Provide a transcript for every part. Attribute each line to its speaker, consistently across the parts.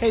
Speaker 1: Hey,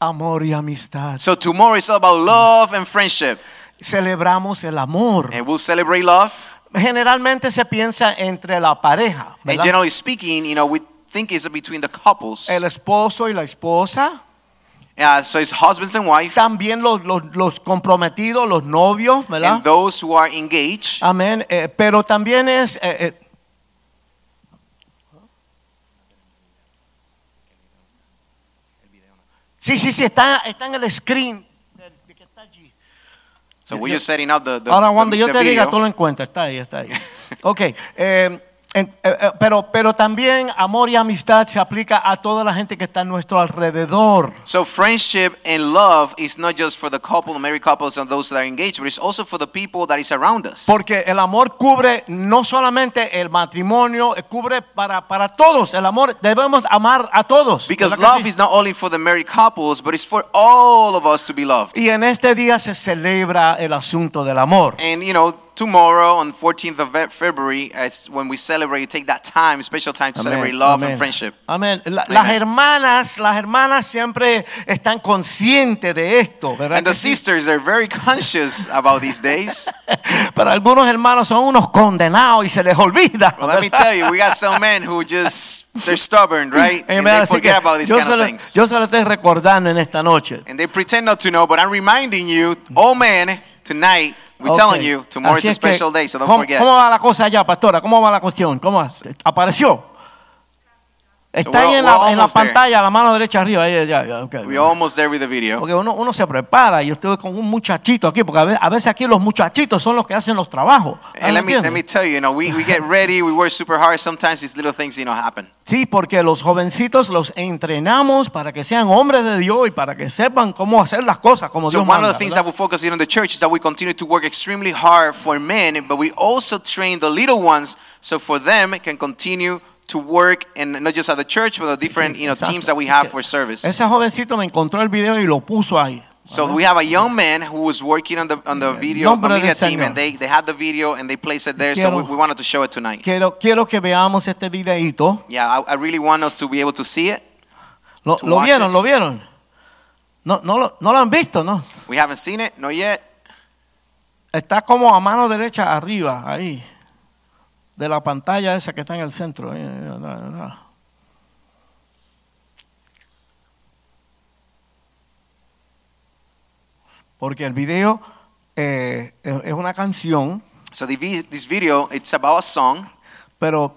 Speaker 2: amor y amistad.
Speaker 3: So tomorrow is all about love and friendship,
Speaker 2: Celebramos el amor.
Speaker 3: and we'll celebrate love.
Speaker 2: Generalmente se piensa entre la pareja,
Speaker 3: And
Speaker 2: ¿verdad?
Speaker 3: generally speaking, you eh, know, we think it's between the couples.
Speaker 2: el esposo y la esposa,
Speaker 3: Uh, so it's husbands and wife,
Speaker 2: también los, los- los comprometidos, los novios, ¿verdad?
Speaker 3: and those who are engaged.
Speaker 2: Amén. Eh, pero también es eh, eh, Sí, sí, sí, está, está en el screen del- de que está allí.
Speaker 3: So we're just setting up the, the,
Speaker 2: Ahora
Speaker 3: the-
Speaker 2: cuando yo
Speaker 3: the
Speaker 2: te
Speaker 3: video.
Speaker 2: diga, tú lo encuentras. Está ahí, está ahí. ok. eh, en- eh, eh, pero, pero también amor y amistad se aplica a toda la gente que está a nuestro alrededor.
Speaker 3: So friendship and love is not just for the couple, married couples, and those that are engaged, but it's also for the people that is around us.
Speaker 2: Porque el amor cubre no solamente el matrimonio, eh, cubre para, para todos. El amor debemos amar a todos.
Speaker 3: Because
Speaker 2: ¿verdad que
Speaker 3: love
Speaker 2: sí?
Speaker 3: is not only for the married couples, but it's for all of us to be loved.
Speaker 2: Y en este día se celebra el asunto del amor.
Speaker 3: And you know, tomorrow on 14th of Fe- February, it's when we celebrate, take that time, special time to celebrate
Speaker 2: Amén,
Speaker 3: love
Speaker 2: amén.
Speaker 3: and friendship.
Speaker 2: Amén. La-
Speaker 3: Amén.
Speaker 2: las hermanas, las hermanas siempre están conscientes de esto, ¿verdad?
Speaker 3: And the
Speaker 2: que sí?
Speaker 3: sisters are very conscious about these days.
Speaker 2: Pero algunos hermanos son unos condenados y se les olvida.
Speaker 3: Well, let me tell you, we got some men who just they're stubborn, right? And
Speaker 2: Amen.
Speaker 3: they
Speaker 2: Así que
Speaker 3: forget about these
Speaker 2: yo
Speaker 3: kind
Speaker 2: se
Speaker 3: of
Speaker 2: lo-
Speaker 3: things.
Speaker 2: yo se lo estoy recordando en esta noche.
Speaker 3: And they pretend not to know, but I'm reminding you, oh man, tonight we're
Speaker 2: Ok.
Speaker 3: telling you, tomorrow
Speaker 2: Así
Speaker 3: is a
Speaker 2: es que,
Speaker 3: special day, so don't
Speaker 2: ¿cómo,
Speaker 3: forget.
Speaker 2: ¿Cómo va la cosa allá, pastora? ¿Cómo va la cuestión? ¿Cómo va? apareció? Está
Speaker 3: we're-
Speaker 2: ahí en
Speaker 3: we're
Speaker 2: la, en la
Speaker 3: almost there.
Speaker 2: pantalla, la mano derecha arriba. ahí, ya, ya, ok.
Speaker 3: We're almost there with the video.
Speaker 2: Porque uno, uno se prepara. Yo estuve con un muchachito aquí, porque a ve- a veces, aquí los muchachitos son los que hacen los trabajos.
Speaker 3: And
Speaker 2: ¿Me
Speaker 3: let me let
Speaker 2: entiendes?
Speaker 3: me tell you, you know, we, we get ready, we work super hard. Sometimes these little things, you know, happen.
Speaker 2: Sí, porque los jovencitos los entrenamos para que sean hombres de Dios y para que sepan cómo hacer las cosas como
Speaker 3: So
Speaker 2: Dios
Speaker 3: one
Speaker 2: manda,
Speaker 3: of the things
Speaker 2: ¿verdad?
Speaker 3: that we focus in on the church is that we continue to work extremely hard for men, but we also train the little ones so for them it can continue to work and not just at the church but the different you know
Speaker 2: Exacto.
Speaker 3: teams that we have for service.
Speaker 2: Ese jovencito me encontró el video y lo puso ahí.
Speaker 3: So we have a young man who was working on the on the video on the
Speaker 2: Nombre del
Speaker 3: media team
Speaker 2: Señor.
Speaker 3: and they, they had the video and they placed it there. So we,
Speaker 2: Quiero-
Speaker 3: we wanted to show it tonight.
Speaker 2: Quiero, quiero que veamos este videito.
Speaker 3: Yeah, I, I really want us to be able to see it.
Speaker 2: Lo,
Speaker 3: To
Speaker 2: lo
Speaker 3: watch
Speaker 2: vieron,
Speaker 3: it.
Speaker 2: lo vieron. No, no, lo, no lo han visto, ¿no?
Speaker 3: We haven't seen it, not yet.
Speaker 2: Está como a mano derecha arriba, ahí. De la pantalla esa que está en el centro. ahí, ahí, ahí, ahí, ahí. Porque el video eh, es es una canción,
Speaker 3: So the vi- this video it's about a song
Speaker 2: pero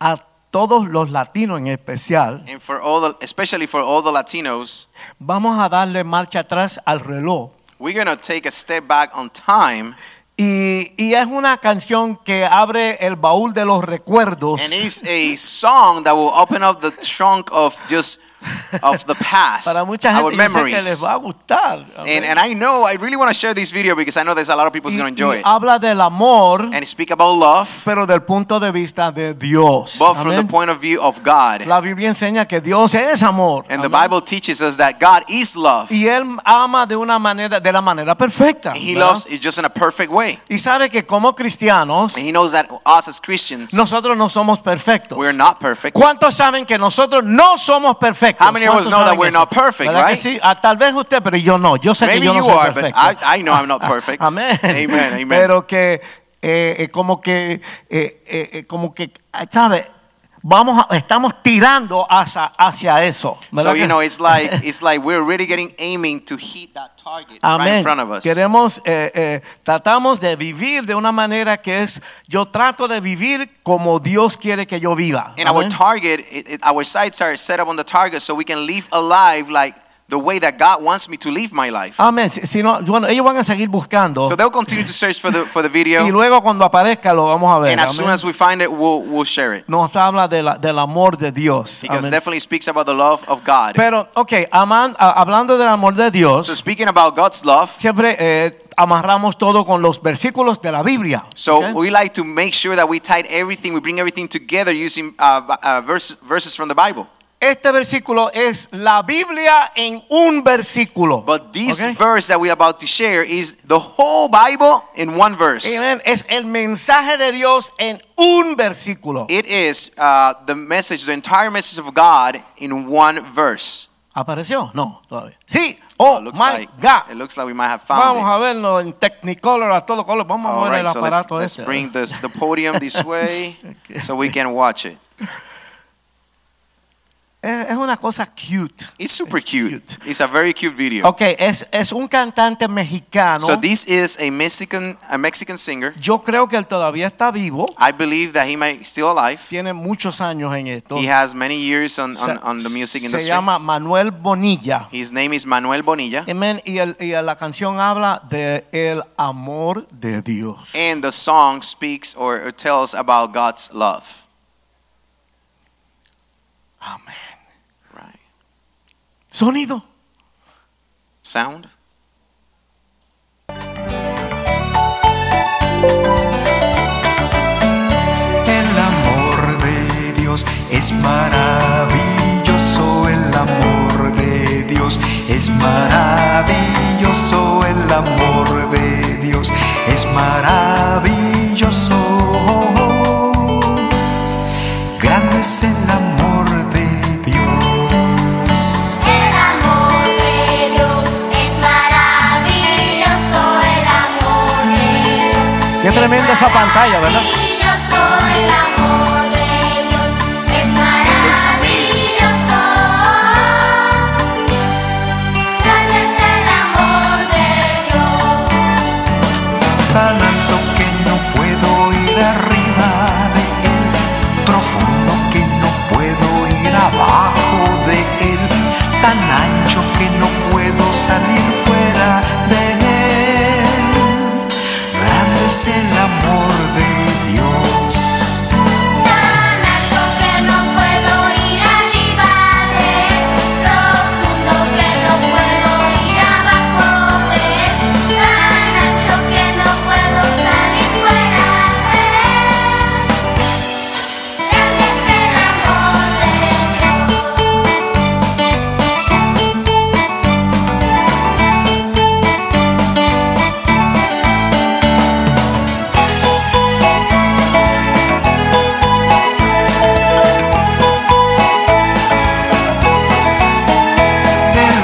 Speaker 2: a todos los latinos en especial,
Speaker 3: and for all the, especially for all the Latinos
Speaker 2: vamos a darle marcha atrás al reloj.
Speaker 3: We're going to take a step back on time,
Speaker 2: Y, y es una canción que abre el baúl de los recuerdos.
Speaker 3: and it's a song that will open up the trunk of just of the past,
Speaker 2: Para mucha
Speaker 3: our
Speaker 2: gente yo sé que
Speaker 3: memories.
Speaker 2: les va a gustar.
Speaker 3: And, and I know I really want to share this video because I know there's a lot of people
Speaker 2: Y-
Speaker 3: who's going to
Speaker 2: y
Speaker 3: enjoy it.
Speaker 2: Habla del amor,
Speaker 3: And speak about love,
Speaker 2: pero del punto de vista de Dios.
Speaker 3: but from the
Speaker 2: Amén.
Speaker 3: point of view of God.
Speaker 2: La Biblia enseña que Dios es amor.
Speaker 3: And the
Speaker 2: Amén.
Speaker 3: Bible teaches us that God is love.
Speaker 2: Y él ama de una manera, de la manera perfecta.
Speaker 3: And He
Speaker 2: ¿verdad?
Speaker 3: loves it just in a perfect way.
Speaker 2: Y sabe que como cristianos
Speaker 3: And He knows that us as Christians,
Speaker 2: nosotros no somos perfectos.
Speaker 3: we're not perfect.
Speaker 2: ¿Cuántos saben que nosotros no somos perfectos?
Speaker 3: How many of us
Speaker 2: ¿Cuántos
Speaker 3: know that
Speaker 2: saben
Speaker 3: we're
Speaker 2: eso?
Speaker 3: not perfect,
Speaker 2: ¿Verdad que
Speaker 3: right?
Speaker 2: sí? Ah, tal vez usted, pero yo no. Yo sé que
Speaker 3: Maybe
Speaker 2: yo no
Speaker 3: you
Speaker 2: soy
Speaker 3: are, but
Speaker 2: perfecto.
Speaker 3: I, I know I'm not perfect.
Speaker 2: Amén.
Speaker 3: Amen. Amen.
Speaker 2: Pero que eh, eh, como que eh, eh, eh, como que ah, sabe, vamos a- estamos tirando hacia hacia eso. ¿verdad
Speaker 3: So you
Speaker 2: que-
Speaker 3: know, it's like it's like we're really getting aiming to hit that target right in
Speaker 2: Amén.
Speaker 3: front of us.
Speaker 2: Queremos, eh, eh, tratamos de vivir de una manera que es, yo trato de vivir como Dios quiere que yo viva.
Speaker 3: And our
Speaker 2: Amén.
Speaker 3: target, it, it- our sights are set up on the target, so we can live alive like the way that God wants me to live my life.
Speaker 2: Amén. Si, si no, bueno, ellos van a seguir buscando.
Speaker 3: So they'll continue to search for the for the video,
Speaker 2: y luego cuando aparezca lo vamos a ver.
Speaker 3: and as soon
Speaker 2: Amén.
Speaker 3: as we find it, we'll we'll share it
Speaker 2: Nos habla de la- del amor de Dios.
Speaker 3: because
Speaker 2: Amén.
Speaker 3: it definitely speaks about the love of God.
Speaker 2: Pero, ok, aman- a- hablando del amor de
Speaker 3: So
Speaker 2: Dios,
Speaker 3: speaking about God's love,
Speaker 2: siempre eh, amarramos todo con los versículos de la Biblia.
Speaker 3: so
Speaker 2: ¿ok?
Speaker 3: we like to make sure that we tie everything, we bring everything together using uh, b- uh, verse, verses from the Bible.
Speaker 2: Este versículo es la Biblia en un versículo.
Speaker 3: But this
Speaker 2: ¿ok?
Speaker 3: verse that we're about to share is the whole Bible in one verse.
Speaker 2: Amén. Es el mensaje de Dios en un versículo.
Speaker 3: It is uh, the message, the entire message of God in one verse.
Speaker 2: ¿Apareció? No, todavía. Sí. Oh,
Speaker 3: it
Speaker 2: my
Speaker 3: looks like
Speaker 2: God.
Speaker 3: it looks like we might have found
Speaker 2: Vamos
Speaker 3: it.
Speaker 2: a verlo en Technicolor, a todo color. Vamos a
Speaker 3: All
Speaker 2: ver
Speaker 3: right,
Speaker 2: el
Speaker 3: so let's,
Speaker 2: aparato este.
Speaker 3: let's
Speaker 2: ese.
Speaker 3: bring this, the podium this way so we can watch it.
Speaker 2: Es es una cosa cute.
Speaker 3: It's super cute.
Speaker 2: Cute.
Speaker 3: It's a very cute video.
Speaker 2: Ok, es, es un cantante mexicano.
Speaker 3: So this is a Mexican, a Mexican singer.
Speaker 2: Yo creo que él todavía está vivo.
Speaker 3: I believe that he might still alive.
Speaker 2: Tiene muchos años en esto.
Speaker 3: He has many years on,
Speaker 2: Se-
Speaker 3: on, on the music
Speaker 2: se
Speaker 3: industry.
Speaker 2: llama Manuel Bonilla.
Speaker 3: His name is Manuel Bonilla.
Speaker 2: Amen. Y, el- y la canción habla de el amor de Dios.
Speaker 3: And the song speaks or, or tells about God's love.
Speaker 2: Amén.
Speaker 3: Right.
Speaker 2: Sonido.
Speaker 3: Sound?
Speaker 4: El amor de Dios es maravilloso, el amor de Dios es maravilloso, el amor de Dios es maravilloso. Grande es el amor de Dios.
Speaker 5: El amor de Dios es maravilloso, el amor de Dios.
Speaker 2: Qué tremenda esa pantalla, ¿verdad?
Speaker 5: Maravilloso, el amor de Dios es maravilloso. Grande es el amor de Dios.
Speaker 4: tan alto que no puedo ir arriba de él, profundo que no puedo ir abajo de él, tan ancho que no puedo salir fuera de él. Grande es el amor de Dios.
Speaker 5: Tan alto que no puedo ir arriba de él, profundo que no puedo ir abajo de él, tan ancho que no puedo salir fuera de él. Grande es el amor de Dios.
Speaker 4: El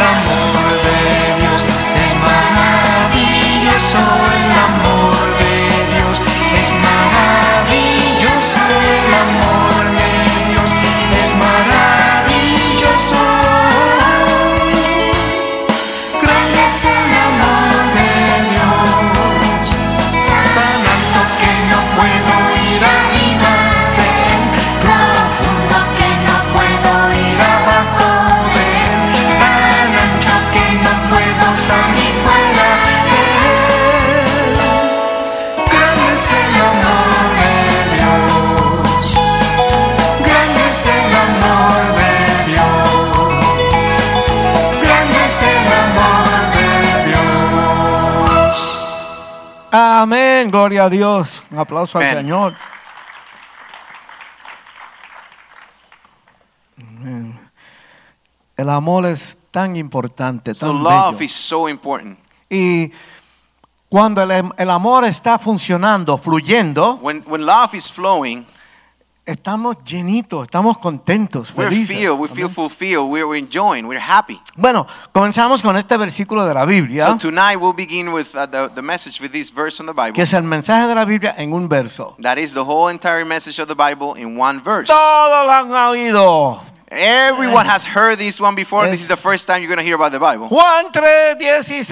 Speaker 4: amor de Dios es maravilloso, el amor de Dios es maravilloso, el amor de Dios es maravilloso. Grande es el amor de Dios, tan alto que no puedo ir arriba de él, profundo que no puedo ir abajo de él, tan ancho que no puedo salir fuera de él. Grande es el amor de Dios, grande es el amor de Dios, grande es el amor de Dios.
Speaker 2: Amén. Gloria a Dios. Un aplauso al
Speaker 3: Amén.
Speaker 2: Señor. Amén. El amor es tan importante, tan
Speaker 3: So love
Speaker 2: bello.
Speaker 3: is so important.
Speaker 2: Y cuando el, em, el amor está funcionando, fluyendo,
Speaker 3: When, when love is flowing,
Speaker 2: estamos llenitos, estamos contentos,
Speaker 3: we
Speaker 2: felices.
Speaker 3: feel, we
Speaker 2: Amén.
Speaker 3: feel fulfilled, we're, we're enjoying, we're happy.
Speaker 2: Bueno, comenzamos con este versículo de la Biblia,
Speaker 3: So tonight we'll begin with uh, the, the message with this verse from the Bible.
Speaker 2: que es el mensaje de la Biblia en un verso.
Speaker 3: That is the whole entire message of the Bible in one verse.
Speaker 2: Todos lo han oído.
Speaker 3: Everyone has heard this one before. This
Speaker 2: Es-
Speaker 3: is the first time you're going to hear about the Bible.
Speaker 2: Juan 3:16.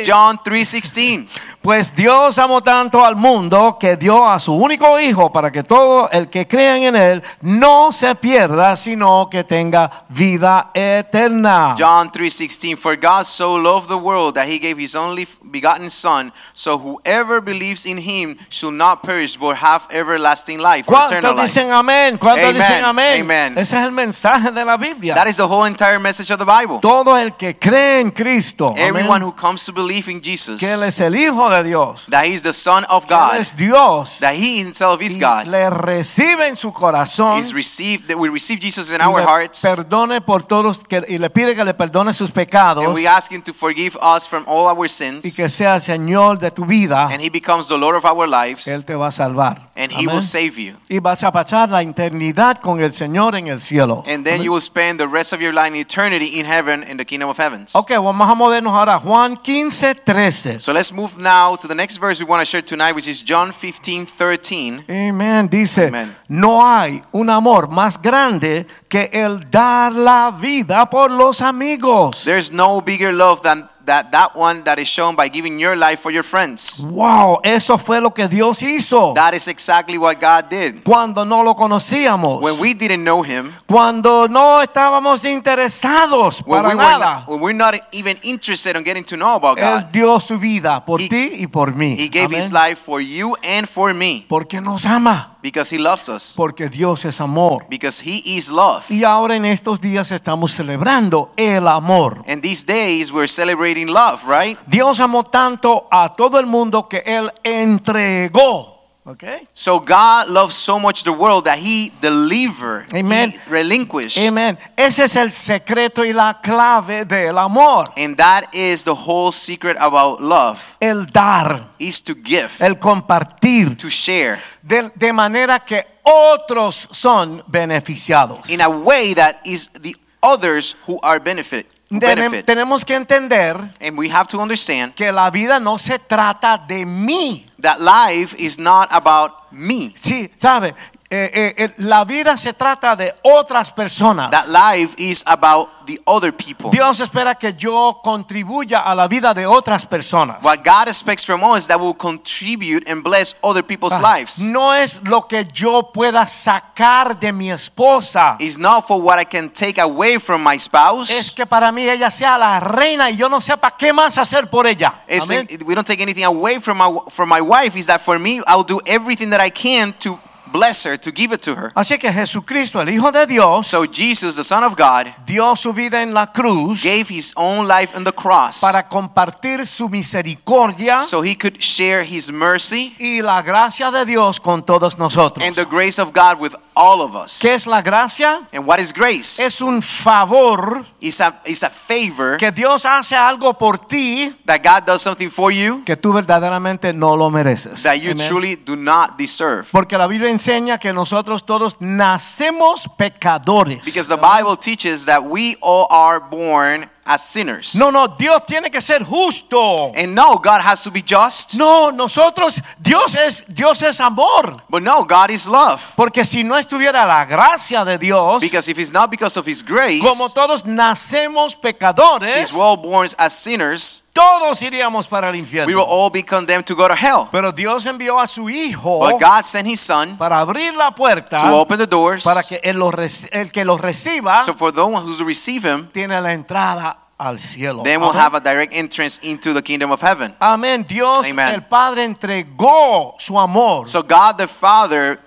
Speaker 3: It's John 3:16.
Speaker 2: Pues Dios amó tanto al mundo que dio a su único hijo para que todo el que crean en él no se pierda, sino que tenga vida eterna.
Speaker 3: John 3:16 For God so loved the world that he gave his only begotten son so whoever believes in him shall not perish but have everlasting life or eternal
Speaker 2: ¿Cuántos
Speaker 3: life.
Speaker 2: dicen amén? ¿Cuántos
Speaker 3: Amen,
Speaker 2: dicen amén?
Speaker 3: amen.
Speaker 2: Ese es el mensaje de la Biblia.
Speaker 3: That is the whole entire message of the Bible.
Speaker 2: Todo el que cree en Cristo, amén,
Speaker 3: Everyone who comes to believe in Jesus
Speaker 2: que Él es el Hijo de Dios,
Speaker 3: that he is the son of
Speaker 2: que Él
Speaker 3: God
Speaker 2: es Dios,
Speaker 3: that he himself is
Speaker 2: y
Speaker 3: God
Speaker 2: le recibe en su corazón
Speaker 3: is received that we receive Jesus in
Speaker 2: y
Speaker 3: our
Speaker 2: le
Speaker 3: hearts
Speaker 2: perdone por todos que- y le pide que le perdone sus pecados
Speaker 3: and we ask him to forgive us from all our
Speaker 2: y
Speaker 3: sins
Speaker 2: que sea el Señor de tu vida,
Speaker 3: and he becomes the Lord of our lives
Speaker 2: Él te va a salvar.
Speaker 3: and he
Speaker 2: Amén.
Speaker 3: will save you
Speaker 2: y vas a pasar la eternidad con el Señor en el cielo.
Speaker 3: and then
Speaker 2: Amén.
Speaker 3: you will spend the rest of your life in eternity in heaven in the kingdom of heavens.
Speaker 2: Ok, vamos a movernos ahora a Juan 15, 13.
Speaker 3: So let's move now to the next verse we want to share tonight, which is John 15, 13.
Speaker 2: Amén. Dice,
Speaker 3: Amén.
Speaker 2: no hay un amor más grande que el dar la vida por los amigos.
Speaker 3: There's no bigger love than that, that one that is shown by giving your life for your friends.
Speaker 2: wow, eso fue lo que Dios hizo
Speaker 3: That is exactly what God did.
Speaker 2: cuando no lo conocíamos,
Speaker 3: When we didn't know him,
Speaker 2: cuando no estábamos interesados
Speaker 3: when,
Speaker 2: para
Speaker 3: we were
Speaker 2: nada.
Speaker 3: not, when we're not even interested in getting to know about
Speaker 2: Él
Speaker 3: God,
Speaker 2: dio su vida por
Speaker 3: He-
Speaker 2: ti y por mí.
Speaker 3: he gave his
Speaker 2: Amén.
Speaker 3: life for you and for me
Speaker 2: Porque nos ama,
Speaker 3: because he loves us,
Speaker 2: porque Dios es amor.
Speaker 3: because he is love.
Speaker 2: Y ahora en estos días estamos celebrando el amor.
Speaker 3: And these days we're celebrating love, right?
Speaker 2: Dios amó tanto a todo el mundo que Él entregó. ¿Ok?
Speaker 3: So God loves so much the world that he delivered,
Speaker 2: Amen.
Speaker 3: he relinquished.
Speaker 2: Amén. Ese es el secreto y la clave del amor.
Speaker 3: And that is the whole secret about love
Speaker 2: El dar,
Speaker 3: is to give,
Speaker 2: el compartir,
Speaker 3: to share
Speaker 2: de, de manera que otros son beneficiados.
Speaker 3: in a way that is the others who are benefit who
Speaker 2: Tenem-
Speaker 3: benefit.
Speaker 2: tenemos que entender
Speaker 3: And we have to understand
Speaker 2: que la vida no se trata de mí.
Speaker 3: that life is not about me.
Speaker 2: Sí, sabe, Eh, eh, eh, la vida se trata de otras personas.
Speaker 3: That life is about the other people.
Speaker 2: Dios espera que yo contribuya a la vida de otras personas.
Speaker 3: What God expects from us that will contribute and bless other people's lives
Speaker 2: Ah, No es lo que yo pueda sacar de mi esposa.
Speaker 3: is not for what I can take away from my
Speaker 2: Es
Speaker 3: spouse.
Speaker 2: que para mí ella sea la reina y yo no sepa qué más hacer por ella.
Speaker 3: It's-
Speaker 2: Amén.
Speaker 3: we don't take anything away from my from my wife. Is that for me? I'll do everything that I can to bless her, to give it to her.
Speaker 2: Así que Jesucristo, el Hijo de Dios,
Speaker 3: So Jesus, the Son of God,
Speaker 2: dio su vida en la cruz
Speaker 3: gave his own life on the cross
Speaker 2: para compartir su misericordia
Speaker 3: so he could share his mercy
Speaker 2: y la gracia de Dios con todos nosotros.
Speaker 3: and the grace of God with all of us.
Speaker 2: ¿Qué es la gracia?
Speaker 3: And what is grace?
Speaker 2: Es un favor
Speaker 3: It's a, it's a favor
Speaker 2: que Dios hace algo por ti
Speaker 3: that God does something for you
Speaker 2: que tú verdaderamente no lo mereces.
Speaker 3: that you
Speaker 2: Amén.
Speaker 3: truly do not deserve.
Speaker 2: Porque la Biblia enseña que nosotros todos nacemos pecadores.
Speaker 3: Because the Bible teaches that we all are born as sinners.
Speaker 2: No, no, Dios tiene que ser justo.
Speaker 3: And no, God has to be just.
Speaker 2: No, nosotros, Dios es, Dios es amor.
Speaker 3: But no, God is love.
Speaker 2: Porque si no estuviera la gracia de Dios,
Speaker 3: Because if it's not because of his grace,
Speaker 2: como todos nacemos pecadores,
Speaker 3: since we're all born as sinners,
Speaker 2: todos iríamos para el
Speaker 3: we
Speaker 2: infierno.
Speaker 3: will all be condemned to go to hell.
Speaker 2: Pero Dios envió a su Hijo
Speaker 3: But God sent his son
Speaker 2: para abrir la puerta,
Speaker 3: to open the doors.
Speaker 2: para que el, lo reci- el que lo reciba
Speaker 3: So for those who receive him,
Speaker 2: tiene la entrada al cielo.
Speaker 3: then we'll
Speaker 2: Amén.
Speaker 3: have a direct entrance into the kingdom of heaven.
Speaker 2: Amén. Dios
Speaker 3: Amen.
Speaker 2: el Padre entregó su amor
Speaker 3: So God the Father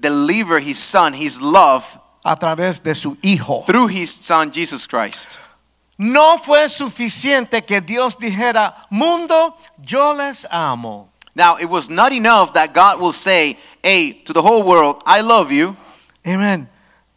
Speaker 3: delivered his son, his love,
Speaker 2: a través de su Hijo.
Speaker 3: through his son Jesus Christ.
Speaker 2: No fue suficiente que Dios dijera, mundo, yo les amo.
Speaker 3: Now it was not enough that God will say, Hey, to the whole world, I love you.
Speaker 2: Amén.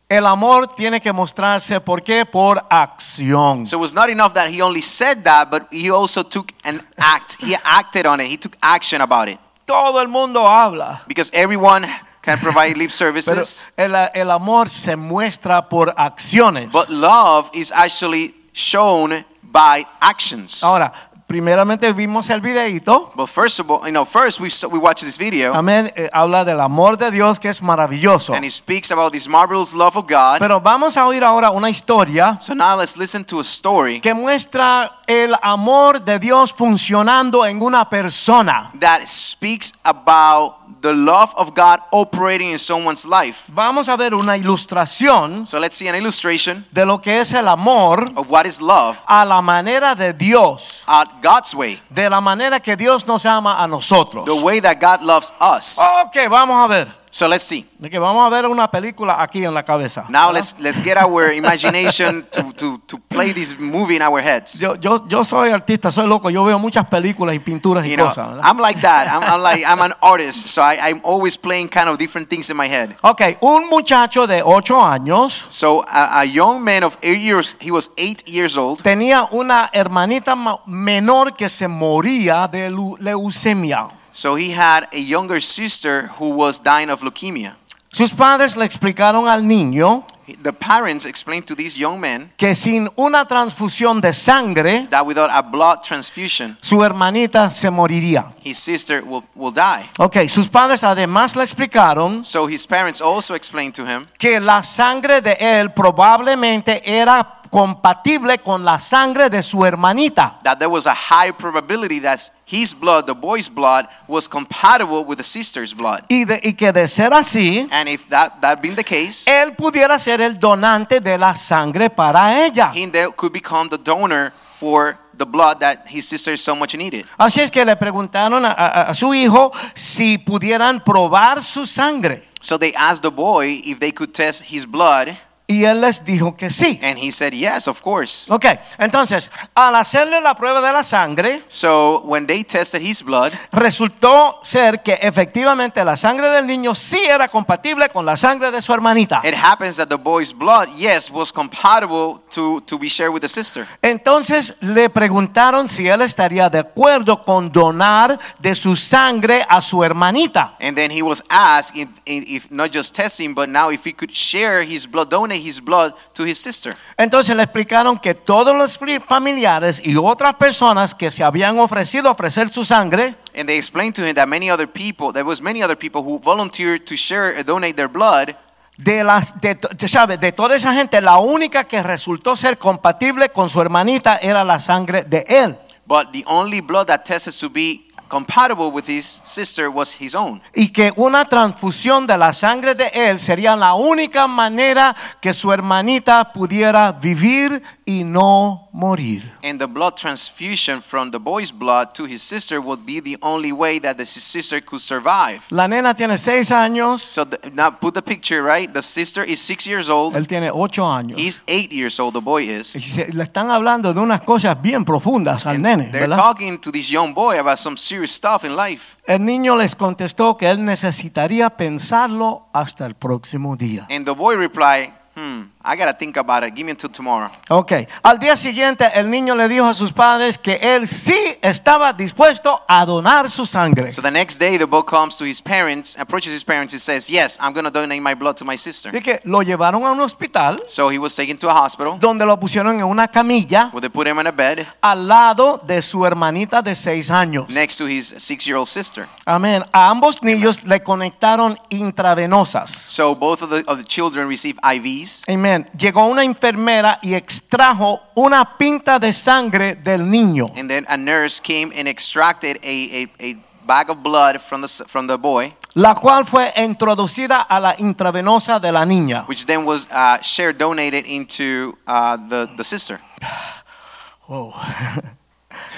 Speaker 2: El amor tiene que mostrarse, ¿por qué? Por acción.
Speaker 3: So it was not enough that he only said that, but he also took an act. He acted on it. He took action about it.
Speaker 2: Todo el mundo habla,
Speaker 3: Because everyone can provide
Speaker 2: pero
Speaker 3: lip services.
Speaker 2: el, el amor se muestra por acciones.
Speaker 3: But love is actually shown by actions.
Speaker 2: Oh. Ahora, primeramente vimos el videíto.
Speaker 3: But first of all, you know, first we saw, we watched this video,
Speaker 2: Amén. eh, habla del amor de Dios que es maravilloso.
Speaker 3: and he speaks about this marvelous love of God.
Speaker 2: Pero vamos a oír ahora una historia
Speaker 3: so now let's listen to a story
Speaker 2: que muestra el amor de Dios funcionando en una persona.
Speaker 3: that speaks about the love of God operating in someone's life.
Speaker 2: Vamos a ver una ilustración
Speaker 3: So let's see an illustration
Speaker 2: de lo que es el amor
Speaker 3: of what is love
Speaker 2: a la manera de Dios,
Speaker 3: at God's way,
Speaker 2: de la manera que Dios nos ama a nosotros.
Speaker 3: the way that God loves us.
Speaker 2: Ok, vamos a ver.
Speaker 3: So let's see.
Speaker 2: De que vamos a ver una película aquí en la cabeza.
Speaker 3: Now
Speaker 2: ¿verdad?
Speaker 3: let's let's get our imagination to, to, to play this movie in our heads.
Speaker 2: Yo, yo, yo soy artista, soy loco, yo veo muchas películas y pinturas y
Speaker 3: You know,
Speaker 2: cosas. ¿verdad?
Speaker 3: I'm like that. I'm, I'm like I'm an artist, so I, I'm always playing kind of different things in my head.
Speaker 2: Ok, un muchacho de 8 años
Speaker 3: So a, a young man of eight years, he was eight years old.
Speaker 2: tenía una hermanita ma- menor que se moría de lu- leucemia.
Speaker 3: So he had a younger sister who was dying of leukemia.
Speaker 2: Sus padres le explicaron al niño
Speaker 3: He- The parents explained to this young man
Speaker 2: que sin una transfusión de sangre,
Speaker 3: that without a blood transfusion,
Speaker 2: su hermanita se moriría.
Speaker 3: his sister will, will die.
Speaker 2: Ok, sus padres además le explicaron
Speaker 3: So his parents also explained to him
Speaker 2: que la sangre de él probablemente era compatible con la sangre de su hermanita.
Speaker 3: that there was a high probability that his blood, the boy's blood, was compatible with the sister's blood.
Speaker 2: Y, de- y que de ser así,
Speaker 3: And if that, that being the case,
Speaker 2: él pudiera ser el donante de la sangre para ella.
Speaker 3: he then could become the donor for the blood that his sister so much needed.
Speaker 2: Así es que le preguntaron a, a- a su hijo si pudieran probar su sangre.
Speaker 3: So they asked the boy if they could test his blood,
Speaker 2: Y él les dijo que sí.
Speaker 3: and he said, Yes, of course.
Speaker 2: Ok, entonces, al hacerle la prueba de la sangre,
Speaker 3: So when they tested his blood,
Speaker 2: resultó ser que efectivamente la sangre del niño sí era compatible con la sangre de su hermanita.
Speaker 3: it happens that the boy's blood, yes, was compatible to, to be shared with the sister.
Speaker 2: Entonces le preguntaron si él estaría de acuerdo con donar de su sangre a su hermanita.
Speaker 3: And then he was asked if, if not just testing, but now if he could share his blood, donate his blood to his sister.
Speaker 2: Entonces le explicaron que todos los fri- familiares y otras personas que se habían ofrecido a ofrecer su sangre
Speaker 3: And they explained to him that many other people, there was many other people who volunteered to share, uh, donate their blood,
Speaker 2: de las de, to- de- sabe, de toda esa gente la única que resultó ser compatible con su hermanita era la sangre de él.
Speaker 3: but the only blood that tested to be compatible with his sister was his own.
Speaker 2: Y que una transfusión de la sangre de él sería la única manera que su hermanita pudiera vivir y no morir.
Speaker 3: And the blood transfusion from the boy's blood to his sister would be the only way that the his sister could survive.
Speaker 2: La nena tiene seis años,
Speaker 3: So the, now put the picture right. The sister is six years old.
Speaker 2: él tiene ocho años.
Speaker 3: He's eight years old. The boy
Speaker 2: Y
Speaker 3: is.
Speaker 2: se- le están hablando de unas cosas bien profundas al
Speaker 3: And
Speaker 2: nene,
Speaker 3: they're
Speaker 2: ¿verdad?
Speaker 3: talking to this young boy about some serious stuff in life.
Speaker 2: El niño les contestó que él necesitaría pensarlo hasta el próximo día.
Speaker 3: And the boy replied, "Hmm, I gotta think about it. Give me until tomorrow."
Speaker 2: Ok, al día siguiente el niño le dijo a sus padres que él sí estaba dispuesto a donar su sangre.
Speaker 3: So the next day, the boy comes to his parents, approaches his parents, and says, "Yes, I'm gonna donate my blood to my sister."
Speaker 2: Así que lo llevaron a un hospital
Speaker 3: So he was taken to a hospital
Speaker 2: donde lo pusieron en una camilla
Speaker 3: where they put him in a bed
Speaker 2: al lado de su hermanita de seis años.
Speaker 3: next to his six-year-old sister.
Speaker 2: Amén. A ambos niños le conectaron intravenosas.
Speaker 3: So both of the, of the children receive IVs.
Speaker 2: Amén. Llegó una enfermera y extrajo una pinta de sangre del niño.
Speaker 3: And then a nurse came and extracted a, a, a bag of blood from the, s- from the boy,
Speaker 2: la cual fue introducida a la intravenosa de la niña.
Speaker 3: which then was uh, shared, donated into uh, the, the sister.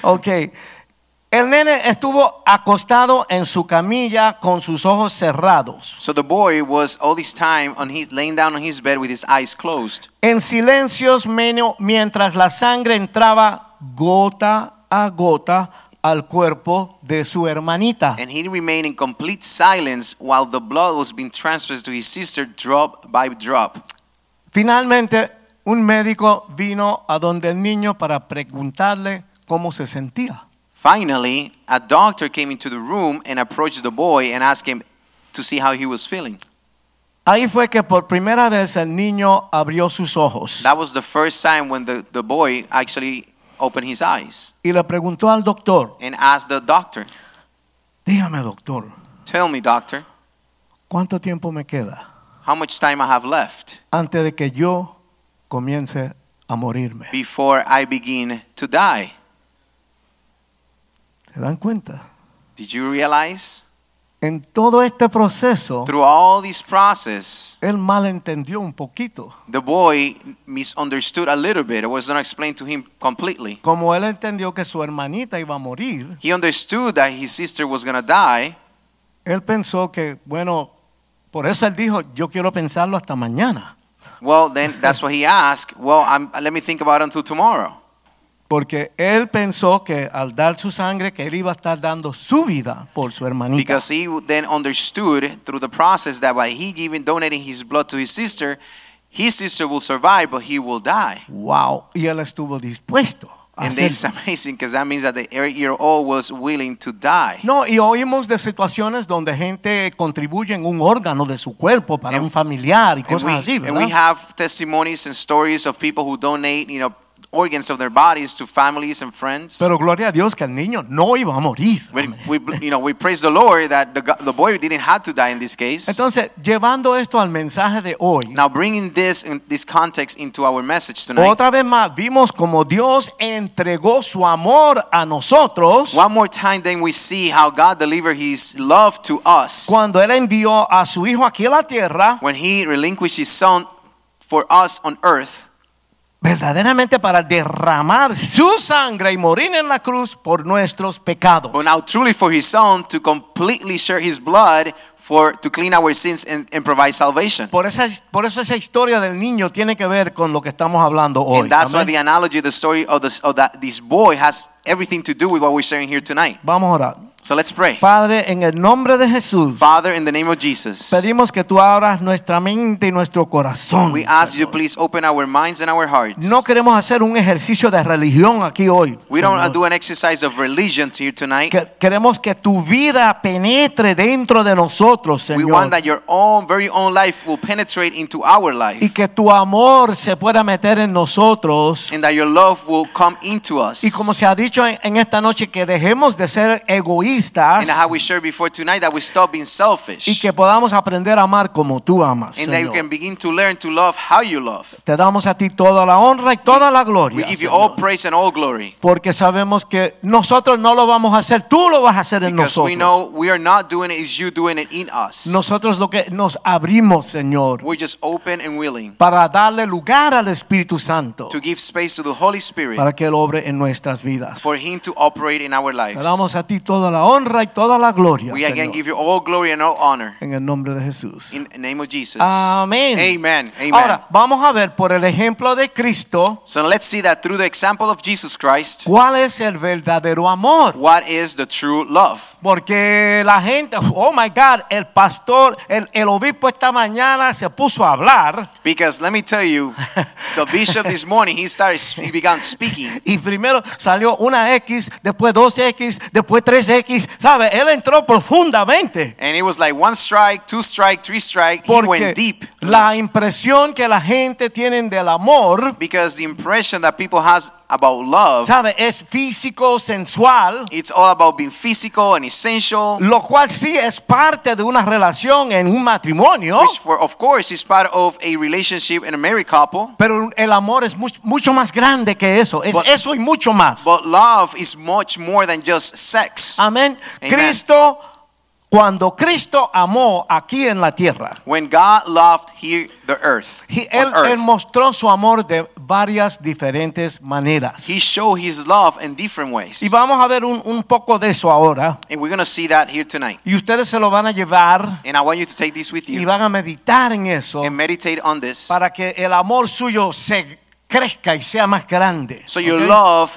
Speaker 2: Ok. El nene estuvo acostado en su camilla con sus ojos cerrados,
Speaker 3: So the boy was all this time on his, laying down on his bed with his eyes closed,
Speaker 2: en silencios meno- mientras la sangre entraba gota a gota al cuerpo de su hermanita.
Speaker 3: and he remained in complete silence while the blood was being transferred to his sister drop by drop.
Speaker 2: Finalmente, un médico vino a donde el niño para preguntarle cómo se sentía.
Speaker 3: Finally, a doctor came into the room and approached the boy and asked him to see how he was feeling.
Speaker 2: Ahí fue que por primera vez el niño abrió sus ojos.
Speaker 3: That was the first time when the, the boy actually opened his eyes
Speaker 2: y le preguntó al doctor,
Speaker 3: and asked the doctor,
Speaker 2: dígame doctor,
Speaker 3: Tell me, doctor,
Speaker 2: ¿cuánto tiempo me queda
Speaker 3: how much time I have left
Speaker 2: antes de que yo comience a morirme?
Speaker 3: before I begin to die?
Speaker 2: ¿Se dan cuenta?
Speaker 3: Did you realize?
Speaker 2: En todo este proceso,
Speaker 3: Through all this process,
Speaker 2: él malentendió un poquito.
Speaker 3: the boy misunderstood a little bit. It was not explained to him completely.
Speaker 2: Como él entendió que su hermanita iba a morir,
Speaker 3: He understood that his sister was going to die.
Speaker 2: él pensó que, bueno, por eso él dijo, yo quiero pensarlo hasta mañana.
Speaker 3: Well, then that's what he asked. Well, I'm, let me think about it until tomorrow.
Speaker 2: Porque él pensó que al dar su sangre, que él iba a estar dando su vida por su hermanita.
Speaker 3: Because he then understood through the process that by he giving donating his blood to his sister, his sister will survive, but he will die.
Speaker 2: wow. Y él estuvo dispuesto. a
Speaker 3: And that's
Speaker 2: hacerlo.
Speaker 3: amazing because that means that the eight-year-old was willing to die.
Speaker 2: No, y oímos de situaciones donde gente contribuye en un órgano de su cuerpo para
Speaker 3: And-
Speaker 2: un familiar y
Speaker 3: And
Speaker 2: cosas
Speaker 3: we,
Speaker 2: así,
Speaker 3: and
Speaker 2: ¿verdad?
Speaker 3: we have testimonies and stories of people who donate, you know, organs of their bodies to families and friends.
Speaker 2: Pero gloria a Dios que el niño no iba a morir.
Speaker 3: we,
Speaker 2: Amén.
Speaker 3: we, you know, we praise the Lord that the, go- the boy didn't have to die in this case.
Speaker 2: Entonces, llevando esto al mensaje de hoy,
Speaker 3: Now, bringing this in this context into our message tonight.
Speaker 2: otra vez más vimos como Dios entregó su amor a nosotros
Speaker 3: One more time, then we see how God delivered His love to us
Speaker 2: cuando Él envió a su Hijo aquí a la tierra,
Speaker 3: when He relinquished His Son for us on earth,
Speaker 2: verdaderamente para derramar su sangre y morir en la cruz por nuestros pecados.
Speaker 3: but now truly for His Son to completely share His blood for to clean our sins and, and provide salvation.
Speaker 2: Por, esa, por eso esa historia del niño tiene que ver con lo que estamos hablando hoy.
Speaker 3: And that's why
Speaker 2: Amén.
Speaker 3: the analogy, the story of this of that this boy has everything to do with what we're sharing here tonight.
Speaker 2: Vamos a orar.
Speaker 3: So let's pray.
Speaker 2: Padre, en el nombre de Jesús,
Speaker 3: Father, in the name of Jesus,
Speaker 2: pedimos que tú abras nuestra mente y nuestro corazón.
Speaker 3: we ask you to please open our minds and our hearts.
Speaker 2: No queremos hacer un ejercicio de religión aquí hoy.
Speaker 3: We don't
Speaker 2: Señor.
Speaker 3: do an exercise of religion here tonight.
Speaker 2: Que- queremos que tu vida penetre dentro de nosotros,
Speaker 3: We
Speaker 2: Señor.
Speaker 3: want that your own very own life will penetrate into our
Speaker 2: Y
Speaker 3: life
Speaker 2: E que tu amor se pueda meter en nosotros.
Speaker 3: and that your love will come into us.
Speaker 2: Y E como se ha dicho en, en esta noche, que dejemos de ser egoístas
Speaker 3: And how we shared before tonight that we stop being
Speaker 2: y
Speaker 3: selfish
Speaker 2: E que podamos aprender a amar como tú amas.
Speaker 3: and that you
Speaker 2: Señor.
Speaker 3: can begin to learn to love how you love.
Speaker 2: Te damos a ti toda la honra y toda la
Speaker 3: We
Speaker 2: gloria.
Speaker 3: give you
Speaker 2: Señor.
Speaker 3: all praise and all glory
Speaker 2: porque sabemos que nosotros no lo vamos a hacer, tú lo vas a hacer en
Speaker 3: because we
Speaker 2: nosotros.
Speaker 3: know we are not doing it, it's you doing it in us.
Speaker 2: Nosotros lo que nos abrimos, Señor,
Speaker 3: We're just open and willing
Speaker 2: para darle lugar al Espíritu Santo,
Speaker 3: to give space to the Holy Spirit
Speaker 2: para que Él obre en nuestras vidas.
Speaker 3: for Him to operate in our
Speaker 2: Te
Speaker 3: lives.
Speaker 2: damos a ti toda la honra y toda la gloria,
Speaker 3: We again
Speaker 2: Señor,
Speaker 3: give you all glory and all honor
Speaker 2: en el nombre de Jesús.
Speaker 3: in the name of Jesus.
Speaker 2: Amén.
Speaker 3: Amen. Amen.
Speaker 2: Ahora, vamos a ver por el ejemplo de Cristo,
Speaker 3: So let's see that through the example of Jesus Christ,
Speaker 2: cuál es el verdadero amor.
Speaker 3: what is the true love?
Speaker 2: Porque la gente, oh my God, el pastor, el, el obispo esta mañana se puso a hablar.
Speaker 3: Because let me tell you, the bishop this morning he started he began speaking.
Speaker 2: Y primero salió una X, después dos X, después tres X. ¿Sabe? Él entró profundamente.
Speaker 3: And it was like one strike, two strike, three strike. He
Speaker 2: Porque
Speaker 3: went deep.
Speaker 2: la impresión que la gente tiene del amor,
Speaker 3: Because the impression that people has about love,
Speaker 2: ¿sabe? Es físico, sensual.
Speaker 3: it's all about being physical and essential,
Speaker 2: Lo cual sí es parte de una relación en un matrimonio.
Speaker 3: which for of course is part of a relationship and a married couple.
Speaker 2: Pero el amor es much- mucho más grande que eso. Es
Speaker 3: But-
Speaker 2: eso y mucho más.
Speaker 3: But love is much more than just sex.
Speaker 2: Amén.
Speaker 3: Amen.
Speaker 2: Cristo, cuando Cristo amó aquí en la tierra.
Speaker 3: When God loved here the earth,
Speaker 2: Y
Speaker 3: on
Speaker 2: él, él
Speaker 3: earth,
Speaker 2: mostró su amor de varias diferentes maneras.
Speaker 3: He showed His love in different
Speaker 2: Y
Speaker 3: ways.
Speaker 2: vamos a ver un, un poco de eso ahora.
Speaker 3: And we're going to see that here tonight.
Speaker 2: Y ustedes se lo van a llevar
Speaker 3: And I want you to take this with
Speaker 2: y
Speaker 3: you
Speaker 2: van a meditar en eso
Speaker 3: and meditate on this.
Speaker 2: para que el amor suyo se crezca y sea más grande.
Speaker 3: So your
Speaker 2: ¿ok?
Speaker 3: love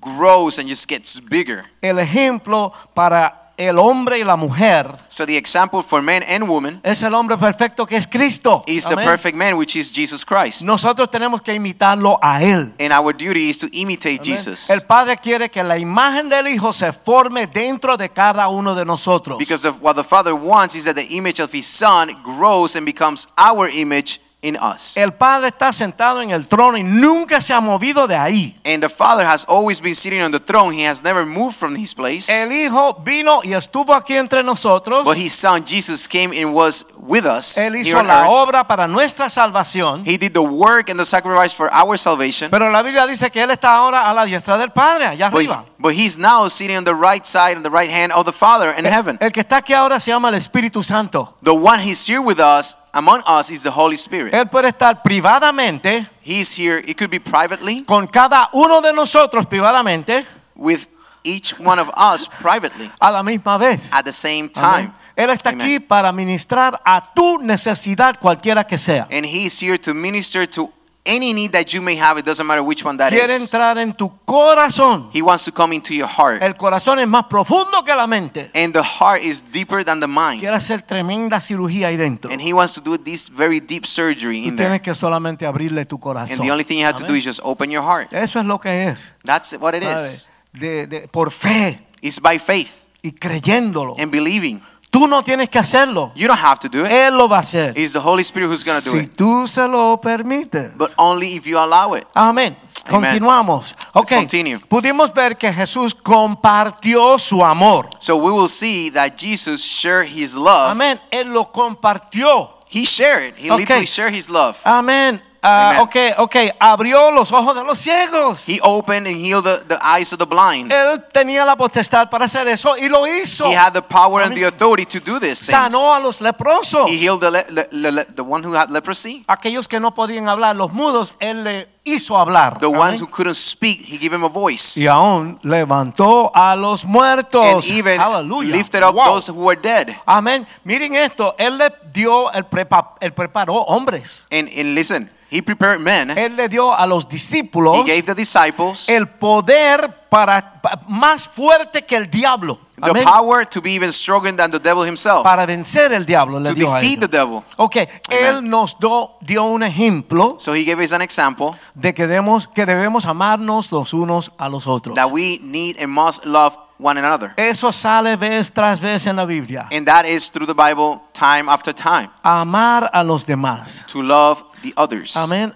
Speaker 3: grows and just gets bigger.
Speaker 2: El ejemplo para el hombre y la mujer
Speaker 3: So the example for man and woman
Speaker 2: es el hombre perfecto que es Cristo.
Speaker 3: is the
Speaker 2: Amén.
Speaker 3: perfect man, which is Jesus Christ.
Speaker 2: Nosotros tenemos que imitarlo a él.
Speaker 3: And our duty is to imitate
Speaker 2: Amén.
Speaker 3: Jesus.
Speaker 2: El Padre quiere que la imagen del Hijo se forme dentro de cada uno de nosotros.
Speaker 3: Because of what the Father wants is that the image of His Son grows and becomes our image in us.
Speaker 2: El Padre está sentado en el trono y nunca se ha movido de ahí.
Speaker 3: And the Father has always been sitting on the throne. He has never moved from his place.
Speaker 2: El Hijo vino y estuvo aquí entre nosotros.
Speaker 3: But his son Jesus came and was with us.
Speaker 2: Él
Speaker 3: here
Speaker 2: hizo
Speaker 3: on
Speaker 2: la
Speaker 3: earth.
Speaker 2: obra para nuestra salvación.
Speaker 3: He did the work and the sacrifice for our salvation.
Speaker 2: Pero la Biblia dice que Él está ahora a la diestra del Padre, allá arriba.
Speaker 3: But, but he's now sitting on the right side, on the right hand of the Father
Speaker 2: Eh,
Speaker 3: in heaven.
Speaker 2: El que está aquí ahora se llama el Espíritu Santo.
Speaker 3: The one he's here with us, among us, is the Holy Spirit.
Speaker 2: Él puede estar privadamente,
Speaker 3: He's here, it could be privately,
Speaker 2: con cada uno de nosotros privadamente,
Speaker 3: with each one of us privately,
Speaker 2: a la misma vez.
Speaker 3: at the same
Speaker 2: Amén.
Speaker 3: time.
Speaker 2: Él está
Speaker 3: Amen.
Speaker 2: aquí para ministrar a tu necesidad cualquiera que sea.
Speaker 3: And he's here to minister to any need that you may have. It doesn't matter which one that
Speaker 2: Quiere
Speaker 3: is.
Speaker 2: entrar Eh. en tu corazón.
Speaker 3: He wants to come into your heart.
Speaker 2: El corazón es más profundo que la mente.
Speaker 3: And the heart is deeper than the mind.
Speaker 2: Quiere hacer tremenda cirugía ahí dentro.
Speaker 3: And he wants to do this very deep surgery
Speaker 2: Tú
Speaker 3: in there.
Speaker 2: tienes que solamente abrirle tu
Speaker 3: And
Speaker 2: corazón.
Speaker 3: the only thing you have to do
Speaker 2: Amén.
Speaker 3: is just open your heart.
Speaker 2: Eso es lo que es.
Speaker 3: That's what it
Speaker 2: ¿sabe?
Speaker 3: is.
Speaker 2: De- de- por fe
Speaker 3: It's by faith
Speaker 2: y creyéndolo.
Speaker 3: and believing.
Speaker 2: Tú no tienes que hacerlo.
Speaker 3: You don't have to do it.
Speaker 2: Él lo va a hacer.
Speaker 3: It's the Holy Spirit who's going to do
Speaker 2: Si
Speaker 3: it.
Speaker 2: tú se lo permites.
Speaker 3: But only if you allow it.
Speaker 2: Amén.
Speaker 3: Amen.
Speaker 2: Continuamos. Ok.
Speaker 3: continue.
Speaker 2: Pudimos ver que Jesús compartió su amor.
Speaker 3: So we will see that Jesus shared his love.
Speaker 2: Amén. Él lo compartió.
Speaker 3: He shared it. He
Speaker 2: Okay.
Speaker 3: literally shared his love.
Speaker 2: Amén. Ah,
Speaker 3: Amen.
Speaker 2: ok, ok. Abrió los ojos de los ciegos.
Speaker 3: He opened and healed the, the eyes of the blind.
Speaker 2: Él tenía la potestad para hacer eso y lo hizo.
Speaker 3: He had the power and the authority to do this. Things.
Speaker 2: Sanó a los leprosos.
Speaker 3: He healed the, le- le- le- le- the one who had leprosy.
Speaker 2: Aquellos que no podían hablar, los mudos, Él le hizo hablar.
Speaker 3: The
Speaker 2: Amén.
Speaker 3: ones who couldn't speak, he gave him a voice.
Speaker 2: Y aún levantó a los muertos.
Speaker 3: And even
Speaker 2: Aleluya.
Speaker 3: lifted up
Speaker 2: Wow.
Speaker 3: those who were dead.
Speaker 2: Amén. Miren esto. Él le dio, el prepa- él preparó hombres.
Speaker 3: And, and listen, he prepared men.
Speaker 2: Él le dio a los discípulos
Speaker 3: He gave the disciples
Speaker 2: el poder para pa- más fuerte que el diablo.
Speaker 3: the
Speaker 2: Amén.
Speaker 3: power to be even stronger than the devil himself.
Speaker 2: Para vencer el diablo. Le
Speaker 3: To
Speaker 2: dio a
Speaker 3: defeat
Speaker 2: ellos.
Speaker 3: the devil.
Speaker 2: Ok, él nos do- dio un ejemplo
Speaker 3: So he gave us an example
Speaker 2: de que debemos, que debemos amarnos los unos a los otros.
Speaker 3: that we need and must love one another.
Speaker 2: Eso sale vez tras vez en la Biblia.
Speaker 3: And that is through the Bible, time after time,
Speaker 2: Amar a los demás.
Speaker 3: to love the others.
Speaker 2: Amén.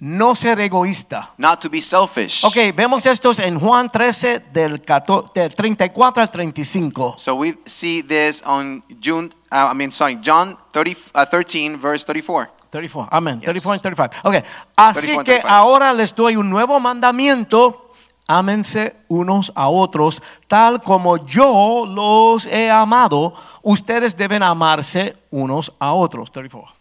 Speaker 2: No ser egoísta.
Speaker 3: Not to be selfish.
Speaker 2: Ok, vemos estos en Juan 13 del, 14 del 34 al 35.
Speaker 3: So we see this on June, uh, I mean, sorry, John 30, uh, 13, verse 34.
Speaker 2: 34, amén.
Speaker 3: Yes.
Speaker 2: 34 y 35. Ok, así
Speaker 3: 34,
Speaker 2: que
Speaker 3: 35.
Speaker 2: ahora les doy un nuevo mandamiento. Ámense unos a otros, tal como yo los he amado. Ustedes deben amarse unos a otros. 34.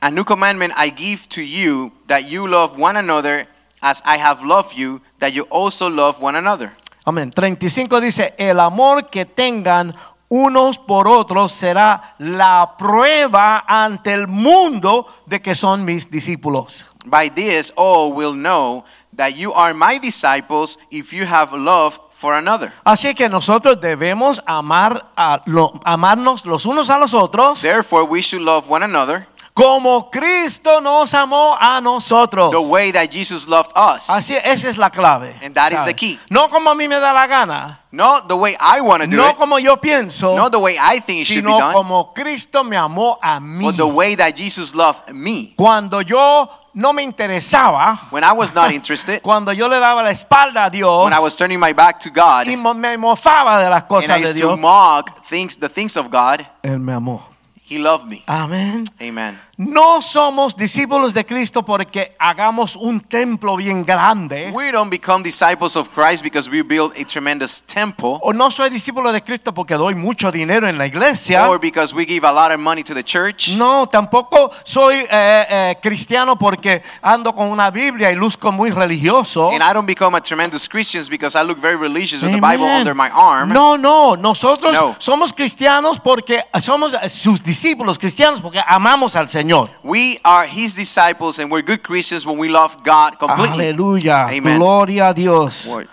Speaker 3: A new commandment I give to you that you love one another as I have loved you, that you also love one another.
Speaker 2: Amén. 35 dice, el amor que tengan unos por otros será la prueba ante el mundo de que son mis discípulos.
Speaker 3: By this all will know that you are my disciples if you have love for another.
Speaker 2: Así que nosotros debemos amar a lo- amarnos los unos a los otros
Speaker 3: Therefore, we should love one another
Speaker 2: como Cristo nos amó a nosotros.
Speaker 3: the way that Jesus loved us.
Speaker 2: Así esa es la clave.
Speaker 3: And that is
Speaker 2: ¿sabe?
Speaker 3: the key.
Speaker 2: No como a mí me da la gana,
Speaker 3: Not the way I want to do
Speaker 2: no
Speaker 3: it,
Speaker 2: como yo pienso,
Speaker 3: not the way I think it should be
Speaker 2: sino
Speaker 3: done,
Speaker 2: como Cristo me amó a mí.
Speaker 3: but the way that Jesus loved me.
Speaker 2: Cuando yo no me interesaba,
Speaker 3: When I was not interested,
Speaker 2: cuando yo le daba la espalda a Dios
Speaker 3: when I was turning my back to God,
Speaker 2: y
Speaker 3: and
Speaker 2: mo- me mofaba de las
Speaker 3: I
Speaker 2: cosas de
Speaker 3: used to
Speaker 2: Dios,
Speaker 3: mock things, the things of God,
Speaker 2: Él me amó.
Speaker 3: He loved me.
Speaker 2: Amén.
Speaker 3: Amen.
Speaker 2: No somos discípulos de Cristo porque hagamos un templo bien grande.
Speaker 3: We don't become disciples of Christ because we build a tremendous temple
Speaker 2: O no soy discípulo de Cristo porque doy mucho dinero en la iglesia.
Speaker 3: or because we give a lot of money to the church.
Speaker 2: No, tampoco soy eh, eh, cristiano porque ando con una Biblia y luzco muy religioso.
Speaker 3: And I don't become a tremendous Christian because I look very religious with the
Speaker 2: Amen.
Speaker 3: Bible under my arm.
Speaker 2: No, no, nosotros
Speaker 3: No.
Speaker 2: somos cristianos porque somos sus discípulos cristianos porque amamos al Señor.
Speaker 3: We are his disciples and we're good Christians when we love God completely.
Speaker 2: Aleluya,
Speaker 3: Amen.
Speaker 2: gloria a Dios.
Speaker 3: Word.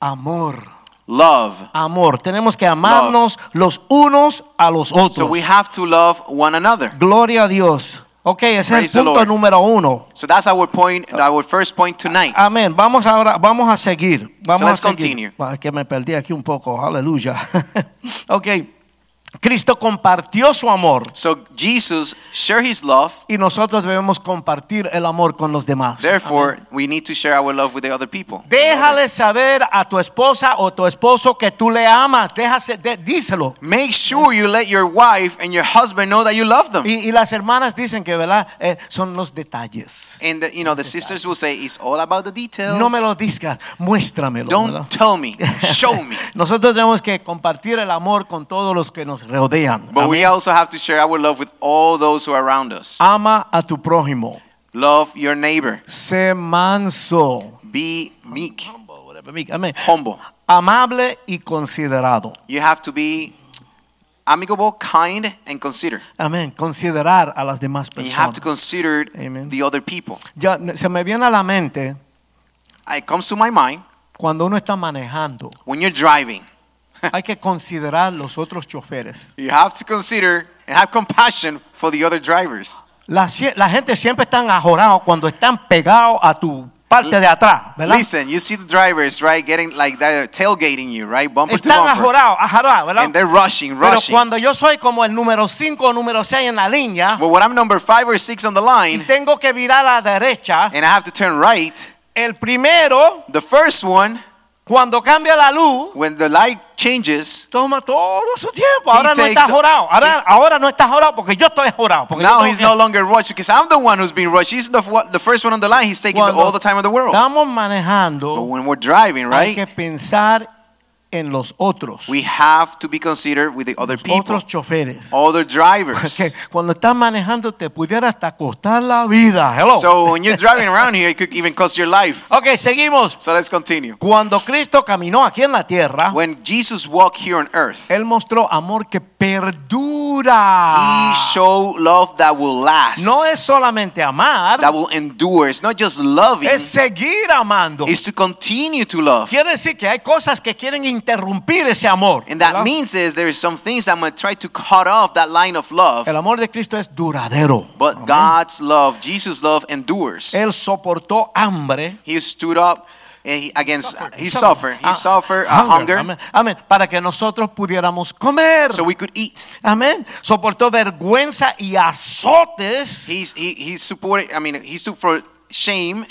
Speaker 2: Amor,
Speaker 3: Love.
Speaker 2: amor. Tenemos que amarnos los unos a los otros.
Speaker 3: So we have to love one another.
Speaker 2: Gloria a Dios. Ok, ese es
Speaker 3: Praise the
Speaker 2: el punto
Speaker 3: Lord.
Speaker 2: número uno.
Speaker 3: So that's our point,
Speaker 2: Uh,
Speaker 3: our first point tonight.
Speaker 2: Amén. Vamos ahora, vamos a seguir. Vamos
Speaker 3: So let's
Speaker 2: a seguir.
Speaker 3: continue.
Speaker 2: Ah, Que me perdí aquí un poco. Aleluya. ok. Cristo compartió su amor
Speaker 3: So Jesus shared his love.
Speaker 2: y nosotros debemos compartir el amor con los demás.
Speaker 3: Therefore, we need to share our love with the other people.
Speaker 2: Déjale saber a tu esposa o tu esposo que tú le amas. Déjase, de- díselo.
Speaker 3: Make sure you let your wife and your husband know that you love them.
Speaker 2: Y, y las hermanas dicen que, ¿verdad? Eh, son los detalles.
Speaker 3: And the, you know, the sisters will say, "It's all about the details."
Speaker 2: No me lo digas, muéstramelo. ¿verdad?
Speaker 3: Don't tell me. Show me.
Speaker 2: Nosotros tenemos que compartir el amor con todos los que nos rodean.
Speaker 3: But we
Speaker 2: Amén.
Speaker 3: also have to share our love with all those who are around
Speaker 2: Ah.
Speaker 3: us.
Speaker 2: Ama a tu prójimo.
Speaker 3: Love your neighbor.
Speaker 2: Sé manso.
Speaker 3: Be meek,
Speaker 2: Amén.
Speaker 3: humble.
Speaker 2: Amable y considerado.
Speaker 3: You have to be amicable, kind, and considerate.
Speaker 2: Amén. Considerar a las demás
Speaker 3: And you have
Speaker 2: personas.
Speaker 3: to consider
Speaker 2: Amen.
Speaker 3: the other people.
Speaker 2: Ya, se me viene a la mente
Speaker 3: It comes to my mind
Speaker 2: cuando uno está manejando.
Speaker 3: when you're driving.
Speaker 2: Hay que considerar los otros choferes.
Speaker 3: You have to consider and have compassion for the other drivers.
Speaker 2: La, sie- la gente siempre están ajorados cuando están pegados a tu parte de atrás, ¿verdad?
Speaker 3: Listen, you see the drivers, right, getting like they're tailgating you, right, bumper to
Speaker 2: están
Speaker 3: bumper,
Speaker 2: ajorados, ajorados, ¿verdad?
Speaker 3: and they're rushing,
Speaker 2: Pero
Speaker 3: rushing.
Speaker 2: cuando yo soy como el número 5 o número 6 en la línea
Speaker 3: But when I'm number five or six on the
Speaker 2: y
Speaker 3: line
Speaker 2: tengo que virar a la derecha,
Speaker 3: and I have to turn right,
Speaker 2: el primero,
Speaker 3: the first one,
Speaker 2: cuando cambia la luz,
Speaker 3: when the light changes,
Speaker 2: toma todo su tiempo. Ahora no
Speaker 3: takes
Speaker 2: está
Speaker 3: the-
Speaker 2: jorado. Ahora, ahora no está jorado porque yo estoy jorado. Porque yo
Speaker 3: now
Speaker 2: tengo
Speaker 3: he's
Speaker 2: que-
Speaker 3: no longer rushing because I'm the one who's being rushed. He's the, one- the first one on the line. He's taking the,
Speaker 2: Cuando
Speaker 3: all the time of the world.
Speaker 2: Estamos
Speaker 3: But
Speaker 2: manejando,
Speaker 3: when we're driving,
Speaker 2: hay
Speaker 3: right,
Speaker 2: que pensar en los otros,
Speaker 3: we have to be considered with the other
Speaker 2: los
Speaker 3: people,
Speaker 2: otros choferes.
Speaker 3: other
Speaker 2: Porque
Speaker 3: drivers.
Speaker 2: cuando estás manejando te pudiera hasta costar la vida. Hello.
Speaker 3: so when you're driving around here, it could even cost your life.
Speaker 2: ok, seguimos.
Speaker 3: So let's continue.
Speaker 2: Cuando Cristo caminó aquí en la tierra,
Speaker 3: When Jesus walked here on earth,
Speaker 2: Él mostró amor que perdura.
Speaker 3: he showed love that will last,
Speaker 2: Ah. No eh, es solamente amar,
Speaker 3: that will endure. It's not just loving,
Speaker 2: es seguir amando.
Speaker 3: it's to continue to love.
Speaker 2: Quiere decir que hay cosas que quieren interrumpir ese amor.
Speaker 3: And that
Speaker 2: ¿verdad?
Speaker 3: means is there is some things I'm going to try to cut off that line of love.
Speaker 2: El amor de Cristo es duradero.
Speaker 3: But
Speaker 2: Amén.
Speaker 3: God's love, Jesus' love endures.
Speaker 2: Él soportó hambre.
Speaker 3: He stood up and he, against he suffered. He
Speaker 2: Ah,
Speaker 3: suffered a hunger
Speaker 2: Amén. Amén. Para que nosotros pudiéramos comer.
Speaker 3: so we could eat.
Speaker 2: Amén. Soportó vergüenza y azotes.
Speaker 3: He's, he he supported. I mean, he stood for shame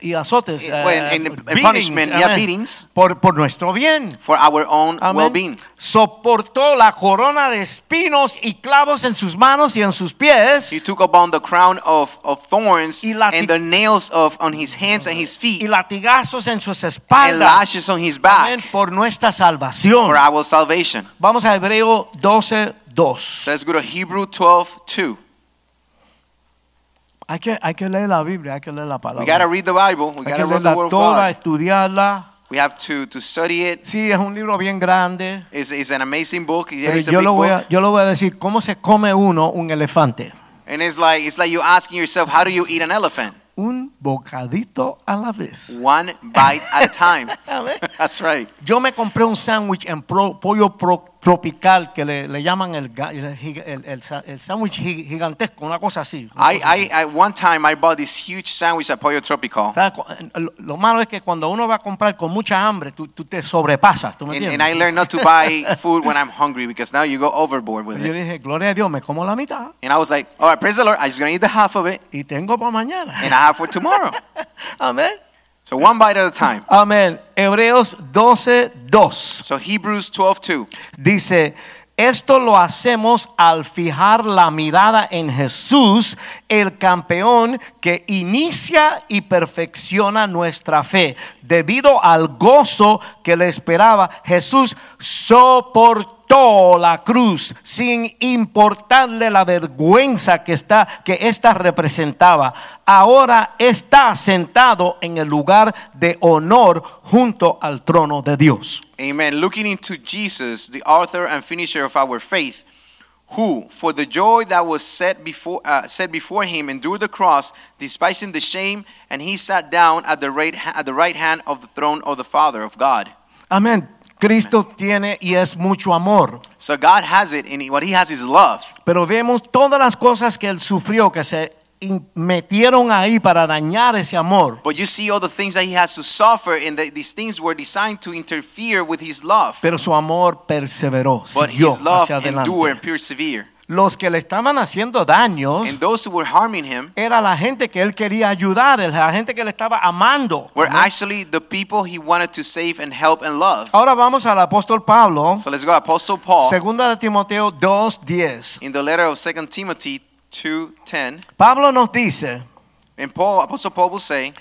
Speaker 2: Y azotes.
Speaker 3: Well,
Speaker 2: eh,
Speaker 3: and- and
Speaker 2: beatings,
Speaker 3: punishment, yeah,
Speaker 2: amén,
Speaker 3: beatings.
Speaker 2: Por, por nuestro bien.
Speaker 3: for our own
Speaker 2: Amén.
Speaker 3: well-being.
Speaker 2: Soportó la corona de espinos y clavos en sus manos y en sus
Speaker 3: He
Speaker 2: pies
Speaker 3: took upon the crown of, of thorns
Speaker 2: Y lati-
Speaker 3: and the nails of on his hands and his
Speaker 2: y
Speaker 3: feet
Speaker 2: latigazos en sus
Speaker 3: and
Speaker 2: espaldas.
Speaker 3: lashes on his
Speaker 2: Amén,
Speaker 3: back
Speaker 2: por nuestra salvación.
Speaker 3: for our salvation.
Speaker 2: Vamos a Hebreo 12, 2.
Speaker 3: So let's go to Hebrew 12, 2.
Speaker 2: Hay que, hay que leer la Biblia, hay que leer la
Speaker 3: We
Speaker 2: palabra.
Speaker 3: got to read the Bible. We
Speaker 2: hay
Speaker 3: got
Speaker 2: que
Speaker 3: to read the
Speaker 2: leerla
Speaker 3: Word of
Speaker 2: toda,
Speaker 3: God.
Speaker 2: estudiarla.
Speaker 3: We have to, to study it.
Speaker 2: Sí, es un libro bien grande.
Speaker 3: It's, it's an amazing book.
Speaker 2: Pero
Speaker 3: It's a
Speaker 2: yo
Speaker 3: big
Speaker 2: lo, voy
Speaker 3: book.
Speaker 2: a, yo lo voy a decir, ¿cómo se come uno un elefante?
Speaker 3: And it's like, it's like you asking yourself, how do you eat an elephant?
Speaker 2: Un bocadito a la vez.
Speaker 3: One bite at a time.
Speaker 2: Amén.
Speaker 3: That's right.
Speaker 2: Yo me compré un sándwich en pro- pollo pro- tropical que le, le llaman el ga- el giga- el- el sa- el sándwich gi- gigantesco, una cosa así. una cosa así.
Speaker 3: I, I, I one time I bought this huge sandwich at Pollo Tropical,
Speaker 2: ¿Sabes? Cu- lo- Lo malo es que cuando uno va a comprar con mucha hambre, tú, tú te sobrepasas. ¿tú me
Speaker 3: and,
Speaker 2: entiendes?
Speaker 3: and I learned not to buy food when I'm hungry because now you go overboard with
Speaker 2: Yo
Speaker 3: it.
Speaker 2: dije, gloria a Dios, me como la mitad
Speaker 3: And I was like, all right, praise the Lord, I'm just gonna eat the half of it
Speaker 2: y tengo para mañana.
Speaker 3: and I have for tomorrow.
Speaker 2: Amén.
Speaker 3: So one bite at a time.
Speaker 2: Amén. Hebreos 12, 2
Speaker 3: So Hebrews 12:2.
Speaker 2: dice, esto lo hacemos al fijar la mirada en Jesús, el campeón que inicia y perfecciona nuestra fe. Debido al gozo que le esperaba, Jesús soportó la cruz sin importarle la vergüenza que está que ésta representaba. Ahora está sentado en el lugar de honor junto al trono de Dios.
Speaker 3: Amen. Looking into Jesus, the author and finisher of our faith, who, for the joy that was set before, uh, set before him, endured the cross, despising the shame, and he sat down at the, right, ha- at the right hand of the throne of the Father of God.
Speaker 2: Amén. Cristo tiene y es mucho amor.
Speaker 3: So God has it, and he- what he has is love.
Speaker 2: Pero vemos todas las cosas que él sufrió, que se in- metieron ahí para dañar ese amor.
Speaker 3: But you see all the things that he has to suffer, and that these things were designed to interfere with his love.
Speaker 2: Pero su amor perseveró,
Speaker 3: But
Speaker 2: siguió
Speaker 3: his love
Speaker 2: hacia adelante.
Speaker 3: endured and persevere.
Speaker 2: Los que le estaban haciendo daños
Speaker 3: And those who were harming him
Speaker 2: era la gente que él quería ayudar, la gente que le estaba amando.
Speaker 3: were actually the people he wanted to save and help and love.
Speaker 2: Ahora vamos al apóstol Pablo,
Speaker 3: So let's go. Apostle Paul,
Speaker 2: segunda de Timoteo 2:10.
Speaker 3: in the letter of 2 Timothy 2.10,
Speaker 2: Pablo nos dice,
Speaker 3: and Paul, Apostle Paul will say,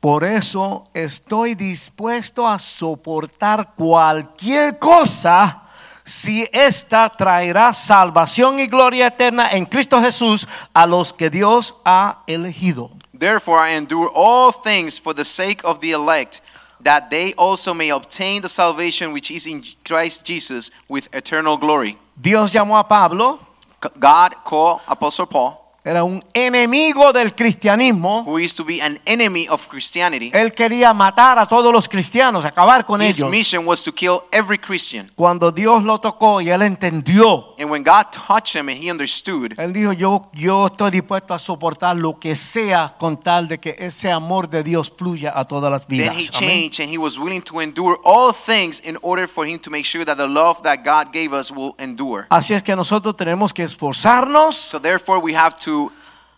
Speaker 2: Por eso estoy dispuesto a soportar cualquier cosa si esta traerá salvación y gloria eterna en Cristo Jesús a los que Dios ha elegido.
Speaker 3: Therefore I endure all things for the sake of the elect, that they also may obtain the salvation which is in Christ Jesus with eternal glory.
Speaker 2: Dios llamó a Pablo,
Speaker 3: C- God called Apostle Paul,
Speaker 2: era un enemigo del cristianismo.
Speaker 3: who is to be an enemy of Christianity.
Speaker 2: Él quería matar a todos los cristianos, acabar con
Speaker 3: His
Speaker 2: ellos.
Speaker 3: mission was to kill every Christian.
Speaker 2: Cuando Dios lo tocó y él entendió,
Speaker 3: And when God touched him and he understood,
Speaker 2: él dijo, yo, yo estoy dispuesto a soportar lo que sea con tal de que ese amor de Dios fluya a todas las vidas.
Speaker 3: Then he
Speaker 2: Amén.
Speaker 3: changed and he was willing to endure all things in order for him to make sure that the love that God gave us will endure.
Speaker 2: Así es que nosotros tenemos que esforzarnos
Speaker 3: So therefore we have to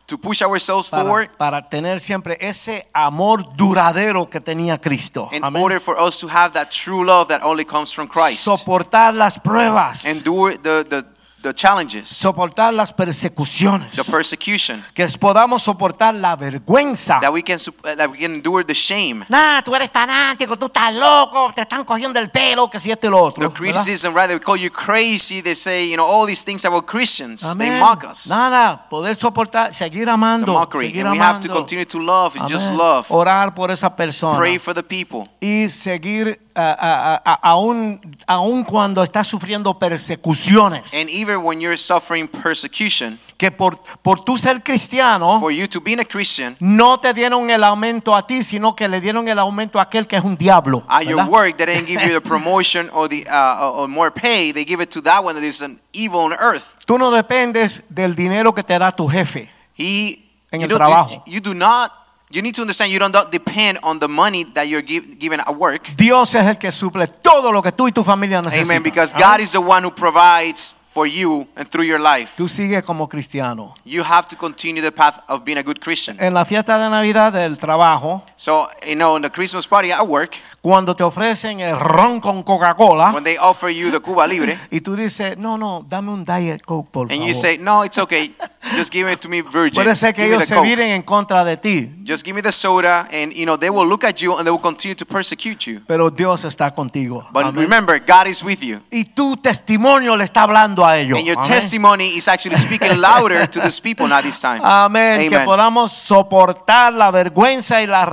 Speaker 3: to push ourselves forward
Speaker 2: para, para tener siempre ese amor duradero que tenía Cristo.
Speaker 3: in
Speaker 2: Amén.
Speaker 3: order for us to have that true love that only comes from Christ.
Speaker 2: Soportar las pruebas,
Speaker 3: endure the, the, the challenges,
Speaker 2: soportar las persecuciones,
Speaker 3: the persecution,
Speaker 2: que podamos soportar la vergüenza.
Speaker 3: that we can sup- uh, that we can endure the shame,
Speaker 2: Nah, tú eres fanático, tú estás loco, te están cogiendo el pelo, que si este y lo otro.
Speaker 3: the
Speaker 2: ¿verdad?
Speaker 3: criticism, right? They call you crazy. They say, you know, all these things about Christians. They
Speaker 2: Amén.
Speaker 3: mock us.
Speaker 2: Nada, poder soportar, seguir
Speaker 3: The
Speaker 2: amando,
Speaker 3: mockery.
Speaker 2: seguir
Speaker 3: And we have to
Speaker 2: amando.
Speaker 3: continue to love and just
Speaker 2: Amén.
Speaker 3: love.
Speaker 2: Orar por esa persona.
Speaker 3: Pray for the people.
Speaker 2: y seguir ah, ah, ah, aún aún cuando está sufriendo persecuciones
Speaker 3: And even when you're suffering persecution,
Speaker 2: que por por tú ser cristiano
Speaker 3: for you to being a Christian,
Speaker 2: no te dieron el aumento a ti sino que le dieron el aumento a aquel que es un diablo
Speaker 3: at your
Speaker 2: ¿verdad?
Speaker 3: work, they didn't give you the promotion or the uh, or or more pay. They give it to that one that is an evil on earth.
Speaker 2: tú no dependes del dinero que te da tu jefe
Speaker 3: He
Speaker 2: En
Speaker 3: you,
Speaker 2: el
Speaker 3: don't-
Speaker 2: trabajo.
Speaker 3: you, you do not. You need to understand. You don't depend on the money that you're give, given at work.
Speaker 2: Dios es el que suple todo lo que tú y tu familia necesitan
Speaker 3: Amen. Because
Speaker 2: Amén.
Speaker 3: God is the one who provides for you and through your life.
Speaker 2: tú sigues como cristiano
Speaker 3: You have to continue the path of being a good Christian.
Speaker 2: en la fiesta de navidad del trabajo
Speaker 3: So you know, in the Christmas party at work,
Speaker 2: cuando te ofrecen el ron con Coca-Cola
Speaker 3: when they offer you the Cuba Libre,
Speaker 2: Y tú dices, no, no, dame un Diet Coke, por
Speaker 3: and
Speaker 2: favor.
Speaker 3: you say, "No, it's okay. Just give it to me virgin.
Speaker 2: Puede ser que
Speaker 3: Give me
Speaker 2: ellos
Speaker 3: the
Speaker 2: se
Speaker 3: Coke.
Speaker 2: viren en contra de ti,
Speaker 3: Just give me the soda, and you know they will look at you and they will continue to persecute you.
Speaker 2: pero Dios está contigo.
Speaker 3: But
Speaker 2: Amén.
Speaker 3: remember, God is with you,
Speaker 2: y tu testimonio le está hablando a ellos.
Speaker 3: and your
Speaker 2: Amén.
Speaker 3: testimony is actually speaking louder to these people now this time.
Speaker 2: Amén. Que
Speaker 3: Amen.
Speaker 2: podamos soportar la vergüenza y la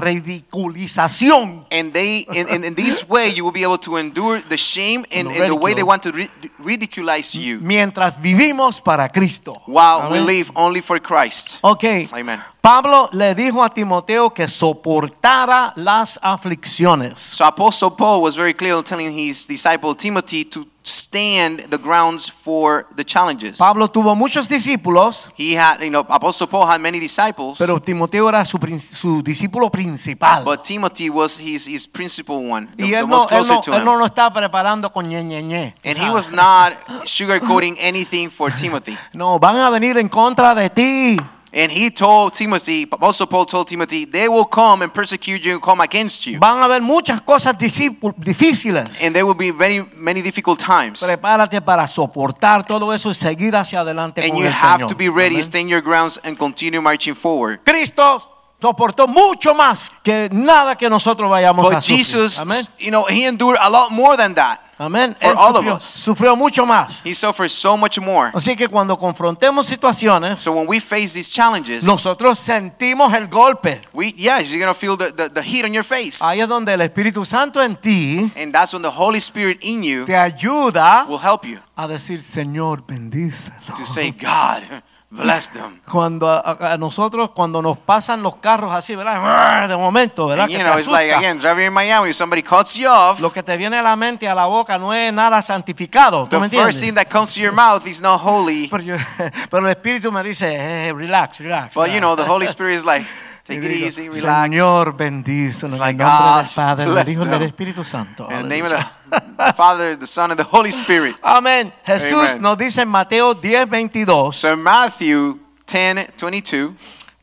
Speaker 2: ridiculización.
Speaker 3: And they, in, in, in this way, you will be able to endure the shame and,
Speaker 2: No
Speaker 3: and the way they
Speaker 2: ridicule.
Speaker 3: want to ri- ridiculize you
Speaker 2: Mientras vivimos para Cristo.
Speaker 3: while we
Speaker 2: Amén.
Speaker 3: live only for Christ.
Speaker 2: Ok.
Speaker 3: Amen.
Speaker 2: Pablo le dijo a Timoteo que soportara las aflicciones.
Speaker 3: So Apostle Paul was very clear in telling his disciple Timothy to stand the grounds for the challenges.
Speaker 2: Pablo tuvo muchos discípulos,
Speaker 3: He had, you know, Apostle Paul had many disciples,
Speaker 2: pero Timoteo era su, prin- su discípulo principal.
Speaker 3: but Timothy was his, his principal one, the,
Speaker 2: Y
Speaker 3: the
Speaker 2: él no,
Speaker 3: most
Speaker 2: él,
Speaker 3: closer
Speaker 2: no,
Speaker 3: to
Speaker 2: él
Speaker 3: him.
Speaker 2: no lo estaba preparando con ñe, ñe, ñe, tú
Speaker 3: and he
Speaker 2: sabes.
Speaker 3: was not sugarcoating anything for Timothy.
Speaker 2: No, van a venir en contra de ti.
Speaker 3: And he told Timothy, Apostle Paul told Timothy, they will come and persecute you and come against you.
Speaker 2: Van a haber muchas cosas discípul- difíciles.
Speaker 3: and there will be very many difficult times.
Speaker 2: Prepárate para soportar todo eso y seguir hacia adelante
Speaker 3: And
Speaker 2: con
Speaker 3: you
Speaker 2: el
Speaker 3: have
Speaker 2: Señor.
Speaker 3: to be ready,
Speaker 2: Amén.
Speaker 3: stand your grounds, and continue marching forward.
Speaker 2: Cristo soportó mucho más que nada que nosotros vayamos a
Speaker 3: But
Speaker 2: sufrir.
Speaker 3: Jesus,
Speaker 2: Amén.
Speaker 3: you know, he endured a lot more than that.
Speaker 2: Amén.
Speaker 3: for
Speaker 2: Él
Speaker 3: all of
Speaker 2: sufrió,
Speaker 3: us.
Speaker 2: sufrió mucho más.
Speaker 3: He suffered so much more.
Speaker 2: Así que cuando confrontemos situaciones,
Speaker 3: So when we face these challenges,
Speaker 2: nosotros sentimos el golpe.
Speaker 3: we yes, you're gonna feel the, the, the heat on your face.
Speaker 2: Ahí es donde el Espíritu Santo en ti
Speaker 3: and that's when the Holy Spirit in you
Speaker 2: te ayuda
Speaker 3: will help you
Speaker 2: a decir, Señor, bendícelo.
Speaker 3: to say, God, Bless them.
Speaker 2: Cuando a- a, a nosotros, cuando nos pasan los carros así, ¿verdad? De momento, ¿verdad?
Speaker 3: And
Speaker 2: Que
Speaker 3: you
Speaker 2: te
Speaker 3: know, it's like
Speaker 2: asusta.
Speaker 3: again, driving in Miami, somebody cuts you off.
Speaker 2: Lo que te viene a la mente y a la boca no es nada santificado. ¿Tú me
Speaker 3: The first thing
Speaker 2: entiendes?
Speaker 3: that comes to your mouth is not holy.
Speaker 2: Pero, yo- pero el Espíritu me dice, "Eh, relax, relax.
Speaker 3: But
Speaker 2: relax".
Speaker 3: you know, the Holy Spirit is like, take
Speaker 2: Y
Speaker 3: it
Speaker 2: digo,
Speaker 3: easy, relax.
Speaker 2: Señor, bendícenos en
Speaker 3: It's like,
Speaker 2: el nombre
Speaker 3: "Ah,
Speaker 2: del Padre, del
Speaker 3: bless
Speaker 2: Hijo y del
Speaker 3: them."
Speaker 2: Espíritu Santo.
Speaker 3: In the name of
Speaker 2: Aleluya.
Speaker 3: the Father, the Son, and the Holy Spirit.
Speaker 2: Amén. Jesús
Speaker 3: Amen.
Speaker 2: nos dice en Mateo 10, 22,
Speaker 3: So in Matthew 10, 22,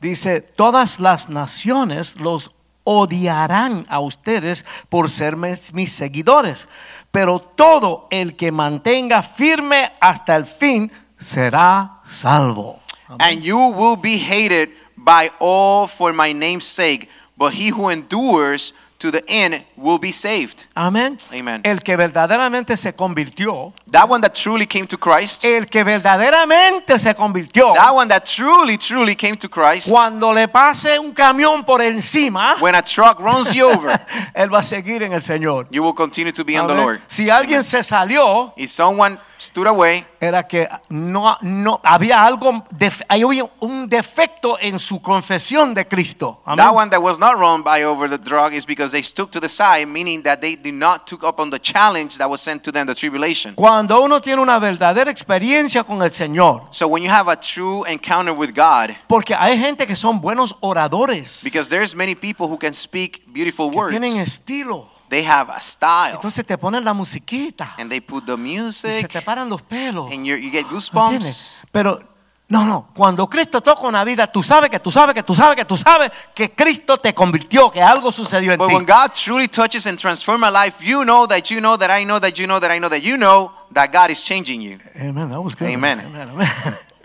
Speaker 2: dice, todas las naciones los odiarán a ustedes por ser mes- mis seguidores, pero todo el que mantenga firme hasta el fin será salvo.
Speaker 3: and you will be hated by all for my name's sake, but he who endures to the end will be saved.
Speaker 2: Amén.
Speaker 3: Amen.
Speaker 2: El que verdaderamente se convirtió,
Speaker 3: That one that truly came to Christ,
Speaker 2: el que verdaderamente se convirtió,
Speaker 3: that one that truly, truly came to Christ,
Speaker 2: cuando le pase un camión por encima,
Speaker 3: when a truck runs you over,
Speaker 2: él va a seguir en el Señor.
Speaker 3: you will continue to be on the
Speaker 2: Amén.
Speaker 3: Lord.
Speaker 2: Si alguien se salió,
Speaker 3: If someone stood away,
Speaker 2: era que no, no había algo, def- ahí había un defecto en su confesión de Cristo. Amén.
Speaker 3: that one that was not run by over the drug is because they stood to the side, meaning that they did not took up on the challenge that was sent to them, the tribulation.
Speaker 2: Cuando uno tiene una verdadera experiencia con el Señor,
Speaker 3: So when you have a true encounter with God,
Speaker 2: porque hay gente que son buenos oradores, que
Speaker 3: because there's many people who can speak beautiful words,
Speaker 2: tienen estilo,
Speaker 3: they have a style,
Speaker 2: entonces te ponen la musiquita
Speaker 3: and they put the
Speaker 2: y se
Speaker 3: music,
Speaker 2: te paran los pelos.
Speaker 3: and you you get
Speaker 2: ¿entiendes?
Speaker 3: goosebumps.
Speaker 2: Pero no, no, cuando Cristo toca una vida, tú sabes que tú sabes que tú sabes que tú sabes que Cristo te convirtió, que algo sucedió en
Speaker 3: But
Speaker 2: ti.
Speaker 3: when God truly touches and transforms a life, you know that you know that I know that you know that I know that you know that God is changing you.
Speaker 2: Amen, that was good.
Speaker 3: Amen.
Speaker 2: Amen, amen.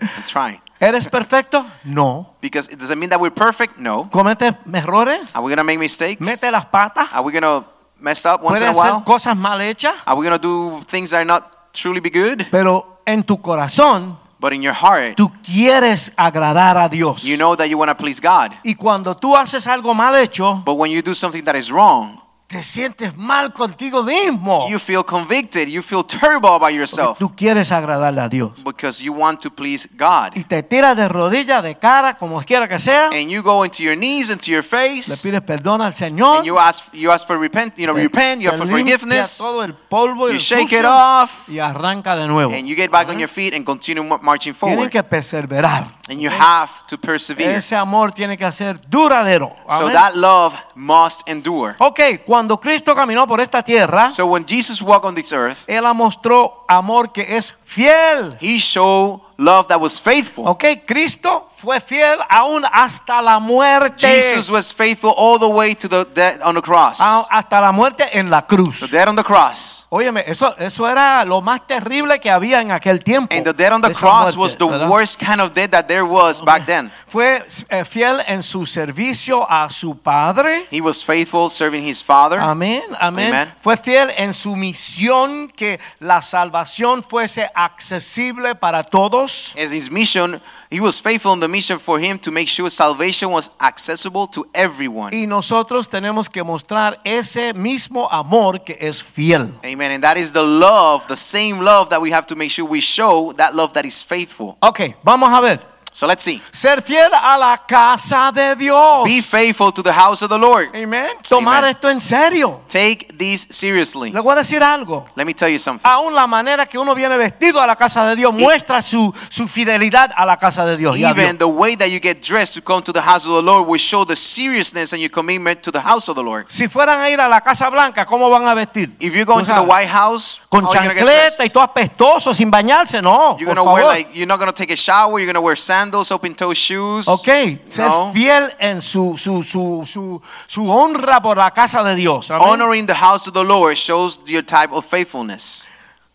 Speaker 3: I'm trying.
Speaker 2: ¿Eres perfecto? No.
Speaker 3: Because it doesn't mean that we're perfect. No.
Speaker 2: ¿Cometes errores?
Speaker 3: Are we gonna make mistakes?
Speaker 2: ¿Mete las patas?
Speaker 3: Are we gonna mess up once
Speaker 2: ¿Puedes
Speaker 3: in a
Speaker 2: hacer
Speaker 3: while?
Speaker 2: cosas mal hechas?
Speaker 3: Are we gonna do things that are not truly be good?
Speaker 2: Pero en tu corazón,
Speaker 3: But in your heart,
Speaker 2: tú quieres agradar a Dios.
Speaker 3: you know that you wanna please God.
Speaker 2: y cuando tú haces algo mal hecho,
Speaker 3: But when you do something that is wrong,
Speaker 2: te sientes mal contigo mismo.
Speaker 3: you feel convicted, you feel terrible about
Speaker 2: Porque
Speaker 3: yourself
Speaker 2: tú quieres agradarle a Dios.
Speaker 3: because you want to please God.
Speaker 2: Y te tiras de rodillas, de cara, como quiera que sea.
Speaker 3: And you go into your knees, into your
Speaker 2: Le
Speaker 3: face,
Speaker 2: pides perdón al Señor.
Speaker 3: and you ask you ask for repent, you know,
Speaker 2: te-
Speaker 3: repent, you
Speaker 2: te
Speaker 3: ask for
Speaker 2: limpia
Speaker 3: forgiveness,
Speaker 2: todo el polvo y
Speaker 3: you
Speaker 2: el
Speaker 3: shake it
Speaker 2: sucio
Speaker 3: off,
Speaker 2: y arranca de nuevo.
Speaker 3: and you get back on your feet and continue mar- marching
Speaker 2: Tienen
Speaker 3: forward.
Speaker 2: que perseverar.
Speaker 3: And you have to persevere.
Speaker 2: Ese amor tiene que ser duradero.
Speaker 3: So
Speaker 2: Amén. Oh.
Speaker 3: that love must endure.
Speaker 2: ok, cuando Cristo caminó por esta tierra,
Speaker 3: So when Jesus walked on this earth,
Speaker 2: Él mostró amor que es fiel.
Speaker 3: He showed love that was faithful.
Speaker 2: Ok, Cristo fue fiel aún hasta la muerte.
Speaker 3: Jesus was faithful all the way to the death on the cross.
Speaker 2: A- hasta la muerte en la
Speaker 3: The
Speaker 2: cruz.
Speaker 3: dead on the cross.
Speaker 2: Óyeme, eso, eso era lo más terrible que había en aquel tiempo.
Speaker 3: And the dead on the
Speaker 2: Esa
Speaker 3: cross
Speaker 2: muerte,
Speaker 3: was the
Speaker 2: ¿verdad?
Speaker 3: worst kind of death that there was back then.
Speaker 2: Fue eh, fiel en su servicio a su padre.
Speaker 3: He was faithful serving his father.
Speaker 2: Amén, amén.
Speaker 3: Amen.
Speaker 2: Fue fiel en su misión que la salvación fuese accesible para todos.
Speaker 3: As his mission, he was faithful in the mission for him to make sure salvation was accessible to everyone.
Speaker 2: Y nosotros tenemos que mostrar ese mismo amor que es fiel.
Speaker 3: Amen. And that is the love, the same love that we have to make sure we show that love that is faithful.
Speaker 2: Ok, vamos a ver.
Speaker 3: So let's see.
Speaker 2: Ser fiel a la casa de Dios.
Speaker 3: Be faithful to the house of the Lord.
Speaker 2: Amén. Tomar
Speaker 3: Amen.
Speaker 2: esto en serio.
Speaker 3: Take these seriously.
Speaker 2: Le voy a decir algo.
Speaker 3: Let me tell you something.
Speaker 2: Aún la manera que uno viene vestido a la casa de Dios muestra su, su fidelidad a la casa de Dios. Oh, Ya
Speaker 3: Even
Speaker 2: vio.
Speaker 3: the way that you get dressed to come to the house of the Lord will show the seriousness and your commitment to the house of the Lord.
Speaker 2: Si fueran a ir a la Casa Blanca, ¿cómo van a vestir?
Speaker 3: If you're going
Speaker 2: Tú
Speaker 3: to the
Speaker 2: sabes.
Speaker 3: White House,
Speaker 2: con
Speaker 3: how are you gonna get
Speaker 2: chancleta y
Speaker 3: dressed?
Speaker 2: todo apestoso sin bañarse, no.
Speaker 3: You're
Speaker 2: por
Speaker 3: gonna wear
Speaker 2: favor.
Speaker 3: like you're not gonna take a shower. You're gonna wear sandals, open toe shoes.
Speaker 2: Ok, ser
Speaker 3: No.
Speaker 2: fiel en su, su, su, su, su honra por la casa de Dios. Amén.
Speaker 3: Honoring the house of the Lord shows your type of faithfulness.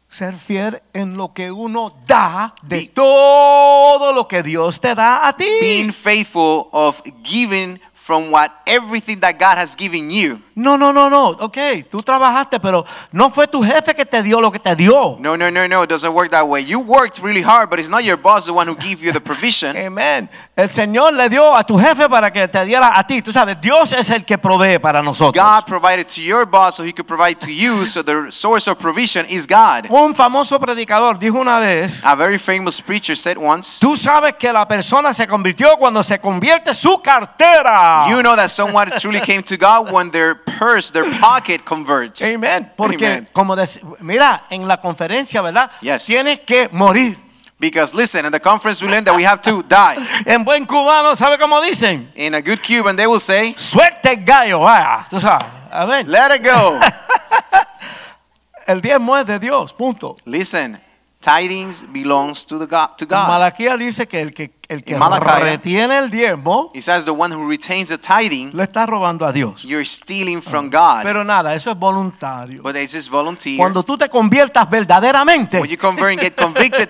Speaker 2: Ser fiel en lo que uno da de todo lo que Dios te da a ti.
Speaker 3: Being faithful of giving from what everything that God has given you.
Speaker 2: No, no, no, no. Ok, tú trabajaste, pero no fue tu jefe que te dio lo que te dio.
Speaker 3: No, no, no, no, it doesn't work that way. You worked really hard, but it's not your boss the one who gave you the provision.
Speaker 2: Amén. El Señor le dio a tu jefe para que te diera a ti. Tú sabes, Dios es el que provee para nosotros.
Speaker 3: God provided to your boss so he could provide to you, so the source of provision is God.
Speaker 2: Un famoso predicador dijo una vez,
Speaker 3: A very famous preacher said once,
Speaker 2: tú sabes que la persona se convirtió cuando se convierte su cartera.
Speaker 3: You know that someone truly came to God when their purse, their pocket converts.
Speaker 2: Amén. Porque,
Speaker 3: Amen.
Speaker 2: como dec- mira, en la conferencia, ¿verdad?
Speaker 3: Yes.
Speaker 2: Tienes que morir.
Speaker 3: Because listen, in the conference we learned that we have to die.
Speaker 2: En buen cubano, ¿sabe cómo dicen?
Speaker 3: In a good Cuban, they will say,
Speaker 2: Suerte el gallo, vaya. Tú sabes. Amén.
Speaker 3: let it go.
Speaker 2: El diezmo es de Dios, punto.
Speaker 3: listen, tidings belongs to, the God, to God.
Speaker 2: Malaquía dice que el que, el que
Speaker 3: En Malaquía.
Speaker 2: retiene el diezmo
Speaker 3: He says the one who retains the tithing,
Speaker 2: le está robando a Dios.
Speaker 3: you're stealing from God.
Speaker 2: Oh. Pero nada, eso es voluntario.
Speaker 3: But it's just volunteer.
Speaker 2: Cuando tú te conviertas verdaderamente,
Speaker 3: When you convert and get convicted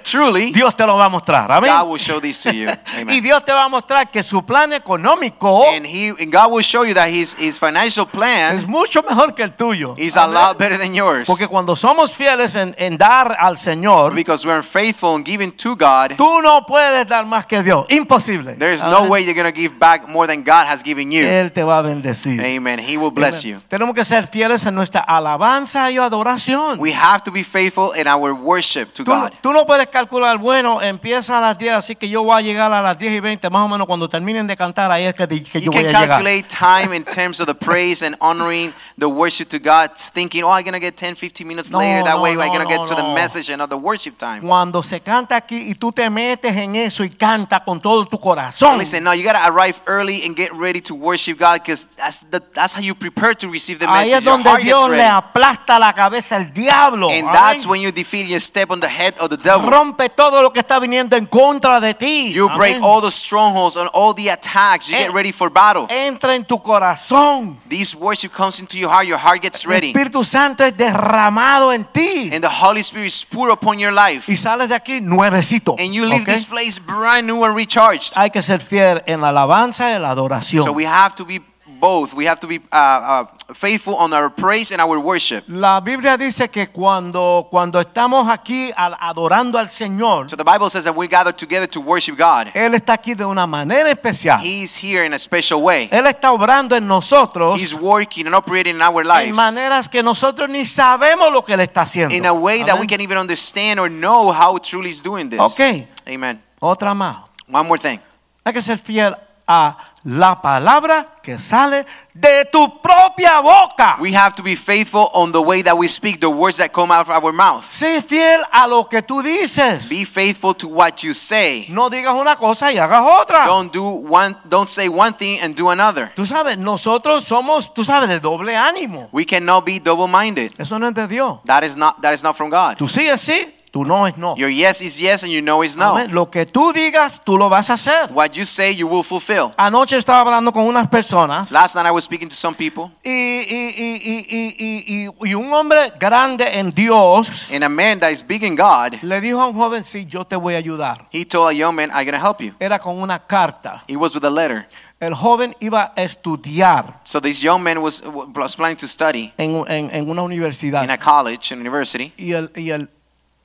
Speaker 3: truly,
Speaker 2: Dios te lo va a mostrar. Amén.
Speaker 3: God will show this to you.
Speaker 2: Y
Speaker 3: Amen.
Speaker 2: Dios te va a mostrar que su plan económico
Speaker 3: And he and God will show you that his his financial plan
Speaker 2: es mucho mejor que el tuyo.
Speaker 3: is a
Speaker 2: Amén.
Speaker 3: lot better than yours.
Speaker 2: Porque cuando somos fieles en, en dar al Señor,
Speaker 3: Because we're faithful and giving to God,
Speaker 2: tú no puedes dar más que Dios. Imposible.
Speaker 3: there's
Speaker 2: Amén.
Speaker 3: no way you're gonna give back more than God has given you.
Speaker 2: Él te va a bendecir.
Speaker 3: Amen. He will bless you.
Speaker 2: Amén. Tenemos que ser fieles en nuestra alabanza y adoración.
Speaker 3: We have to be faithful in our worship to
Speaker 2: Tú,
Speaker 3: God.
Speaker 2: tú no puedes calcular, bueno, empieza a las 10, así que yo voy a llegar a las 10 y 20, más o menos cuando terminen de cantar, ahí es que, di- que yo
Speaker 3: You
Speaker 2: voy
Speaker 3: can
Speaker 2: a llegar.
Speaker 3: calculate time in terms of the praise and honoring the worship to God, thinking, oh, I'm going to get 10, 15 minutes
Speaker 2: No,
Speaker 3: later. That
Speaker 2: no,
Speaker 3: way I'm
Speaker 2: no,
Speaker 3: going to
Speaker 2: no,
Speaker 3: get to the
Speaker 2: no.
Speaker 3: message and of the worship time.
Speaker 2: Cuando se canta aquí y tú te metes en eso y canta con todo tu
Speaker 3: So
Speaker 2: corazón,
Speaker 3: listen, now you got to arrive early and get ready to worship God because that's, the, that's how you prepare to receive the
Speaker 2: ahí
Speaker 3: message.
Speaker 2: es
Speaker 3: Your
Speaker 2: donde
Speaker 3: heart gets
Speaker 2: Dios le
Speaker 3: ready.
Speaker 2: aplasta la cabeza al diablo.
Speaker 3: And
Speaker 2: Amén.
Speaker 3: that's when you defeat your step on the head of the devil.
Speaker 2: Rompe todo lo que está viniendo en contra de ti.
Speaker 3: You break
Speaker 2: Amén.
Speaker 3: all the strongholds and all the attacks. You
Speaker 2: Eh.
Speaker 3: get ready for battle.
Speaker 2: Entra en tu corazón.
Speaker 3: This worship comes into your heart. Your heart gets
Speaker 2: El
Speaker 3: ready.
Speaker 2: Espíritu Santo es derramado en ti.
Speaker 3: And the Holy Spirit is poured upon your life.
Speaker 2: y sales de aquí nuevecito.
Speaker 3: And you leave
Speaker 2: ¿ok?
Speaker 3: this place brand new and recharged.
Speaker 2: Hay que ser fiel en la alabanza y en la adoración.
Speaker 3: So we have to be both. We have to be uh, uh, faithful on our praise and our worship.
Speaker 2: la Biblia dice que cuando, cuando estamos aquí al- adorando al Señor,
Speaker 3: So the Bible says that we gather together to worship God.
Speaker 2: Él está aquí de una manera especial.
Speaker 3: He's here in a special way.
Speaker 2: Él está obrando en nosotros
Speaker 3: He's working and operating in our
Speaker 2: en
Speaker 3: lives
Speaker 2: maneras que nosotros ni sabemos lo que Él está haciendo.
Speaker 3: in a way that we
Speaker 2: Amén.
Speaker 3: can even understand or know how truly He's doing this.
Speaker 2: Okay.
Speaker 3: Amen.
Speaker 2: Otra más.
Speaker 3: One more thing.
Speaker 2: Hay que ser fiel a la palabra que sale de tu propia boca.
Speaker 3: We have to be faithful on the way that we speak, the words that come out of our mouth.
Speaker 2: Sé fiel a lo que tú dices.
Speaker 3: Be faithful to what you say.
Speaker 2: No digas una cosa y hagas otra.
Speaker 3: Don't do one don't say one thing and do another.
Speaker 2: Tú sabes, nosotros somos, tú sabes, de doble ánimo.
Speaker 3: We cannot be double-minded.
Speaker 2: Eso no es de Dios.
Speaker 3: That is not that is not from God.
Speaker 2: Tú sí es sí, tú no es no.
Speaker 3: Your yes is yes and your no is no.
Speaker 2: Amén. Lo que tú digas, tú lo vas a hacer.
Speaker 3: What you say, you will fulfill.
Speaker 2: Anoche estaba hablando con unas personas
Speaker 3: Last night I was speaking to some people,
Speaker 2: y, y, y- y- y- y- y- y un hombre grande en Dios
Speaker 3: and a man that is big in God,
Speaker 2: le dijo a un joven, sí, yo te voy a ayudar.
Speaker 3: he told a young man, I'm gonna help you.
Speaker 2: Era con una carta.
Speaker 3: It was with a letter.
Speaker 2: El joven iba a estudiar
Speaker 3: So this young man was was planning to study
Speaker 2: en, en- en una universidad.
Speaker 3: in a college, in a university,
Speaker 2: Y el, y el-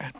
Speaker 2: el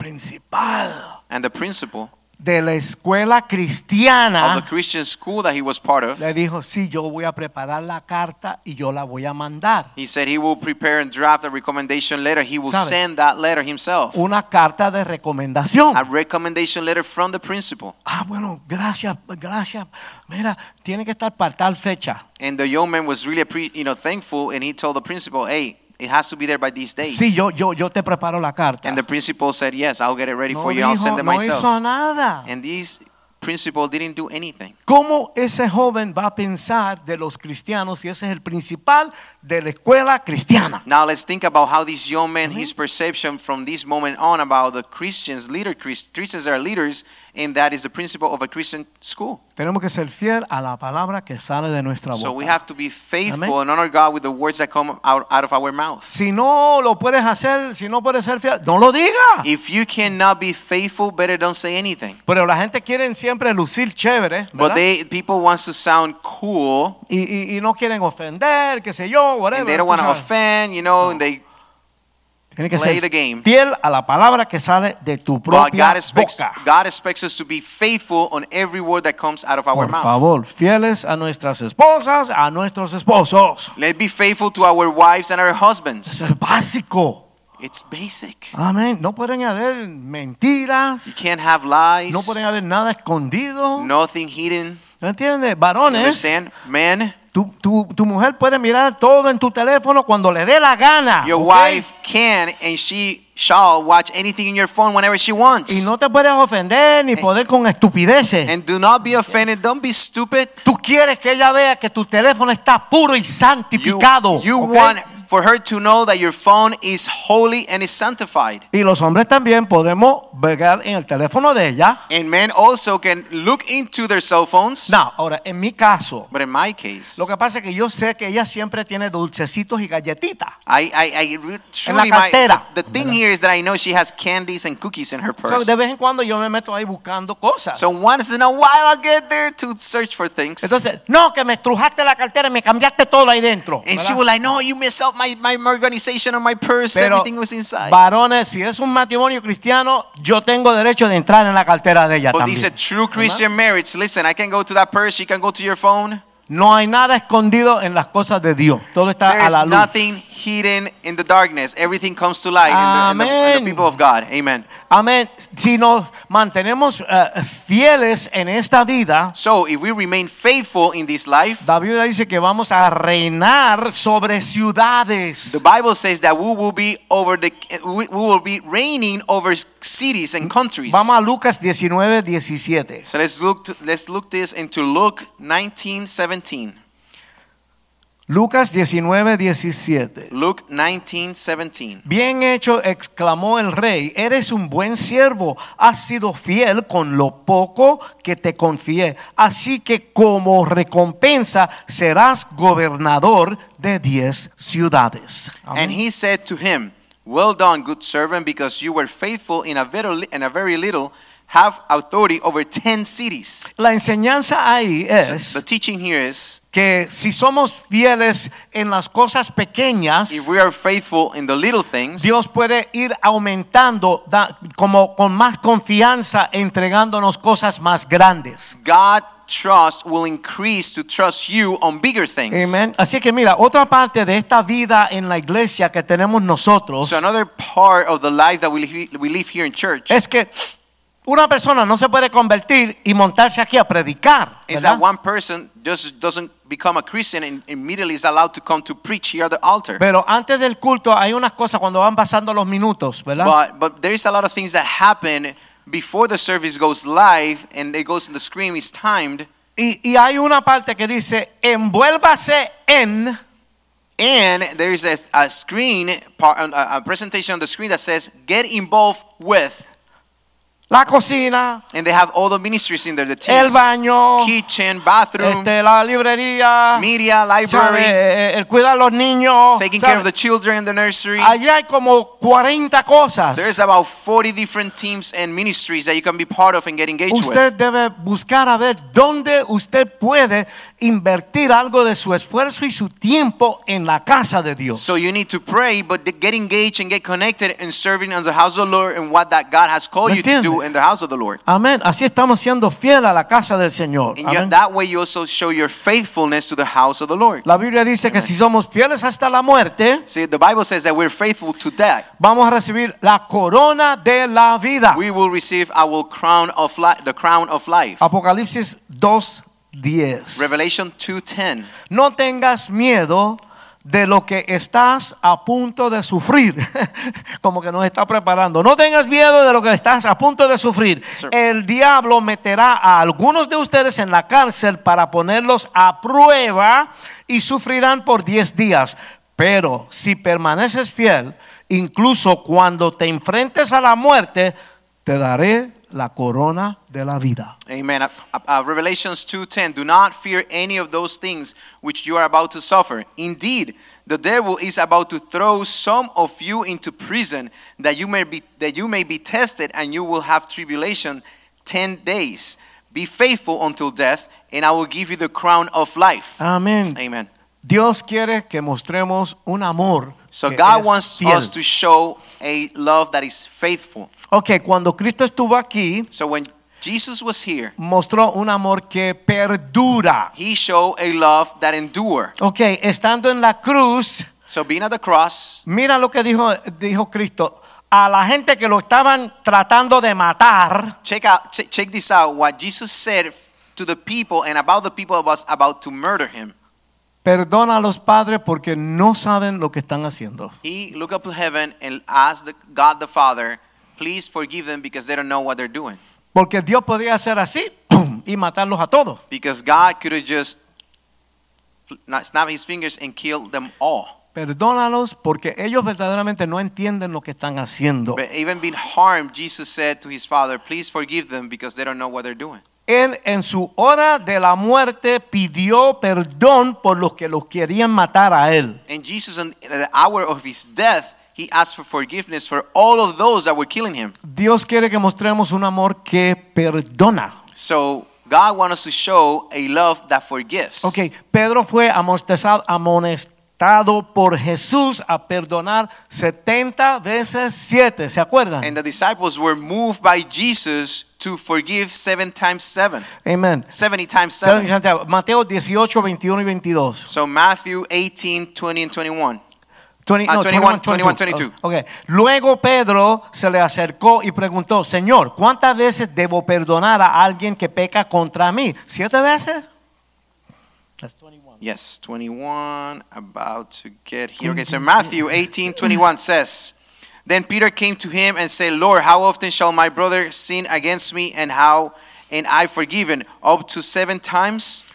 Speaker 2: principal
Speaker 3: and the principal
Speaker 2: de la escuela
Speaker 3: of
Speaker 2: cristiana
Speaker 3: the Christian school that he was part of,
Speaker 2: Le dijo, sí, yo voy a preparar la carta y yo la voy a mandar.
Speaker 3: he said he will prepare and draft a recommendation letter. He will
Speaker 2: Sabe.
Speaker 3: send that letter himself.
Speaker 2: Una carta de recomendación.
Speaker 3: A recommendation letter from the principal.
Speaker 2: Ah, bueno, gracias, gracias. Mira, tiene que estar para tal fecha.
Speaker 3: And the young man was really appre- you know thankful, and he told the principal, "Hey, it has to be there by these dates."
Speaker 2: Sí, yo, yo, yo te preparo la carta.
Speaker 3: And the principal said, "Yes, I'll get it ready
Speaker 2: no
Speaker 3: for you. I'll
Speaker 2: dijo-
Speaker 3: send it
Speaker 2: no
Speaker 3: myself."
Speaker 2: hizo nada.
Speaker 3: And these principal didn't do anything.
Speaker 2: ¿Cómo ese joven va a pensar de los cristianos si ese es el principal de la escuela cristiana?
Speaker 3: Now let's think about how this young man, his perception from this moment on about the Christians, leader Christ- Christians that are leaders And that is the principle of a Christian school.
Speaker 2: Tenemos que ser fiel a la palabra que sale de nuestra boca.
Speaker 3: So we have to be faithful
Speaker 2: Amén.
Speaker 3: and honor God with the words that come out, out of our mouth.
Speaker 2: si no lo puedes hacer, si no puedes ser fiel, no lo digas.
Speaker 3: If you cannot be faithful, better don't say anything.
Speaker 2: Pero la gente quiere siempre lucir chévere,
Speaker 3: But
Speaker 2: ¿verdad?
Speaker 3: they people wants to sound cool
Speaker 2: y, y- y no quieren ofender, qué sé yo, whatever.
Speaker 3: and they don't
Speaker 2: tú
Speaker 3: want to
Speaker 2: sabes.
Speaker 3: offend, you know, and they
Speaker 2: Tiene que
Speaker 3: play
Speaker 2: ser
Speaker 3: the game.
Speaker 2: fiel a la palabra que sale de tu
Speaker 3: but
Speaker 2: propia
Speaker 3: God expects
Speaker 2: boca.
Speaker 3: God expects us to be faithful on every word that comes out of our
Speaker 2: Por
Speaker 3: mouth.
Speaker 2: favor, fieles a nuestras esposas, a nuestros esposos.
Speaker 3: Let's be faithful to our wives and our husbands.
Speaker 2: Eso es básico.
Speaker 3: It's basic.
Speaker 2: Amén. No pueden haber
Speaker 3: You
Speaker 2: mentiras.
Speaker 3: can't have lies.
Speaker 2: No pueden haber nada escondido.
Speaker 3: nothing hidden.
Speaker 2: ¿No entiendes?
Speaker 3: You
Speaker 2: Varones,
Speaker 3: understand? Men,
Speaker 2: tu, tu- tu mujer puede mirar todo en tu teléfono cuando le dé la gana.
Speaker 3: your
Speaker 2: Ah, ¿ok?
Speaker 3: wife can and she shall watch anything in your phone whenever she wants.
Speaker 2: Y no te puedes ofender
Speaker 3: Eh.
Speaker 2: ni poder con estupideces.
Speaker 3: and do not be offended. Don't be stupid.
Speaker 2: Tú quieres que ella vea que tu teléfono está puro y
Speaker 3: You,
Speaker 2: santificado.
Speaker 3: you
Speaker 2: ¿ok?
Speaker 3: want for her to know that your phone is holy and is sanctified.
Speaker 2: Y los hombres también podemos ver en el teléfono de ella.
Speaker 3: And men also can look into their cell phones.
Speaker 2: No, ahora, en mi caso,
Speaker 3: But in my case,
Speaker 2: lo que pasa es que yo sé que ella siempre tiene dulcecitos y galletitas.
Speaker 3: I, I, I re-
Speaker 2: la
Speaker 3: truly, my,
Speaker 2: cartera.
Speaker 3: the, the thing here is that I know she has candies and cookies in her
Speaker 2: So,
Speaker 3: purse.
Speaker 2: de vez en cuando yo me meto ahí buscando cosas.
Speaker 3: So once in a while, I'll get there to search for things.
Speaker 2: Entonces, no, que me estrujaste la cartera y me cambiaste todo ahí dentro.
Speaker 3: and
Speaker 2: ¿verdad?
Speaker 3: she was like, "No, you messed up my, my organization on my purse.
Speaker 2: Pero,
Speaker 3: Everything was inside."
Speaker 2: varones, si es un matrimonio cristiano, yo tengo derecho de entrar en la cartera de ella
Speaker 3: But
Speaker 2: también.
Speaker 3: this is a true Christian marriage. Listen, I can go to that purse. She can go to your phone.
Speaker 2: No hay nada escondido en las cosas de Dios. Todo está
Speaker 3: There
Speaker 2: a la
Speaker 3: is
Speaker 2: luz.
Speaker 3: nothing hidden in the darkness. Everything comes to light in the, in, the, in
Speaker 2: Amén.
Speaker 3: the people of God. Amen.
Speaker 2: Amén. Si nos mantenemos eh, fieles en esta vida,
Speaker 3: So if we remain faithful in this life,
Speaker 2: David dice que vamos a reinar sobre ciudades.
Speaker 3: the Bible says that we will be over the we we will be reigning over cities and countries.
Speaker 2: Vamos a Lucas 19, 17.
Speaker 3: So let's look to, let's look this into Luke 19:17.
Speaker 2: Lucas 19, 17.
Speaker 3: Luke 19:17.
Speaker 2: Bien hecho, exclamó el rey, eres un buen siervo, has sido fiel con lo poco que te confié, así que como recompensa serás gobernador de diez ciudades. Amén.
Speaker 3: And he said to him, "Well done, good servant, because you were faithful in a very in a very little, have authority over 10 cities."
Speaker 2: La enseñanza ahí
Speaker 3: So the
Speaker 2: es
Speaker 3: teaching here is
Speaker 2: que si somos fieles en las cosas pequeñas,
Speaker 3: if we are faithful in the little things,
Speaker 2: Dios puede ir aumentando da- como con más confianza entregándonos cosas más grandes.
Speaker 3: God trust will increase to trust you on bigger things.
Speaker 2: Amén. Así que mira, otra parte de esta vida en la iglesia que tenemos nosotros
Speaker 3: So another part of the life that we live, we live here in church
Speaker 2: es que una persona no se puede convertir y montarse aquí a predicar.
Speaker 3: is
Speaker 2: ¿verdad?
Speaker 3: that one person just doesn't become a Christian and immediately is allowed to come to preach here at the altar.
Speaker 2: Pero antes del culto hay unas cosas cuando van pasando los minutos, ¿verdad?
Speaker 3: But but there is a lot of things that happen before the service goes live and it goes on the screen is timed
Speaker 2: y, y hay una parte que dice, envuélvase en...
Speaker 3: and there is a, a screen part a, a presentation on the screen that says get involved with
Speaker 2: La cocina,
Speaker 3: and they have all the ministries in there the
Speaker 2: el
Speaker 3: teams,
Speaker 2: baño,
Speaker 3: kitchen bathroom
Speaker 2: este, la librería,
Speaker 3: media
Speaker 2: ¿sabe?
Speaker 3: library
Speaker 2: Eh, eh, el cuidar a los niños.
Speaker 3: taking
Speaker 2: ¿sabe?
Speaker 3: care of the children in the nursery
Speaker 2: Allí hay como 40 cosas.
Speaker 3: There's about 40 different teams and ministries that you can be part of and get engaged
Speaker 2: Usted
Speaker 3: with.
Speaker 2: debe buscar a ver dónde usted puede invertir algo de su esfuerzo y su tiempo en la casa de Dios.
Speaker 3: So you need to pray, but to get engaged and get connected and serving on the house of the Lord and what that God has called
Speaker 2: ¿Me
Speaker 3: you to do
Speaker 2: entiende?
Speaker 3: in the house of the Lord.
Speaker 2: Amén. Así estamos siendo fiel a la casa del Señor.
Speaker 3: And
Speaker 2: Amén.
Speaker 3: yet, that way you also show your faithfulness to the house of the Lord.
Speaker 2: La Biblia dice que si somos fieles hasta la muerte,
Speaker 3: See, the Bible says that we're faithful to that.
Speaker 2: vamos a recibir la corona de la vida.
Speaker 3: We will receive our crown of life, the crown of life.
Speaker 2: Apocalipsis 2:10.
Speaker 3: Revelation 2:10.
Speaker 2: No tengas miedo de lo que estás a punto de sufrir. Como que nos está preparando. No tengas miedo de lo que estás a punto de sufrir.
Speaker 3: Sir.
Speaker 2: El diablo meterá a algunos de ustedes en la cárcel para ponerlos a prueba y sufrirán por 10 días. Pero si permaneces fiel, incluso cuando te enfrentes a la muerte, te daré la corona de la vida.
Speaker 3: Amen. Uh, uh, Revelations 2:10. Do not fear any of those things which you are about to suffer. Indeed, the devil is about to throw some of you into prison that you may be that you may be tested and you will have tribulation 10 days. Be faithful until death and I will give you the crown of life.
Speaker 2: Amén.
Speaker 3: Amen.
Speaker 2: Dios quiere que mostremos un amor.
Speaker 3: So
Speaker 2: que
Speaker 3: God
Speaker 2: es
Speaker 3: wants
Speaker 2: fiel.
Speaker 3: us to show a love that is faithful.
Speaker 2: Ok, cuando Cristo estuvo aquí,
Speaker 3: So when Jesus was here,
Speaker 2: mostró un amor que perdura.
Speaker 3: he showed a love that endure.
Speaker 2: Ok, estando en la cruz,
Speaker 3: So being at the cross,
Speaker 2: mira lo que dijo, dijo Cristo. A la gente que lo estaban tratando de matar,
Speaker 3: check out check, check this out what Jesus said to the people and about the people was about to murder him.
Speaker 2: perdona a los padres porque no saben lo que están haciendo.
Speaker 3: He looked up to heaven and asked the, God the Father, "Please forgive them because they don't know what they're doing."
Speaker 2: Porque Dios podría hacer así ¡pum! y matarlos a todos.
Speaker 3: Because God could have just not snap his fingers and killed them all.
Speaker 2: Perdónalos porque ellos verdaderamente no entienden lo que están haciendo.
Speaker 3: But even being harmed, Jesus said to his Father, "Please forgive them because they don't know what they're doing."
Speaker 2: Él en su hora de la muerte pidió perdón por los que los querían matar a él.
Speaker 3: And Jesus, in the hour of his death, he asked for forgiveness for all of those that were killing him.
Speaker 2: Dios quiere que mostremos un amor que perdona.
Speaker 3: So God wants us to show a love that forgives.
Speaker 2: Ok, Pedro fue amonestado, amonestado por Jesús a perdonar 70 veces 7, ¿se acuerdan?
Speaker 3: And the disciples were moved by Jesus to forgive seven times seven,
Speaker 2: Amén.
Speaker 3: 70 times seven.
Speaker 2: Mateo 18, 21 y 22.
Speaker 3: So Matthew 18, 20 and 21.
Speaker 2: 20,
Speaker 3: Ah,
Speaker 2: no,
Speaker 3: 21,
Speaker 2: 21,
Speaker 3: 22.
Speaker 2: Oh, ok. Luego Pedro se le acercó y preguntó, Señor, ¿cuántas veces debo perdonar a alguien que peca contra mí? ¿Siete veces? That's 21.
Speaker 3: Yes, 21, about to get here. Okay, so Matthew 18, 21 says, Then Peter came to him and said, Lord, how often shall my brother sin against me and how and I forgiven? Up to seven times?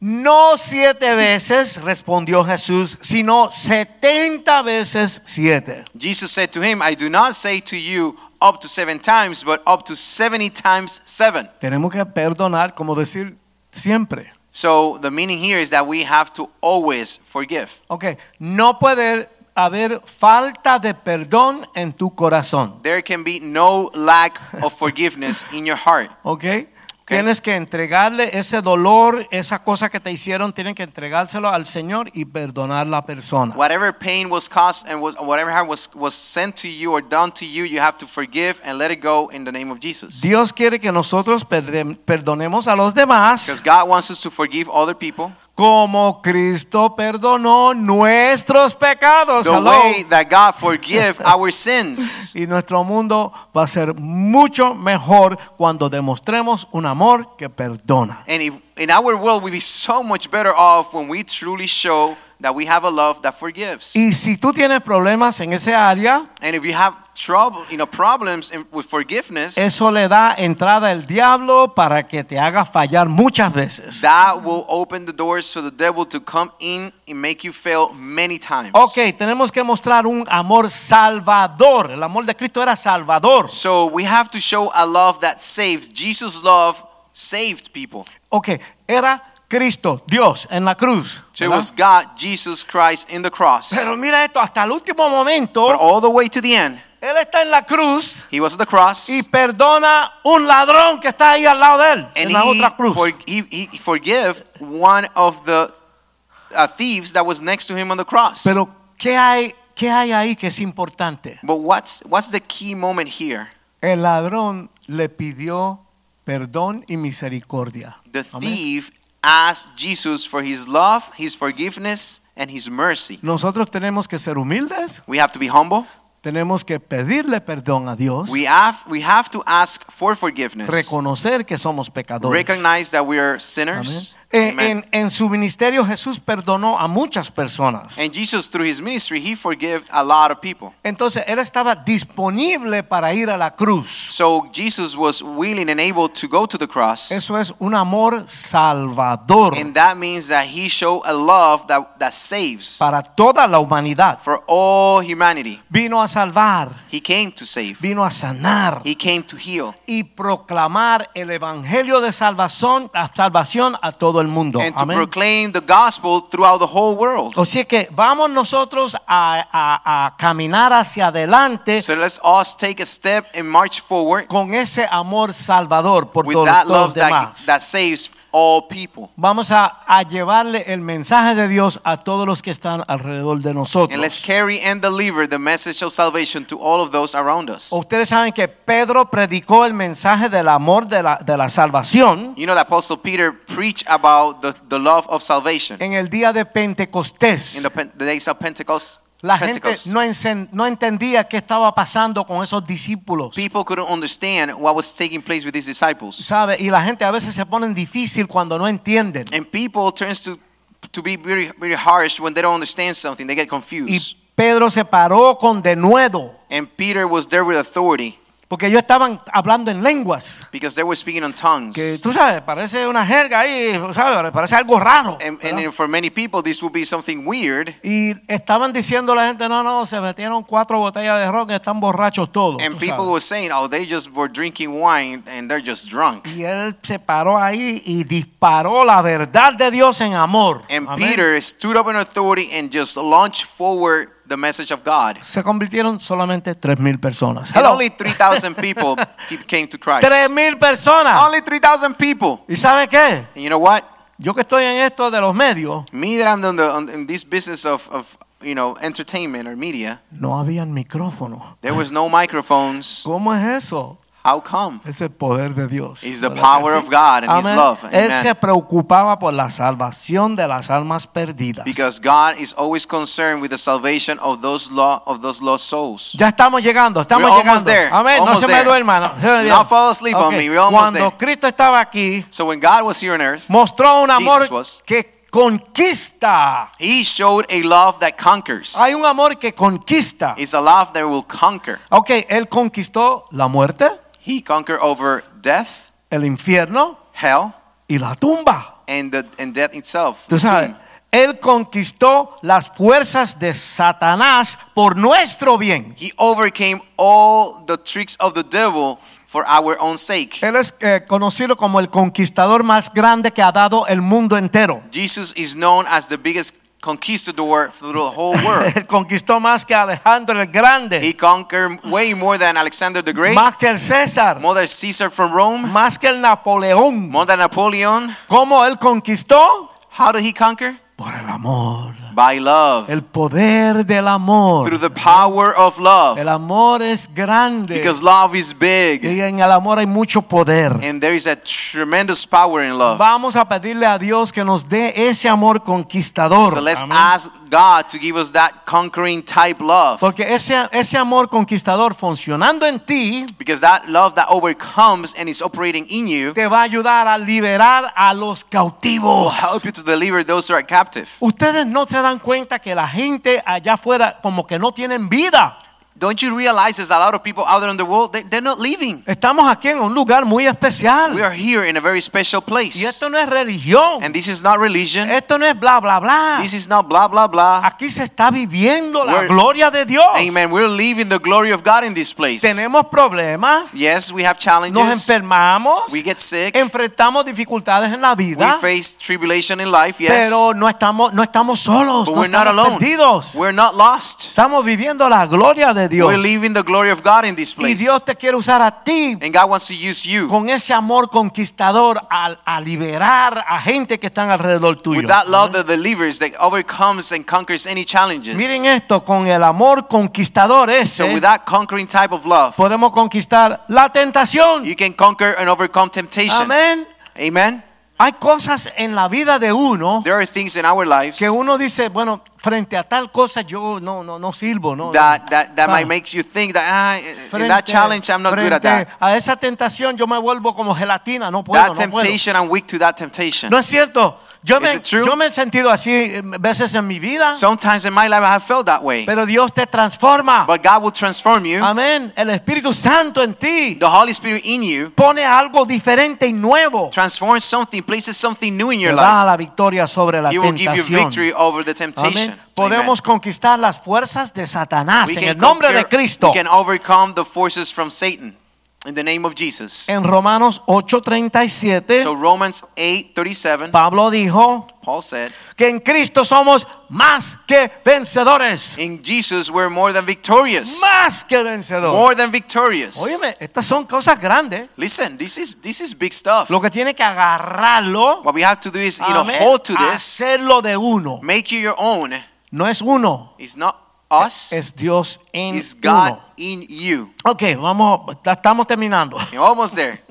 Speaker 2: No siete veces, respondió Jesús, sino setenta veces siete.
Speaker 3: Jesus said to him, I do not say to you up to seven times, but up to 70 times seven.
Speaker 2: Tenemos que perdonar, como decir, siempre.
Speaker 3: So the meaning here is that we have to always forgive.
Speaker 2: Ok, no puede haber falta de perdón en tu corazón.
Speaker 3: There can be no lack of forgiveness in your heart.
Speaker 2: ¿Ok? Tienes que entregarle ese dolor, esas cosas que te hicieron, tienen que entregárselo al Señor y perdonar la persona.
Speaker 3: Whatever pain was caused and was, whatever harm was, was sent to you or done to you, you have to forgive and let it go in the name of Jesus.
Speaker 2: Dios quiere que nosotros perde- perdonemos a los
Speaker 3: Because
Speaker 2: demás
Speaker 3: God wants us to forgive other people.
Speaker 2: como Cristo perdonó nuestros pecados.
Speaker 3: The
Speaker 2: Hello.
Speaker 3: way that God forgive our sins.
Speaker 2: Y nuestro mundo va a ser mucho mejor cuando demostremos un amor que perdona.
Speaker 3: And if, in our world, we be so much better off when we truly show that we have a love that forgives.
Speaker 2: Y si tú tienes problemas en ese área,
Speaker 3: And if you have trouble, you know, problems in, with forgiveness,
Speaker 2: Eso le da entrada al diablo para que te haga fallar muchas veces.
Speaker 3: that will open the doors for the devil to come in and make you fail many times.
Speaker 2: Ok, tenemos que mostrar un amor salvador. El amor de Cristo era salvador.
Speaker 3: So we have to show a love that saves. Jesus' love saved people.
Speaker 2: Ok, era Cristo, Dios, en la cruz.
Speaker 3: So it
Speaker 2: ¿verdad?
Speaker 3: was God, Jesus Christ, in the cross.
Speaker 2: Pero mira esto, hasta el último
Speaker 3: But
Speaker 2: momento,
Speaker 3: all the way to the end,
Speaker 2: Él está en la cruz
Speaker 3: he was at the cross.
Speaker 2: y perdona un ladrón que está ahí al lado de Él,
Speaker 3: and
Speaker 2: en la
Speaker 3: he,
Speaker 2: otra cruz.
Speaker 3: for, he, he forgive one of the uh, thieves that was next to him on the cross.
Speaker 2: Pero, ¿qué hay, ¿qué hay ahí que es importante?
Speaker 3: but what's, what's the key moment here?
Speaker 2: El ladrón le pidió perdón y misericordia.
Speaker 3: The
Speaker 2: Amén.
Speaker 3: thief asked Jesus for his love, his forgiveness, and his mercy.
Speaker 2: Nosotros tenemos que ser humildes,
Speaker 3: We have to be humble.
Speaker 2: tenemos que pedirle perdón a Dios,
Speaker 3: We have, we have to ask for forgiveness.
Speaker 2: reconocer que somos pecadores.
Speaker 3: recognize that we are
Speaker 2: Amén.
Speaker 3: sinners.
Speaker 2: En,
Speaker 3: Amen.
Speaker 2: en- en su ministerio Jesús perdonó a muchas personas.
Speaker 3: and Jesus, through his ministry, he forgave a lot of people.
Speaker 2: Entonces Él estaba disponible para ir a la cruz.
Speaker 3: So Jesus was willing and able to go to the cross.
Speaker 2: Eso es un amor salvador
Speaker 3: And that means that he showed a love that, that saves
Speaker 2: para toda la humanidad.
Speaker 3: for all humanity.
Speaker 2: Vino a salvar,
Speaker 3: He came to save.
Speaker 2: vino a sanar
Speaker 3: He came to heal
Speaker 2: y proclamar el evangelio de salvación, la salvación a todo el mundo.
Speaker 3: and to
Speaker 2: Amén.
Speaker 3: proclaim the gospel throughout the whole world.
Speaker 2: O sea que vamos nosotros a, a- a caminar hacia adelante
Speaker 3: So let's all take a step and march forward
Speaker 2: con ese amor salvador por
Speaker 3: with
Speaker 2: todos,
Speaker 3: that
Speaker 2: todos los
Speaker 3: love that,
Speaker 2: demás.
Speaker 3: that saves all people.
Speaker 2: Vamos a, a llevarle el mensaje de Dios a todos los que están alrededor de
Speaker 3: And let's
Speaker 2: nosotros.
Speaker 3: carry and deliver the message of salvation to all of those around us.
Speaker 2: Ustedes saben que Pedro predicó el mensaje del amor de la, de la salvación
Speaker 3: You know that Apostle Peter preached about the, the love of salvation
Speaker 2: en el día de
Speaker 3: in
Speaker 2: Pentecostés.
Speaker 3: the, Pen- the days of Pentecost.
Speaker 2: La gente
Speaker 3: Pentecost.
Speaker 2: no, encen- no entendía qué estaba pasando con esos discípulos.
Speaker 3: People couldn't understand what was taking place with these disciples.
Speaker 2: ¿Sabe? Y la gente a veces se pone difícil cuando no entienden.
Speaker 3: And people turns to to be very very harsh when they don't understand something. They get
Speaker 2: Y
Speaker 3: confused.
Speaker 2: Pedro se paró con denuedo,
Speaker 3: And Peter was there with authority
Speaker 2: porque ellos estaban hablando en lenguas.
Speaker 3: because they were speaking on
Speaker 2: Que
Speaker 3: tongues.
Speaker 2: tú sabes, parece una jerga ahí, ¿sabes? Parece algo raro.
Speaker 3: And,
Speaker 2: ¿verdad?
Speaker 3: and for many people, this would be something weird.
Speaker 2: Y estaban diciendo la gente, no, no, se metieron cuatro botellas de ron, están borrachos todos.
Speaker 3: And
Speaker 2: tú
Speaker 3: people
Speaker 2: sabes.
Speaker 3: were saying, "Oh, they just were drinking wine and they're just drunk."
Speaker 2: Y él se paró ahí y disparó la verdad de Dios en amor.
Speaker 3: And
Speaker 2: Amén.
Speaker 3: Peter stood up in authority and just launched forward the message of God.
Speaker 2: se convirtieron solamente tres mil personas.
Speaker 3: And
Speaker 2: Hello.
Speaker 3: only 3,000 people ke- came to Christ.
Speaker 2: Tres mil personas.
Speaker 3: Only 3,000 people.
Speaker 2: ¿Y sabe qué?
Speaker 3: And you know what?
Speaker 2: Yo que estoy en esto de los medios,
Speaker 3: Me that I'm in, the, on- in this business of, of you know entertainment or media,
Speaker 2: no habían micrófono.
Speaker 3: there was no microphones.
Speaker 2: ¿Cómo es eso?
Speaker 3: How come?
Speaker 2: Es el poder de Dios.
Speaker 3: It's the
Speaker 2: ¿Verdad que
Speaker 3: power
Speaker 2: sí?
Speaker 3: of God and His
Speaker 2: Amén.
Speaker 3: love.
Speaker 2: Él
Speaker 3: Amen.
Speaker 2: se preocupaba por la salvación de las almas perdidas.
Speaker 3: Because God is always concerned with the salvation of those lo- of those lost souls.
Speaker 2: ya estamos llegando, estamos
Speaker 3: We're almost
Speaker 2: llegando.
Speaker 3: there,
Speaker 2: Amén, no
Speaker 3: almost
Speaker 2: se me
Speaker 3: there.
Speaker 2: duerma. No, se me
Speaker 3: Do
Speaker 2: duerma.
Speaker 3: not fall asleep on
Speaker 2: Ok,
Speaker 3: me, we're almost
Speaker 2: Cuando
Speaker 3: there.
Speaker 2: Cristo estaba aquí,
Speaker 3: So when God was here on earth,
Speaker 2: mostró un amor
Speaker 3: Jesus was.
Speaker 2: que conquista.
Speaker 3: He showed a love that conquers.
Speaker 2: Hay un amor que conquista.
Speaker 3: It's a love that will conquer.
Speaker 2: Ok, Él conquistó la muerte,
Speaker 3: He conquered over death,
Speaker 2: el infierno
Speaker 3: hell,
Speaker 2: y la tumba.
Speaker 3: and the and death itself.
Speaker 2: Tú
Speaker 3: the
Speaker 2: sabes,
Speaker 3: tomb.
Speaker 2: él conquistó las fuerzas de Satanás por nuestro bien.
Speaker 3: He overcame all the tricks of the devil for our own sake.
Speaker 2: Él es eh, conocido como el conquistador más grande que ha dado el mundo entero.
Speaker 3: Jesus is known as the biggest conquistador through the whole world.
Speaker 2: Él conquistó más que Alejandro el
Speaker 3: he
Speaker 2: Grande,
Speaker 3: conquered way more than Alexander the Great,
Speaker 2: más que el César,
Speaker 3: more than Caesar from Rome,
Speaker 2: más que el Napoleón.
Speaker 3: more than Napoleon.
Speaker 2: ¿Cómo él conquistó?
Speaker 3: How did he conquer?
Speaker 2: Por el amor.
Speaker 3: By love.
Speaker 2: El poder del amor.
Speaker 3: through the power of love.
Speaker 2: El amor es grande.
Speaker 3: Because love is big
Speaker 2: y en el amor hay mucho poder.
Speaker 3: and there is a tremendous power in love.
Speaker 2: Vamos a pedirle a Dios que nos dé ese amor conquistador.
Speaker 3: So let's
Speaker 2: Amén.
Speaker 3: ask God to give us that conquering type love.
Speaker 2: Porque ese, ese amor conquistador funcionando en ti
Speaker 3: Because that love that overcomes and is operating in you
Speaker 2: te va a ayudar a liberar a los
Speaker 3: will
Speaker 2: cautivos.
Speaker 3: help you to deliver those who are captive.
Speaker 2: Ustedes no se dan cuenta que la gente allá afuera como que no tienen vida.
Speaker 3: Don't you realize there's a lot of people out there in the world, they, they're not leaving.
Speaker 2: Estamos aquí en un lugar muy especial.
Speaker 3: We are here in a very special
Speaker 2: Y
Speaker 3: place.
Speaker 2: esto no es religión.
Speaker 3: And this is not religion.
Speaker 2: Esto no es bla, bla, bla.
Speaker 3: This is not blah, blah, blah.
Speaker 2: Aquí se está viviendo la
Speaker 3: We're-
Speaker 2: gloria de Dios.
Speaker 3: Amen. We're leaving the glory of God in this place.
Speaker 2: Tenemos problemas.
Speaker 3: Yes, we have
Speaker 2: Nos
Speaker 3: challenges.
Speaker 2: enfermamos.
Speaker 3: We get sick.
Speaker 2: enfrentamos dificultades en la vida,
Speaker 3: We face tribulation in life, yes.
Speaker 2: pero no estamos no estamos solos,
Speaker 3: but
Speaker 2: no
Speaker 3: we're not
Speaker 2: estamos
Speaker 3: alone.
Speaker 2: perdidos.
Speaker 3: We're not lost.
Speaker 2: Estamos viviendo la gloria de Dios
Speaker 3: We're leaving the glory of God in this
Speaker 2: y
Speaker 3: place.
Speaker 2: Dios te quiere usar a ti
Speaker 3: and God wants to use you
Speaker 2: con ese amor conquistador a, a liberar a gente que están alrededor tuyo.
Speaker 3: with that love that delivers, that overcomes and conquers any challenges.
Speaker 2: Miren esto, eh. con el amor conquistador
Speaker 3: so,
Speaker 2: ese
Speaker 3: with that conquering type of love,
Speaker 2: podemos conquistar la tentación.
Speaker 3: you can conquer and overcome temptation.
Speaker 2: Amén.
Speaker 3: Amen.
Speaker 2: Hay cosas en la vida de uno
Speaker 3: There are things in our lives
Speaker 2: que uno dice, bueno, frente a tal cosa yo no, no, no sirvo. No,
Speaker 3: that that, that
Speaker 2: Ah.
Speaker 3: might make you think that ah, in that
Speaker 2: Frente-
Speaker 3: challenge I'm not good at
Speaker 2: frente
Speaker 3: that.
Speaker 2: A esa tentación yo me vuelvo como gelatina, no puedo.
Speaker 3: That
Speaker 2: no puedo.
Speaker 3: temptation, I'm weak to that temptation.
Speaker 2: No es cierto. Yo
Speaker 3: Is
Speaker 2: me,
Speaker 3: it true?
Speaker 2: yo me he sentido así eh, veces en mi vida,
Speaker 3: Sometimes in my life I have felt that way.
Speaker 2: pero Ah. Dios te transforma.
Speaker 3: But God will transform you.
Speaker 2: Amén. El Espíritu Santo en ti
Speaker 3: The Holy Spirit in you
Speaker 2: pone algo diferente y nuevo.
Speaker 3: transforms something, places something new in
Speaker 2: Te
Speaker 3: your
Speaker 2: da
Speaker 3: life.
Speaker 2: la victoria sobre la
Speaker 3: He will give you victory
Speaker 2: tentación.
Speaker 3: over the temptation.
Speaker 2: Amén. Podemos conquistar las fuerzas de Satanás
Speaker 3: Amen.
Speaker 2: en el nombre de
Speaker 3: conquer-
Speaker 2: Cristo.
Speaker 3: we can overcome the forces from Satan in the name of Jesus.
Speaker 2: En Romanos 8:37,
Speaker 3: So Romans 8:37,
Speaker 2: Pablo dijo
Speaker 3: Paul said,
Speaker 2: que en Cristo somos más que vencedores.
Speaker 3: "In Jesus we're more than victorious."
Speaker 2: Más que vencedores.
Speaker 3: More than victorious.
Speaker 2: Óyeme, estas son cosas grandes.
Speaker 3: Listen, this is this is big stuff.
Speaker 2: Lo que tiene que agarrarlo,
Speaker 3: What we have to do is, you know,
Speaker 2: amén,
Speaker 3: hold to this.
Speaker 2: hacerlo de uno.
Speaker 3: Make you your own.
Speaker 2: No es uno,
Speaker 3: It's not us.
Speaker 2: es Dios en
Speaker 3: It's God
Speaker 2: uno.
Speaker 3: in you.
Speaker 2: Ok, vamos, ya estamos terminando.
Speaker 3: You're almost there.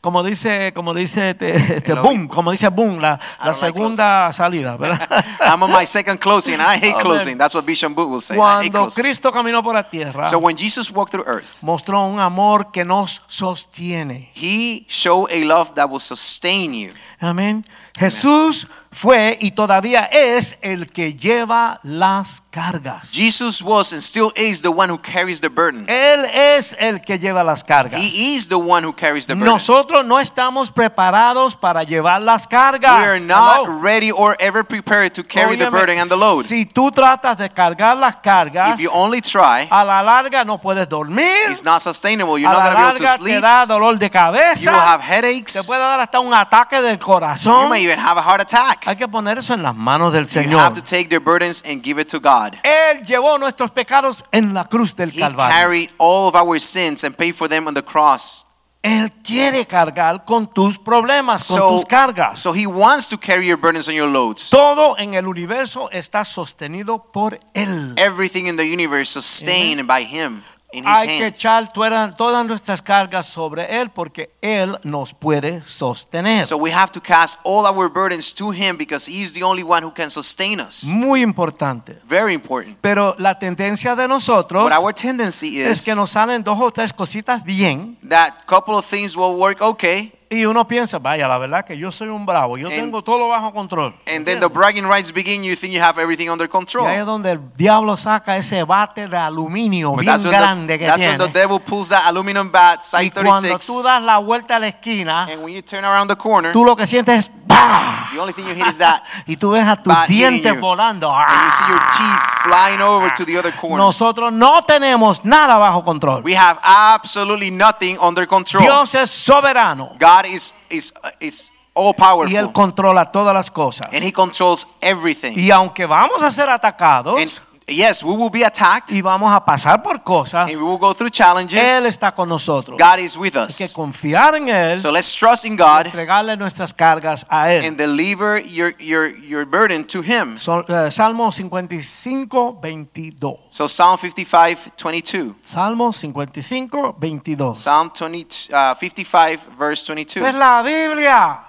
Speaker 2: Como dice, como dice este, este
Speaker 3: Hello.
Speaker 2: boom, como dice boom, la, la
Speaker 3: like
Speaker 2: segunda salida, ¿verdad?
Speaker 3: I'm on my second closing, and I hate
Speaker 2: Amen.
Speaker 3: closing. That's what Bishop Boot will say. I hate
Speaker 2: Cuando
Speaker 3: closing.
Speaker 2: Cristo caminó por la tierra,
Speaker 3: So when Jesus walked through earth,
Speaker 2: mostró un amor que nos sostiene.
Speaker 3: he showed a love that will sustain you.
Speaker 2: Amén. Jesús fue y todavía es el que lleva las cargas.
Speaker 3: Jesus was and still is the one who carries the burden.
Speaker 2: Él es el que lleva las cargas.
Speaker 3: He is the one who carries the burden.
Speaker 2: Nosotros no estamos preparados para llevar las
Speaker 3: we
Speaker 2: cargas.
Speaker 3: are not
Speaker 2: Hello. Oh,
Speaker 3: ready or ever prepared to carry the
Speaker 2: Óyeme,
Speaker 3: burden and the load.
Speaker 2: Si tú tratas de cargar las cargas,
Speaker 3: If you only try,
Speaker 2: a la larga no puedes dormir.
Speaker 3: it's not sustainable. You're
Speaker 2: a
Speaker 3: not
Speaker 2: la
Speaker 3: going to
Speaker 2: larga
Speaker 3: be able to
Speaker 2: te
Speaker 3: sleep.
Speaker 2: da dolor de
Speaker 3: You
Speaker 2: cabeza.
Speaker 3: will have
Speaker 2: te
Speaker 3: headaches.
Speaker 2: puede dar hasta un ataque del
Speaker 3: You
Speaker 2: corazón.
Speaker 3: may even have a heart attack.
Speaker 2: Hay que poner eso en las manos del
Speaker 3: You
Speaker 2: Señor.
Speaker 3: have to take their burdens and give it to God.
Speaker 2: Él llevó nuestros pecados en la cruz del
Speaker 3: He
Speaker 2: Calvario.
Speaker 3: carried all of our sins and paid for them on the cross.
Speaker 2: Él quiere cargar con tus problemas, con tus cargas.
Speaker 3: So he wants to carry your burdens and your loads.
Speaker 2: Todo en el universo está sostenido por Él.
Speaker 3: Everything in the universe sustained by him in his
Speaker 2: Hay que
Speaker 3: hands.
Speaker 2: echar tuera- todas nuestras cargas sobre Él porque Él nos puede sostener.
Speaker 3: So we have to cast all our burdens to him because he's the only one who can sustain us.
Speaker 2: Muy importante.
Speaker 3: Very important.
Speaker 2: Pero la tendencia de nosotros
Speaker 3: But our tendency
Speaker 2: es
Speaker 3: is
Speaker 2: que nos salen dos o tres cositas bien
Speaker 3: that couple of things will work okay,
Speaker 2: y uno piensa, vaya, la verdad que yo soy un bravo, yo
Speaker 3: And-
Speaker 2: tengo todo bajo control.
Speaker 3: and then the bragging rights begin. You think you have everything under
Speaker 2: Y
Speaker 3: control.
Speaker 2: ahí es donde el diablo saca ese bate de aluminio
Speaker 3: But
Speaker 2: bien
Speaker 3: that's, when
Speaker 2: grande
Speaker 3: the,
Speaker 2: que
Speaker 3: that's when
Speaker 2: tiene.
Speaker 3: the devil pulls that aluminum bat,
Speaker 2: y
Speaker 3: side
Speaker 2: cuando
Speaker 3: 36.
Speaker 2: tú das la vuelta a la esquina,
Speaker 3: And when you turn around the corner,
Speaker 2: tú lo que sientes es ¡bah!
Speaker 3: the only thing you hit is that.
Speaker 2: y tú ves a tus
Speaker 3: bat hitting
Speaker 2: dientes
Speaker 3: you.
Speaker 2: volando.
Speaker 3: And you see your teeth flying over to the other corner.
Speaker 2: Ah, Nosotros no tenemos nada bajo control.
Speaker 3: We have absolutely nothing under control.
Speaker 2: Dios es soberano
Speaker 3: God is is is all
Speaker 2: y él
Speaker 3: powerful,
Speaker 2: controla todas las cosas.
Speaker 3: and He controls everything.
Speaker 2: Y aunque vamos a ser atacados
Speaker 3: And yes, we will be attacked,
Speaker 2: y vamos a pasar por cosas,
Speaker 3: and we will go through
Speaker 2: él
Speaker 3: challenges.
Speaker 2: está con nosotros.
Speaker 3: God is with
Speaker 2: Hay que
Speaker 3: us.
Speaker 2: confiar en él,
Speaker 3: So let's trust in
Speaker 2: y
Speaker 3: God
Speaker 2: entregarle nuestras cargas a él.
Speaker 3: and deliver your your your burden to Him.
Speaker 2: Sol- eh, Salmo 55, 22.
Speaker 3: So Psalm 55, 22.
Speaker 2: Salmo 55, 22.
Speaker 3: Psalm 20, uh, 55, verse 22.
Speaker 2: Esto es la Biblia.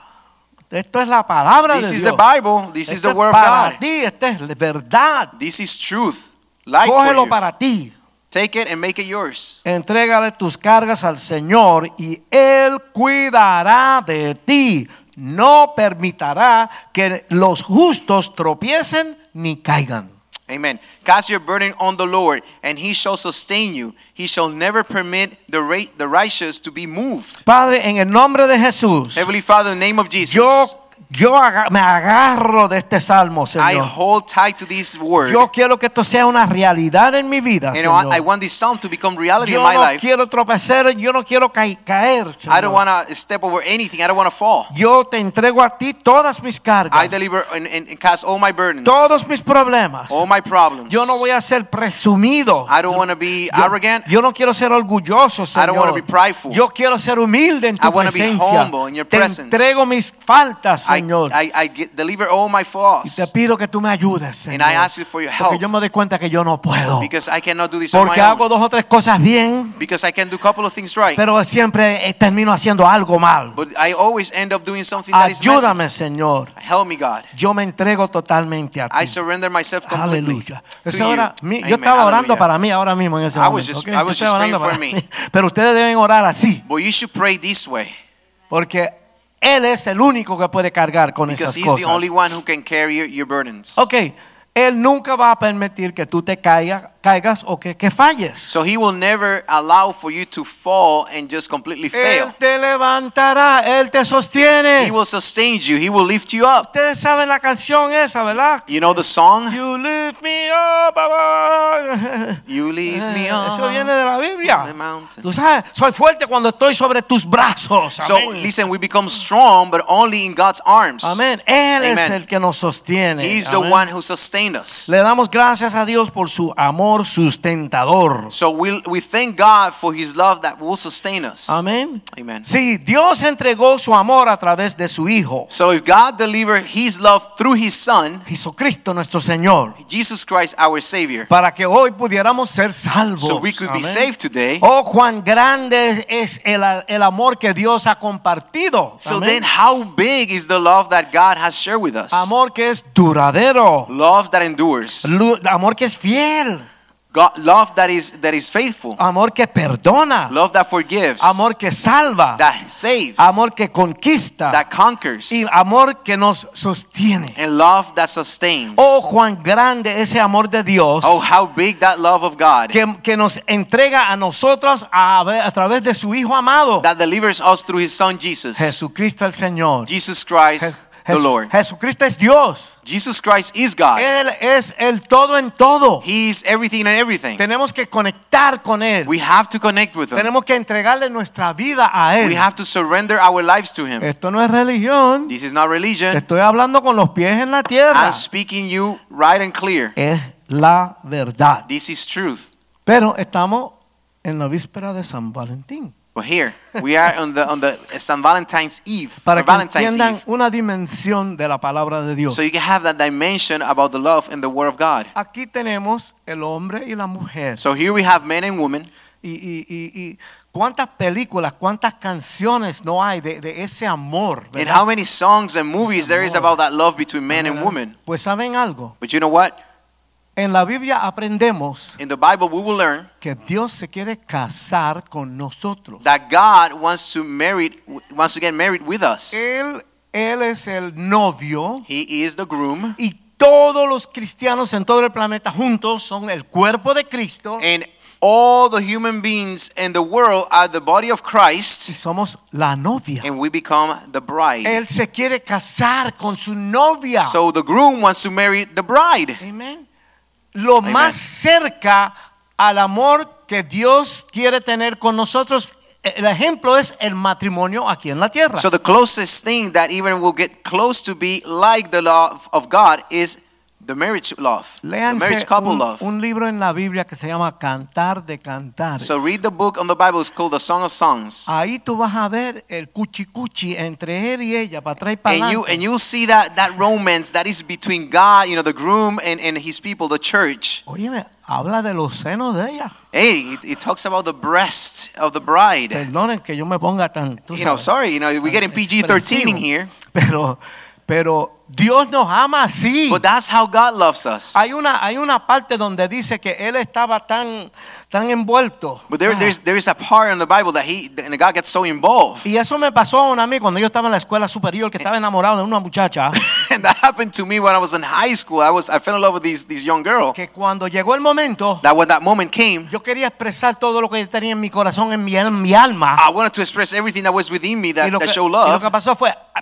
Speaker 2: Esto es la palabra
Speaker 3: This
Speaker 2: de
Speaker 3: is
Speaker 2: Dios.
Speaker 3: the Bible. This is
Speaker 2: Esto
Speaker 3: the
Speaker 2: es
Speaker 3: Word of
Speaker 2: para
Speaker 3: God.
Speaker 2: ti, esta es la verdad.
Speaker 3: This is truth. Life for
Speaker 2: Cógelo
Speaker 3: you.
Speaker 2: para ti.
Speaker 3: Take it and make it yours.
Speaker 2: Entrégale tus cargas al Señor y Él cuidará de ti. No permitirá que los justos tropiecen ni caigan.
Speaker 3: Amen. Cast your burden on the Lord, and he shall sustain you. He shall never permit the, ra- the righteous to be moved.
Speaker 2: Padre, en el nombre de Jesús,
Speaker 3: Heavenly Father, in the name of Jesus,
Speaker 2: yo, yo aga- me agarro de este salmo,
Speaker 3: I
Speaker 2: Señor.
Speaker 3: hold tight to this word.
Speaker 2: Yo quiero que esto sea una realidad en mi vida,
Speaker 3: and I want- I
Speaker 2: Señor.
Speaker 3: want this psalm to become reality
Speaker 2: Yo
Speaker 3: in my
Speaker 2: no
Speaker 3: life.
Speaker 2: quiero tropezar, yo no quiero ca- caer.
Speaker 3: I don't
Speaker 2: Señor.
Speaker 3: want to step over anything. I don't want to fall.
Speaker 2: Yo te entrego a ti todas mis
Speaker 3: I
Speaker 2: cargas,
Speaker 3: deliver and, and, and cast all my burdens,
Speaker 2: todos mis problemas.
Speaker 3: all my problems.
Speaker 2: Yo no voy a ser presumido.
Speaker 3: I don't want to be
Speaker 2: Yo-
Speaker 3: arrogant.
Speaker 2: Yo no quiero ser orgulloso, Señor.
Speaker 3: I don't wanna be prideful.
Speaker 2: Yo quiero ser humilde en tu
Speaker 3: I wanna be
Speaker 2: presencia.
Speaker 3: humble in your
Speaker 2: Te
Speaker 3: presence.
Speaker 2: entrego mis faltas,
Speaker 3: I
Speaker 2: Señor.
Speaker 3: I, I, I get, deliver all my
Speaker 2: y
Speaker 3: flaws.
Speaker 2: te pido que tú me ayudes, Señor.
Speaker 3: And I ask you for your
Speaker 2: Porque
Speaker 3: help.
Speaker 2: yo me doy cuenta que yo no puedo.
Speaker 3: Because I cannot do this on
Speaker 2: Porque
Speaker 3: my own.
Speaker 2: hago dos o tres cosas bien,
Speaker 3: Because I can do a couple of things right.
Speaker 2: pero siempre eh, termino haciendo algo mal.
Speaker 3: But I always end up doing something that is messy.
Speaker 2: Ayúdame, Señor.
Speaker 3: Help me, God.
Speaker 2: Yo me entrego totalmente a ti.
Speaker 3: I surrender myself completely
Speaker 2: Mm. Aleluya.
Speaker 3: to
Speaker 2: Entonces
Speaker 3: you.
Speaker 2: ahora, mi-
Speaker 3: Amen.
Speaker 2: yo estaba orando
Speaker 3: Aleluya.
Speaker 2: para mí ahora mismo en ese
Speaker 3: I was
Speaker 2: momento. ¿ok?
Speaker 3: just- I
Speaker 2: Yo
Speaker 3: was
Speaker 2: estaba
Speaker 3: just
Speaker 2: orando
Speaker 3: praying
Speaker 2: para
Speaker 3: for
Speaker 2: mí. Pero ustedes deben orar así,
Speaker 3: But you should pray this way.
Speaker 2: porque Él es el único que puede cargar con
Speaker 3: Because
Speaker 2: esas
Speaker 3: he's the
Speaker 2: cosas.
Speaker 3: only one who can carry your, your burdens.
Speaker 2: Ok, Él nunca va a permitir que tú te caigas, caigas o que, que falles.
Speaker 3: So he will never allow for you to fall and just
Speaker 2: Eh.
Speaker 3: completely fail.
Speaker 2: Él te levantará, Él te sostiene.
Speaker 3: He will sustain you. He will lift you up.
Speaker 2: Ustedes saben la canción esa, ¿verdad?
Speaker 3: You know the song?
Speaker 2: You lift me up. above.
Speaker 3: You lift me
Speaker 2: Eh, Eso viene
Speaker 3: up.
Speaker 2: de la
Speaker 3: the
Speaker 2: Biblia.
Speaker 3: mountain.
Speaker 2: Tú sabes, soy fuerte cuando estoy sobre tus brazos.
Speaker 3: So
Speaker 2: Amén.
Speaker 3: listen, we become strong, but only in God's arms.
Speaker 2: Amén. Él es
Speaker 3: Amen.
Speaker 2: el que nos sostiene.
Speaker 3: He's the
Speaker 2: Amén.
Speaker 3: one who sustained us.
Speaker 2: Le damos gracias a Dios por su amor sustentador.
Speaker 3: So we, we thank God for His love that will sustain us.
Speaker 2: Amén.
Speaker 3: Amen.
Speaker 2: Sí, Dios entregó su amor a través de su Hijo,
Speaker 3: So if God delivered His love through His Son,
Speaker 2: Jesucristo nuestro Señor,
Speaker 3: Jesus Christ, our Savior,
Speaker 2: para que hoy pudiéramos ser salvos.
Speaker 3: so we could be
Speaker 2: Amén.
Speaker 3: saved today.
Speaker 2: Oh, cuán grande es el, el amor que Dios ha compartido.
Speaker 3: So
Speaker 2: Amén.
Speaker 3: then, how big is the love that God has shared with us?
Speaker 2: amor que es duradero,
Speaker 3: Love that endures,
Speaker 2: Lu- amor que es fiel,
Speaker 3: God, love that is that is faithful,
Speaker 2: amor que perdona,
Speaker 3: love that forgives,
Speaker 2: Ah. amor que salva,
Speaker 3: that saves,
Speaker 2: amor que conquista
Speaker 3: that conquers,
Speaker 2: y amor que nos sostiene.
Speaker 3: and love that sustains.
Speaker 2: Oh, cuán grande ese amor de Dios
Speaker 3: Oh, how big that love of God
Speaker 2: que, que nos entrega a nosotros a, a través de su Hijo amado,
Speaker 3: that delivers us through His Son Jesus,
Speaker 2: Jesucristo el Señor.
Speaker 3: Jesus Christ,
Speaker 2: Je- Eh.
Speaker 3: the Lord.
Speaker 2: Jesucristo es Dios.
Speaker 3: Jesus Christ is God.
Speaker 2: Él es el todo en todo.
Speaker 3: He is everything and everything.
Speaker 2: Tenemos que conectar con Él.
Speaker 3: We have to connect with Him.
Speaker 2: Tenemos que entregarle nuestra vida a Él.
Speaker 3: We have to surrender our lives to Him.
Speaker 2: Esto no es religión.
Speaker 3: This is not religion.
Speaker 2: Estoy hablando con los pies en la tierra.
Speaker 3: I'm speaking you right and clear.
Speaker 2: Es la verdad.
Speaker 3: This is truth.
Speaker 2: Pero estamos en la víspera de San Valentín.
Speaker 3: But here we are on the on the San Valentine's Eve,
Speaker 2: Para
Speaker 3: or
Speaker 2: que
Speaker 3: Valentine's
Speaker 2: entiendan
Speaker 3: Eve.
Speaker 2: una dimensión de la palabra de Dios.
Speaker 3: So you can have that dimension about the love and the Word of God.
Speaker 2: Aquí tenemos el hombre y la mujer.
Speaker 3: So here we have men and women.
Speaker 2: y, y- y- y cuántas películas, cuántas canciones no hay de, de ese amor.
Speaker 3: And
Speaker 2: ¿verdad?
Speaker 3: how many songs and movies there is
Speaker 2: amor.
Speaker 3: about that love between man and woman.
Speaker 2: Pues saben algo.
Speaker 3: But you know what?
Speaker 2: En la Biblia aprendemos
Speaker 3: In the Bible, we will learn
Speaker 2: que Dios se quiere casar con nosotros.
Speaker 3: that God wants to marry, wants to get married with us.
Speaker 2: Él, él es el novio
Speaker 3: He is the groom,
Speaker 2: y todos los cristianos en todo el planeta juntos son el cuerpo de Cristo
Speaker 3: and all the human beings in the world are the body of
Speaker 2: y
Speaker 3: Christ,
Speaker 2: somos la novia.
Speaker 3: and we become the bride.
Speaker 2: Él se quiere casar con su novia.
Speaker 3: So the groom wants to marry the bride.
Speaker 2: Amén. Lo
Speaker 3: Amen.
Speaker 2: más cerca al amor que Dios quiere tener con nosotros, eh, el ejemplo es el matrimonio aquí en la tierra.
Speaker 3: So the closest thing that even will get close to be like the love of God is the marriage love, the marriage
Speaker 2: Leanse
Speaker 3: couple
Speaker 2: un,
Speaker 3: love.
Speaker 2: un libro en la Biblia que se llama Cantar de Cantares.
Speaker 3: So read the book on the Bible. It's called the Song of Songs,
Speaker 2: Ahí tú vas a ver el cuchicuchi entre él y ella, para atrás y para
Speaker 3: and you and
Speaker 2: adelante.
Speaker 3: you'll see that that romance that is between God, you know, the groom and and his people, the church.
Speaker 2: Óyeme, habla de los senos de ella.
Speaker 3: Hey, it, it talks about the breast of the bride.
Speaker 2: Perdonen que yo me ponga tan. tú
Speaker 3: You know,
Speaker 2: sabes,
Speaker 3: sorry, you know, we're getting
Speaker 2: tan
Speaker 3: PG 13 in
Speaker 2: expresivo.
Speaker 3: here,
Speaker 2: eh, Pero, pero Dios nos ama así.
Speaker 3: but that's how God loves us.
Speaker 2: Hay una, hay una parte donde dice que él estaba tan, tan envuelto.
Speaker 3: But there, there's, there is a part in the Bible that he and God gets so involved,
Speaker 2: y eso me pasó a un amigo cuando yo estaba en la escuela superior que estaba enamorado de una muchacha
Speaker 3: and that happened to me when I was in high school. I was I fell in love with these this young girl.
Speaker 2: que cuando llegó el momento
Speaker 3: That when that moment came,
Speaker 2: yo quería expresar todo lo que tenía en mi corazón, en mi, en mi alma.
Speaker 3: I wanted to express everything that was within me Ah, that,
Speaker 2: y, lo que,
Speaker 3: that showed
Speaker 2: y lo que
Speaker 3: love,
Speaker 2: pasó fue, ah,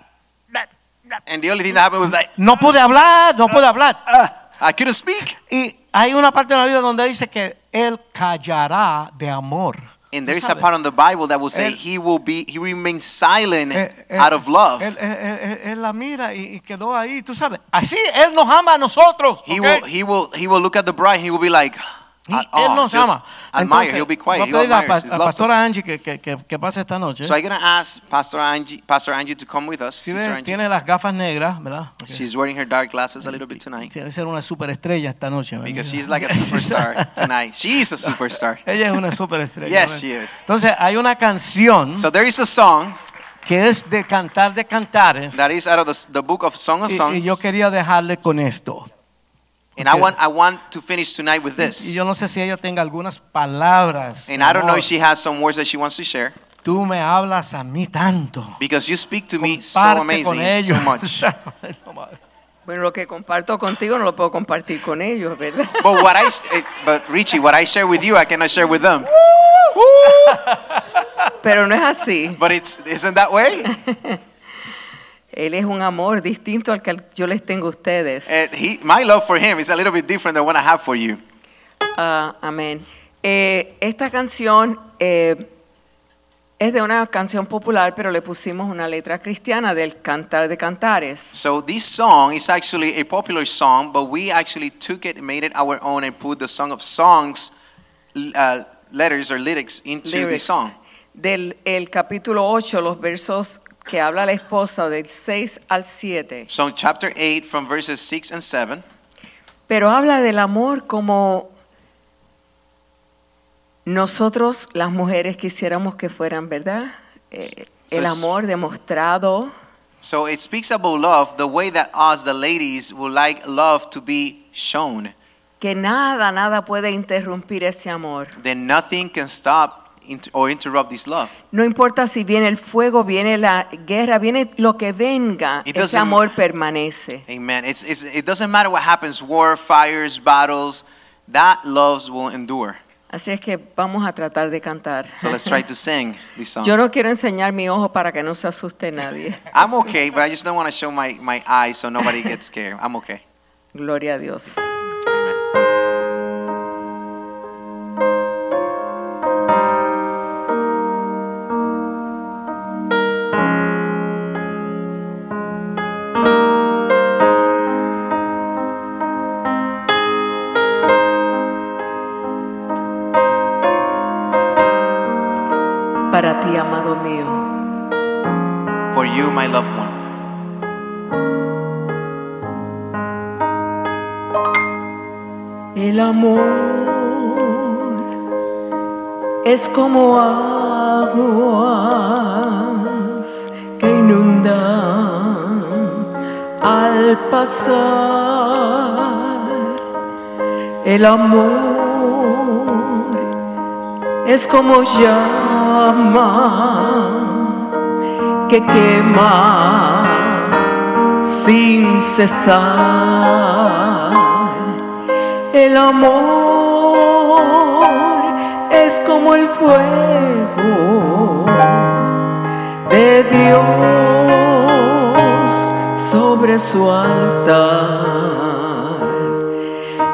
Speaker 3: and the only thing that happened was like
Speaker 2: no pude hablar, no pude hablar.
Speaker 3: ah, I couldn't speak.
Speaker 2: Y hay una parte de la Biblia donde dice que él callará de amor.
Speaker 3: And
Speaker 2: ¿Tú
Speaker 3: there is a
Speaker 2: sabes?
Speaker 3: part on the Bible that will say
Speaker 2: Él-
Speaker 3: he will be he remains silent
Speaker 2: Eh, eh,
Speaker 3: out of love.
Speaker 2: Él, él- él- él la mira y, y quedó ahí, tú sabes. Así Él nos ama a nosotros.
Speaker 3: He
Speaker 2: ¿ok?
Speaker 3: will he will he will look at the bride. He will be like,
Speaker 2: Y
Speaker 3: "Ah,
Speaker 2: él
Speaker 3: oh,
Speaker 2: nos
Speaker 3: just-
Speaker 2: ama.
Speaker 3: admire.
Speaker 2: Entonces,
Speaker 3: He'll be
Speaker 2: voy
Speaker 3: quiet.
Speaker 2: a
Speaker 3: He
Speaker 2: pedirle a, pa-
Speaker 3: admires. He
Speaker 2: a
Speaker 3: loves
Speaker 2: Pastora
Speaker 3: us.
Speaker 2: Angie que, que- que- que pase esta noche.
Speaker 3: So I'm gonna ask Pastor Angie, Pastor Angie, to come with us. Sister
Speaker 2: tiene,
Speaker 3: Angie.
Speaker 2: tiene las gafas negras, ¿verdad? Porque
Speaker 3: She's wearing her dark glasses a little bit tonight
Speaker 2: Tiene que ser una superestrella esta noche. ¿verdad?
Speaker 3: because she's like a superstar tonight. She's a superstar.
Speaker 2: Ella es una superestrella.
Speaker 3: Yes,
Speaker 2: ¿verdad?
Speaker 3: she is.
Speaker 2: Entonces hay una canción
Speaker 3: So there is a song
Speaker 2: que es de cantar de cantares.
Speaker 3: that is out of the, the book of Song of
Speaker 2: Y- y,
Speaker 3: Songs,
Speaker 2: yo quería dejarle con esto.
Speaker 3: and I want I want to finish tonight with
Speaker 2: Y
Speaker 3: this.
Speaker 2: yo no sé si ella tenga algunas palabras. de
Speaker 3: And I don't know
Speaker 2: amor.
Speaker 3: if she has some words that she wants to share
Speaker 2: Tú me hablas a mí tanto.
Speaker 3: because you speak to me so
Speaker 2: Comparte con
Speaker 3: amazing, so
Speaker 2: ellos.
Speaker 3: much.
Speaker 6: Bueno, lo que comparto contigo no lo puedo compartir con ellos, ¿verdad?
Speaker 3: But what I, eh, but Richie, what I share with you, I cannot share with them.
Speaker 6: Pero no es así.
Speaker 3: But it's isn't that way?
Speaker 6: Él es un amor distinto al que yo les tengo a ustedes.
Speaker 3: Eh, he, my love for him is a little bit different than what I have for you.
Speaker 6: Ah, amén. Eh, esta canción eh, es de una canción popular, pero le pusimos una letra cristiana del Cantar de Cantares.
Speaker 3: So this song is actually a popular song, but we actually took it, made it our own, and put the Song of Songs uh, letters or lyrics into the
Speaker 6: Lyrics.
Speaker 3: song.
Speaker 6: Del el capítulo 8, los versos que habla la esposa del 6 al 7.
Speaker 3: So chapter eight, from verses six and seven.
Speaker 6: Pero habla del amor como nosotros las mujeres quisiéramos que fueran, ¿verdad? Eh,
Speaker 3: So
Speaker 6: el
Speaker 3: es-
Speaker 6: amor demostrado.
Speaker 3: So it speaks about love the way that us, the ladies, would like love to be shown.
Speaker 6: que nada, nada puede interrumpir ese amor.
Speaker 3: Then nothing can stop int- or interrupt this love.
Speaker 6: No importa si viene el fuego, viene la guerra, viene lo que venga,
Speaker 3: It
Speaker 6: ese
Speaker 3: doesn't-
Speaker 6: amor permanece.
Speaker 3: Amen. It's, it's, it doesn't matter what happens war, fires, battles, that love will endure.
Speaker 6: Así es que vamos a tratar de cantar.
Speaker 3: So let's try to sing this song.
Speaker 6: Yo no quiero enseñar mi ojo para que no se asuste nadie.
Speaker 3: I'm okay, but I just don't want to show my, my eyes so nobody gets scared. I'm okay.
Speaker 6: Gloria a Dios. Para ti, amado mío.
Speaker 3: For you, my loved one.
Speaker 6: El amor es como aguas que inundan al pasar. El amor es como llama que quema sin cesar. El amor es como el fuego de Dios sobre su altar.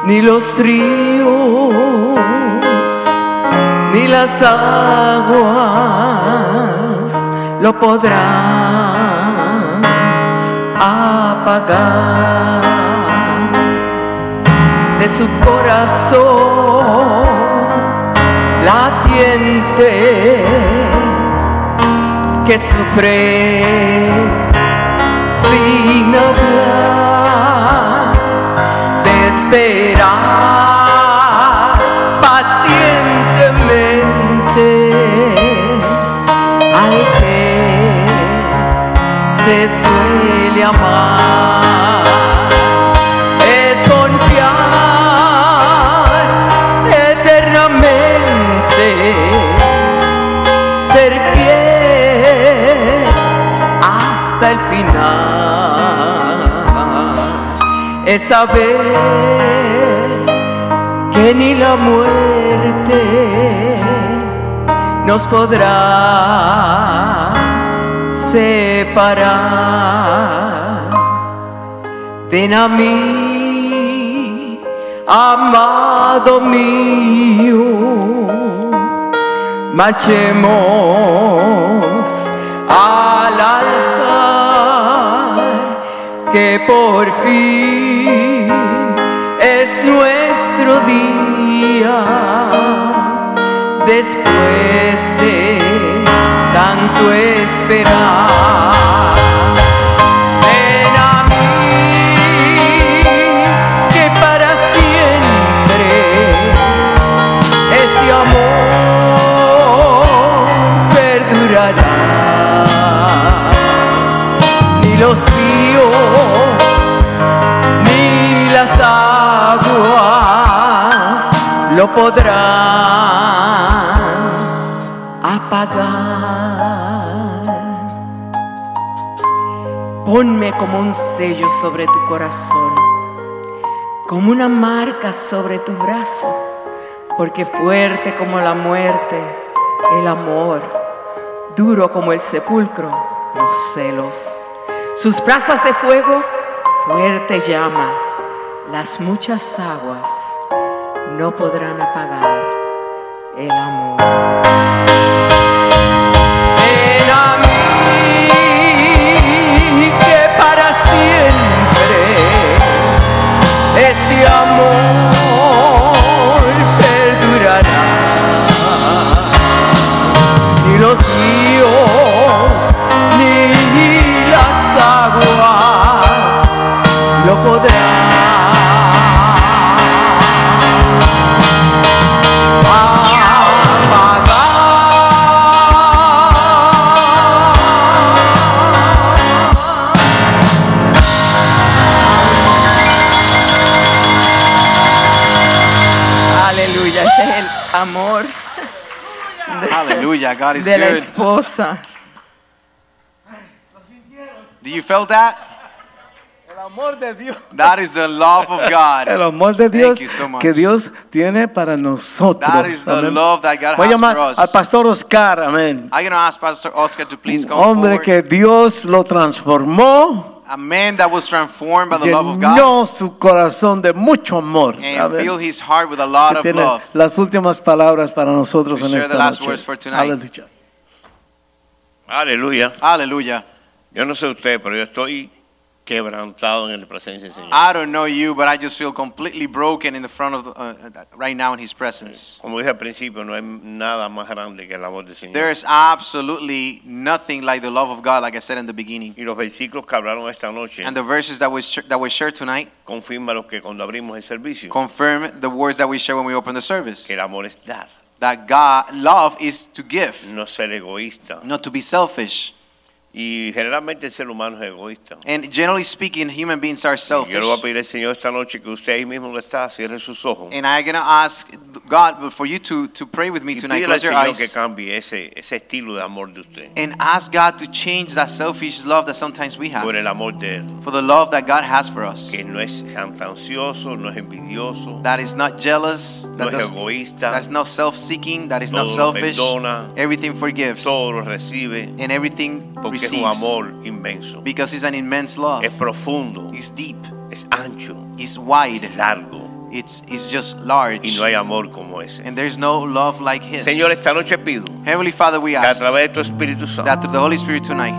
Speaker 6: Ni los ríos ni las aguas lo podrán apagar de su corazón latiente que sufre sin hablar de esperar pacientemente al que se suele amar es confiar eternamente, ser fiel hasta el final, es saber que ni la muerte nos podrá separar. Ven a mí, amado mío, marchemos al altar que por fin es nuestro día después de tanto esperar. Ven a mí, que para siempre ese amor perdurará ni los ríos, ni las aguas lo podrán apagar. Ponme como un sello sobre tu corazón, como una marca sobre tu brazo, porque fuerte como la muerte, el amor duro como el sepulcro, los celos. Sus plazas de fuego, fuerte llama. Las muchas aguas no podrán apagar el amor. Ven a mí, que para siempre ese amor perdurará ni los ríos, ni las aguas lo podrán apagar. Aleluya, ese es el amor
Speaker 3: Hallelujah. God is
Speaker 6: de la
Speaker 3: good.
Speaker 6: esposa.
Speaker 3: Do you feel that?
Speaker 2: El amor de Dios.
Speaker 3: That is the love of
Speaker 2: El
Speaker 3: God.
Speaker 2: amor de Dios
Speaker 3: you so much.
Speaker 2: que Dios tiene para nosotros.
Speaker 3: That is the
Speaker 2: Amén.
Speaker 3: love that God
Speaker 2: Voy a
Speaker 3: has
Speaker 2: llamar
Speaker 3: for us.
Speaker 2: al pastor Oscar, amén.
Speaker 3: I'm going to ask Pastor Oscar to please
Speaker 2: Un
Speaker 3: come
Speaker 2: hombre
Speaker 3: forward.
Speaker 2: que Dios lo transformó,
Speaker 3: A man that was transformed by the love of God
Speaker 2: llenó su corazón de mucho amor.
Speaker 3: and
Speaker 2: Amén.
Speaker 3: filled his heart with a lot
Speaker 2: Que
Speaker 3: of
Speaker 2: tiene
Speaker 3: love.
Speaker 2: las últimas palabras para nosotros
Speaker 3: To
Speaker 2: en
Speaker 3: share
Speaker 2: esta
Speaker 3: the last
Speaker 2: noche.
Speaker 3: words for tonight.
Speaker 2: Aleluya.
Speaker 7: Aleluya.
Speaker 3: Hallelujah.
Speaker 7: Yo no sé usted, pero yo estoy quebrantado en la presencia del Señor.
Speaker 3: I don't know you, but I just feel completely broken in the front of the, uh, right now in His presence.
Speaker 7: Como dije al principio, no hay nada más grande que el amor del Señor.
Speaker 3: There is absolutely nothing like the love of God, like I said in the beginning.
Speaker 7: y los versículos que hablaron esta noche
Speaker 3: And the verses that we sh- that we share tonight
Speaker 7: confirman lo que cuando abrimos el servicio,
Speaker 3: confirm the words that we share when we open the service.
Speaker 7: que el amor es dar,
Speaker 3: That God love is to give,
Speaker 7: no ser egoísta.
Speaker 3: not to be selfish.
Speaker 7: Y generalmente el ser humano es egoísta.
Speaker 3: And generally speaking, human beings are
Speaker 7: Y Yo le voy a
Speaker 3: selfish.
Speaker 7: pedir al Señor esta noche que usted ahí mismo lo está, cierre sus ojos.
Speaker 3: And I'm gonna ask God for you to to pray with me
Speaker 7: Y
Speaker 3: tonight.
Speaker 7: pídele al
Speaker 3: Close your
Speaker 7: Señor que
Speaker 3: eyes
Speaker 7: cambie ese, ese estilo de amor de usted
Speaker 3: and ask God to change that selfish love that sometimes we have
Speaker 7: por el amor de Él.
Speaker 3: for the love that God has for us.
Speaker 7: Que no es ansioso, no es envidioso,
Speaker 3: That is not jealous.
Speaker 7: no
Speaker 3: That
Speaker 7: es
Speaker 3: does,
Speaker 7: egoísta,
Speaker 3: that's not self-seeking. That is
Speaker 7: todo
Speaker 3: not
Speaker 7: lo
Speaker 3: selfish.
Speaker 7: perdona,
Speaker 3: Everything forgives
Speaker 7: todo lo recibe,
Speaker 3: and everything
Speaker 7: porque es un
Speaker 3: receives
Speaker 7: amor inmenso.
Speaker 3: because it's an immense love.
Speaker 7: Es profundo,
Speaker 3: It's deep.
Speaker 7: es ancho,
Speaker 3: It's wide.
Speaker 7: es largo
Speaker 3: It's it's just large.
Speaker 7: y no hay amor como ese.
Speaker 3: And there's no love like His.
Speaker 7: Señor, esta noche pido
Speaker 3: Heavenly Father, we
Speaker 7: que a
Speaker 3: ask
Speaker 7: través de tu Espíritu
Speaker 3: that
Speaker 7: Santo
Speaker 3: through the Holy Spirit tonight,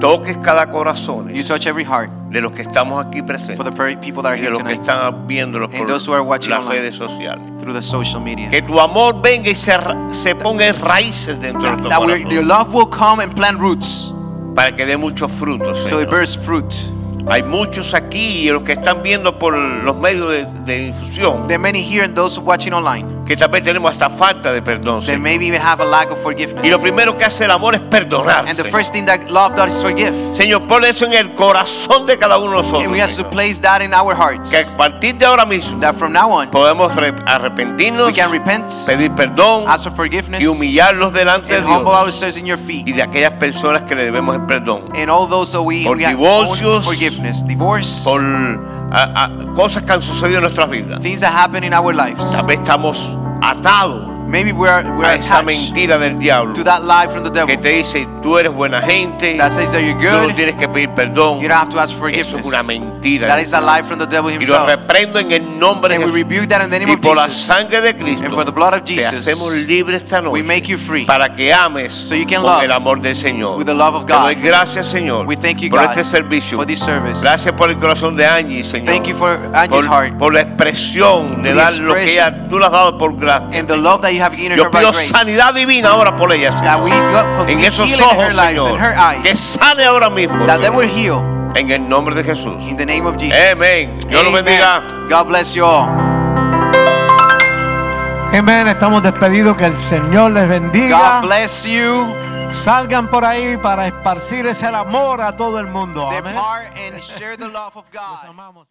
Speaker 7: toques cada corazón
Speaker 3: you touch every heart
Speaker 7: de los que estamos aquí
Speaker 3: for
Speaker 7: presentes.
Speaker 3: the per- people that are
Speaker 7: y de
Speaker 3: here
Speaker 7: los que
Speaker 3: tonight
Speaker 7: están viéndolo
Speaker 3: And
Speaker 7: por
Speaker 3: those who are watching
Speaker 7: las
Speaker 3: online.
Speaker 7: redes sociales.
Speaker 3: through the social media.
Speaker 7: Que tu amor venga y se, ra- se ponga en raíces dentro de tu
Speaker 3: That we- your
Speaker 7: corazón
Speaker 3: love will come and plant roots
Speaker 7: para que dé muchos frutos.
Speaker 3: so it
Speaker 7: Señor.
Speaker 3: bears fruit.
Speaker 7: Hay muchos aquí y los que están viendo por los medios de, de difusión
Speaker 3: There are many here and those watching online.
Speaker 7: que tal vez tenemos hasta falta de perdón.
Speaker 3: They
Speaker 7: Señor.
Speaker 3: maybe even have a lack of forgiveness.
Speaker 7: Y lo primero que hace el amor es perdonar.
Speaker 3: And the
Speaker 7: Señor.
Speaker 3: first thing that love does is forgive.
Speaker 7: Señor, pon eso en el corazón de cada uno de nosotros.
Speaker 3: And we have to
Speaker 7: Señor.
Speaker 3: place that in our hearts.
Speaker 7: Que a partir de ahora mismo
Speaker 3: That from now on,
Speaker 7: podemos re- arrepentirnos,
Speaker 3: we can repent,
Speaker 7: pedir perdón
Speaker 3: ask for forgiveness,
Speaker 7: y humillarlos delante de
Speaker 3: and humble
Speaker 7: Dios.
Speaker 3: ourselves in your
Speaker 7: y
Speaker 3: feet.
Speaker 7: de aquellas personas que le debemos el perdón
Speaker 3: And all those that we,
Speaker 7: Por
Speaker 3: we have own
Speaker 7: divorcios,
Speaker 3: forgiveness, divorce,
Speaker 7: por Mm. a- a- cosas que han sucedido en nuestras vidas.
Speaker 3: things that happen in our lives.
Speaker 7: Tal vez estamos atados
Speaker 3: Maybe we're, we're
Speaker 7: a esa
Speaker 3: attached
Speaker 7: mentira del diablo
Speaker 3: to that lie from the
Speaker 7: que
Speaker 3: devil
Speaker 7: te dice tú eres buena gente,
Speaker 3: that says that you're
Speaker 7: tú no
Speaker 3: good,
Speaker 7: tienes que pedir perdón.
Speaker 3: you don't have to ask for
Speaker 7: Eso es
Speaker 3: forgiveness.
Speaker 7: una mentira.
Speaker 3: That is a lie from the devil
Speaker 7: y lo
Speaker 3: himself.
Speaker 7: reprendo en el nombre de
Speaker 3: And we
Speaker 7: Jesús.
Speaker 3: rebuke that in the name
Speaker 7: Y
Speaker 3: of
Speaker 7: por la
Speaker 3: Jesus.
Speaker 7: sangre de Cristo
Speaker 3: And for the blood of
Speaker 7: te hacemos
Speaker 3: Jesus,
Speaker 7: libre esta noche
Speaker 3: we make you free
Speaker 7: para que ames
Speaker 3: you can
Speaker 7: con
Speaker 3: love
Speaker 7: el amor del Señor.
Speaker 3: with the love of
Speaker 7: Te
Speaker 3: God.
Speaker 7: doy gracias, Señor,
Speaker 3: We thank you,
Speaker 7: por
Speaker 3: God,
Speaker 7: este servicio.
Speaker 3: for this service.
Speaker 7: Gracias por el corazón de Angie, Señor.
Speaker 3: Thank you for Angie's
Speaker 7: por,
Speaker 3: heart
Speaker 7: por la expresión de
Speaker 3: the
Speaker 7: dar lo que
Speaker 3: expression
Speaker 7: ella, tú le has dado por gracia.
Speaker 3: and the love that you have given her
Speaker 7: Yo
Speaker 3: by
Speaker 7: pido
Speaker 3: grace.
Speaker 7: sanidad divina ahora por ella, Señor.
Speaker 3: That we go,
Speaker 7: En
Speaker 3: continue
Speaker 7: esos
Speaker 3: healing in her
Speaker 7: ojos,
Speaker 3: lives, in
Speaker 7: Señor.
Speaker 3: her
Speaker 7: Que
Speaker 3: eyes.
Speaker 7: sane ahora mismo.
Speaker 3: That they
Speaker 7: Señor.
Speaker 3: will heal
Speaker 7: En el nombre de Jesús.
Speaker 3: in the name of Jesus.
Speaker 7: Amén. Dios los
Speaker 3: Amen.
Speaker 7: bendiga.
Speaker 3: God bless you all.
Speaker 2: Amén. Estamos despedidos. Que el Señor les bendiga.
Speaker 3: God bless you.
Speaker 2: Salgan por ahí para esparcir ese amor a todo el mundo. Amén.
Speaker 3: Depart and share the love of
Speaker 2: Los
Speaker 3: God.
Speaker 2: amamos.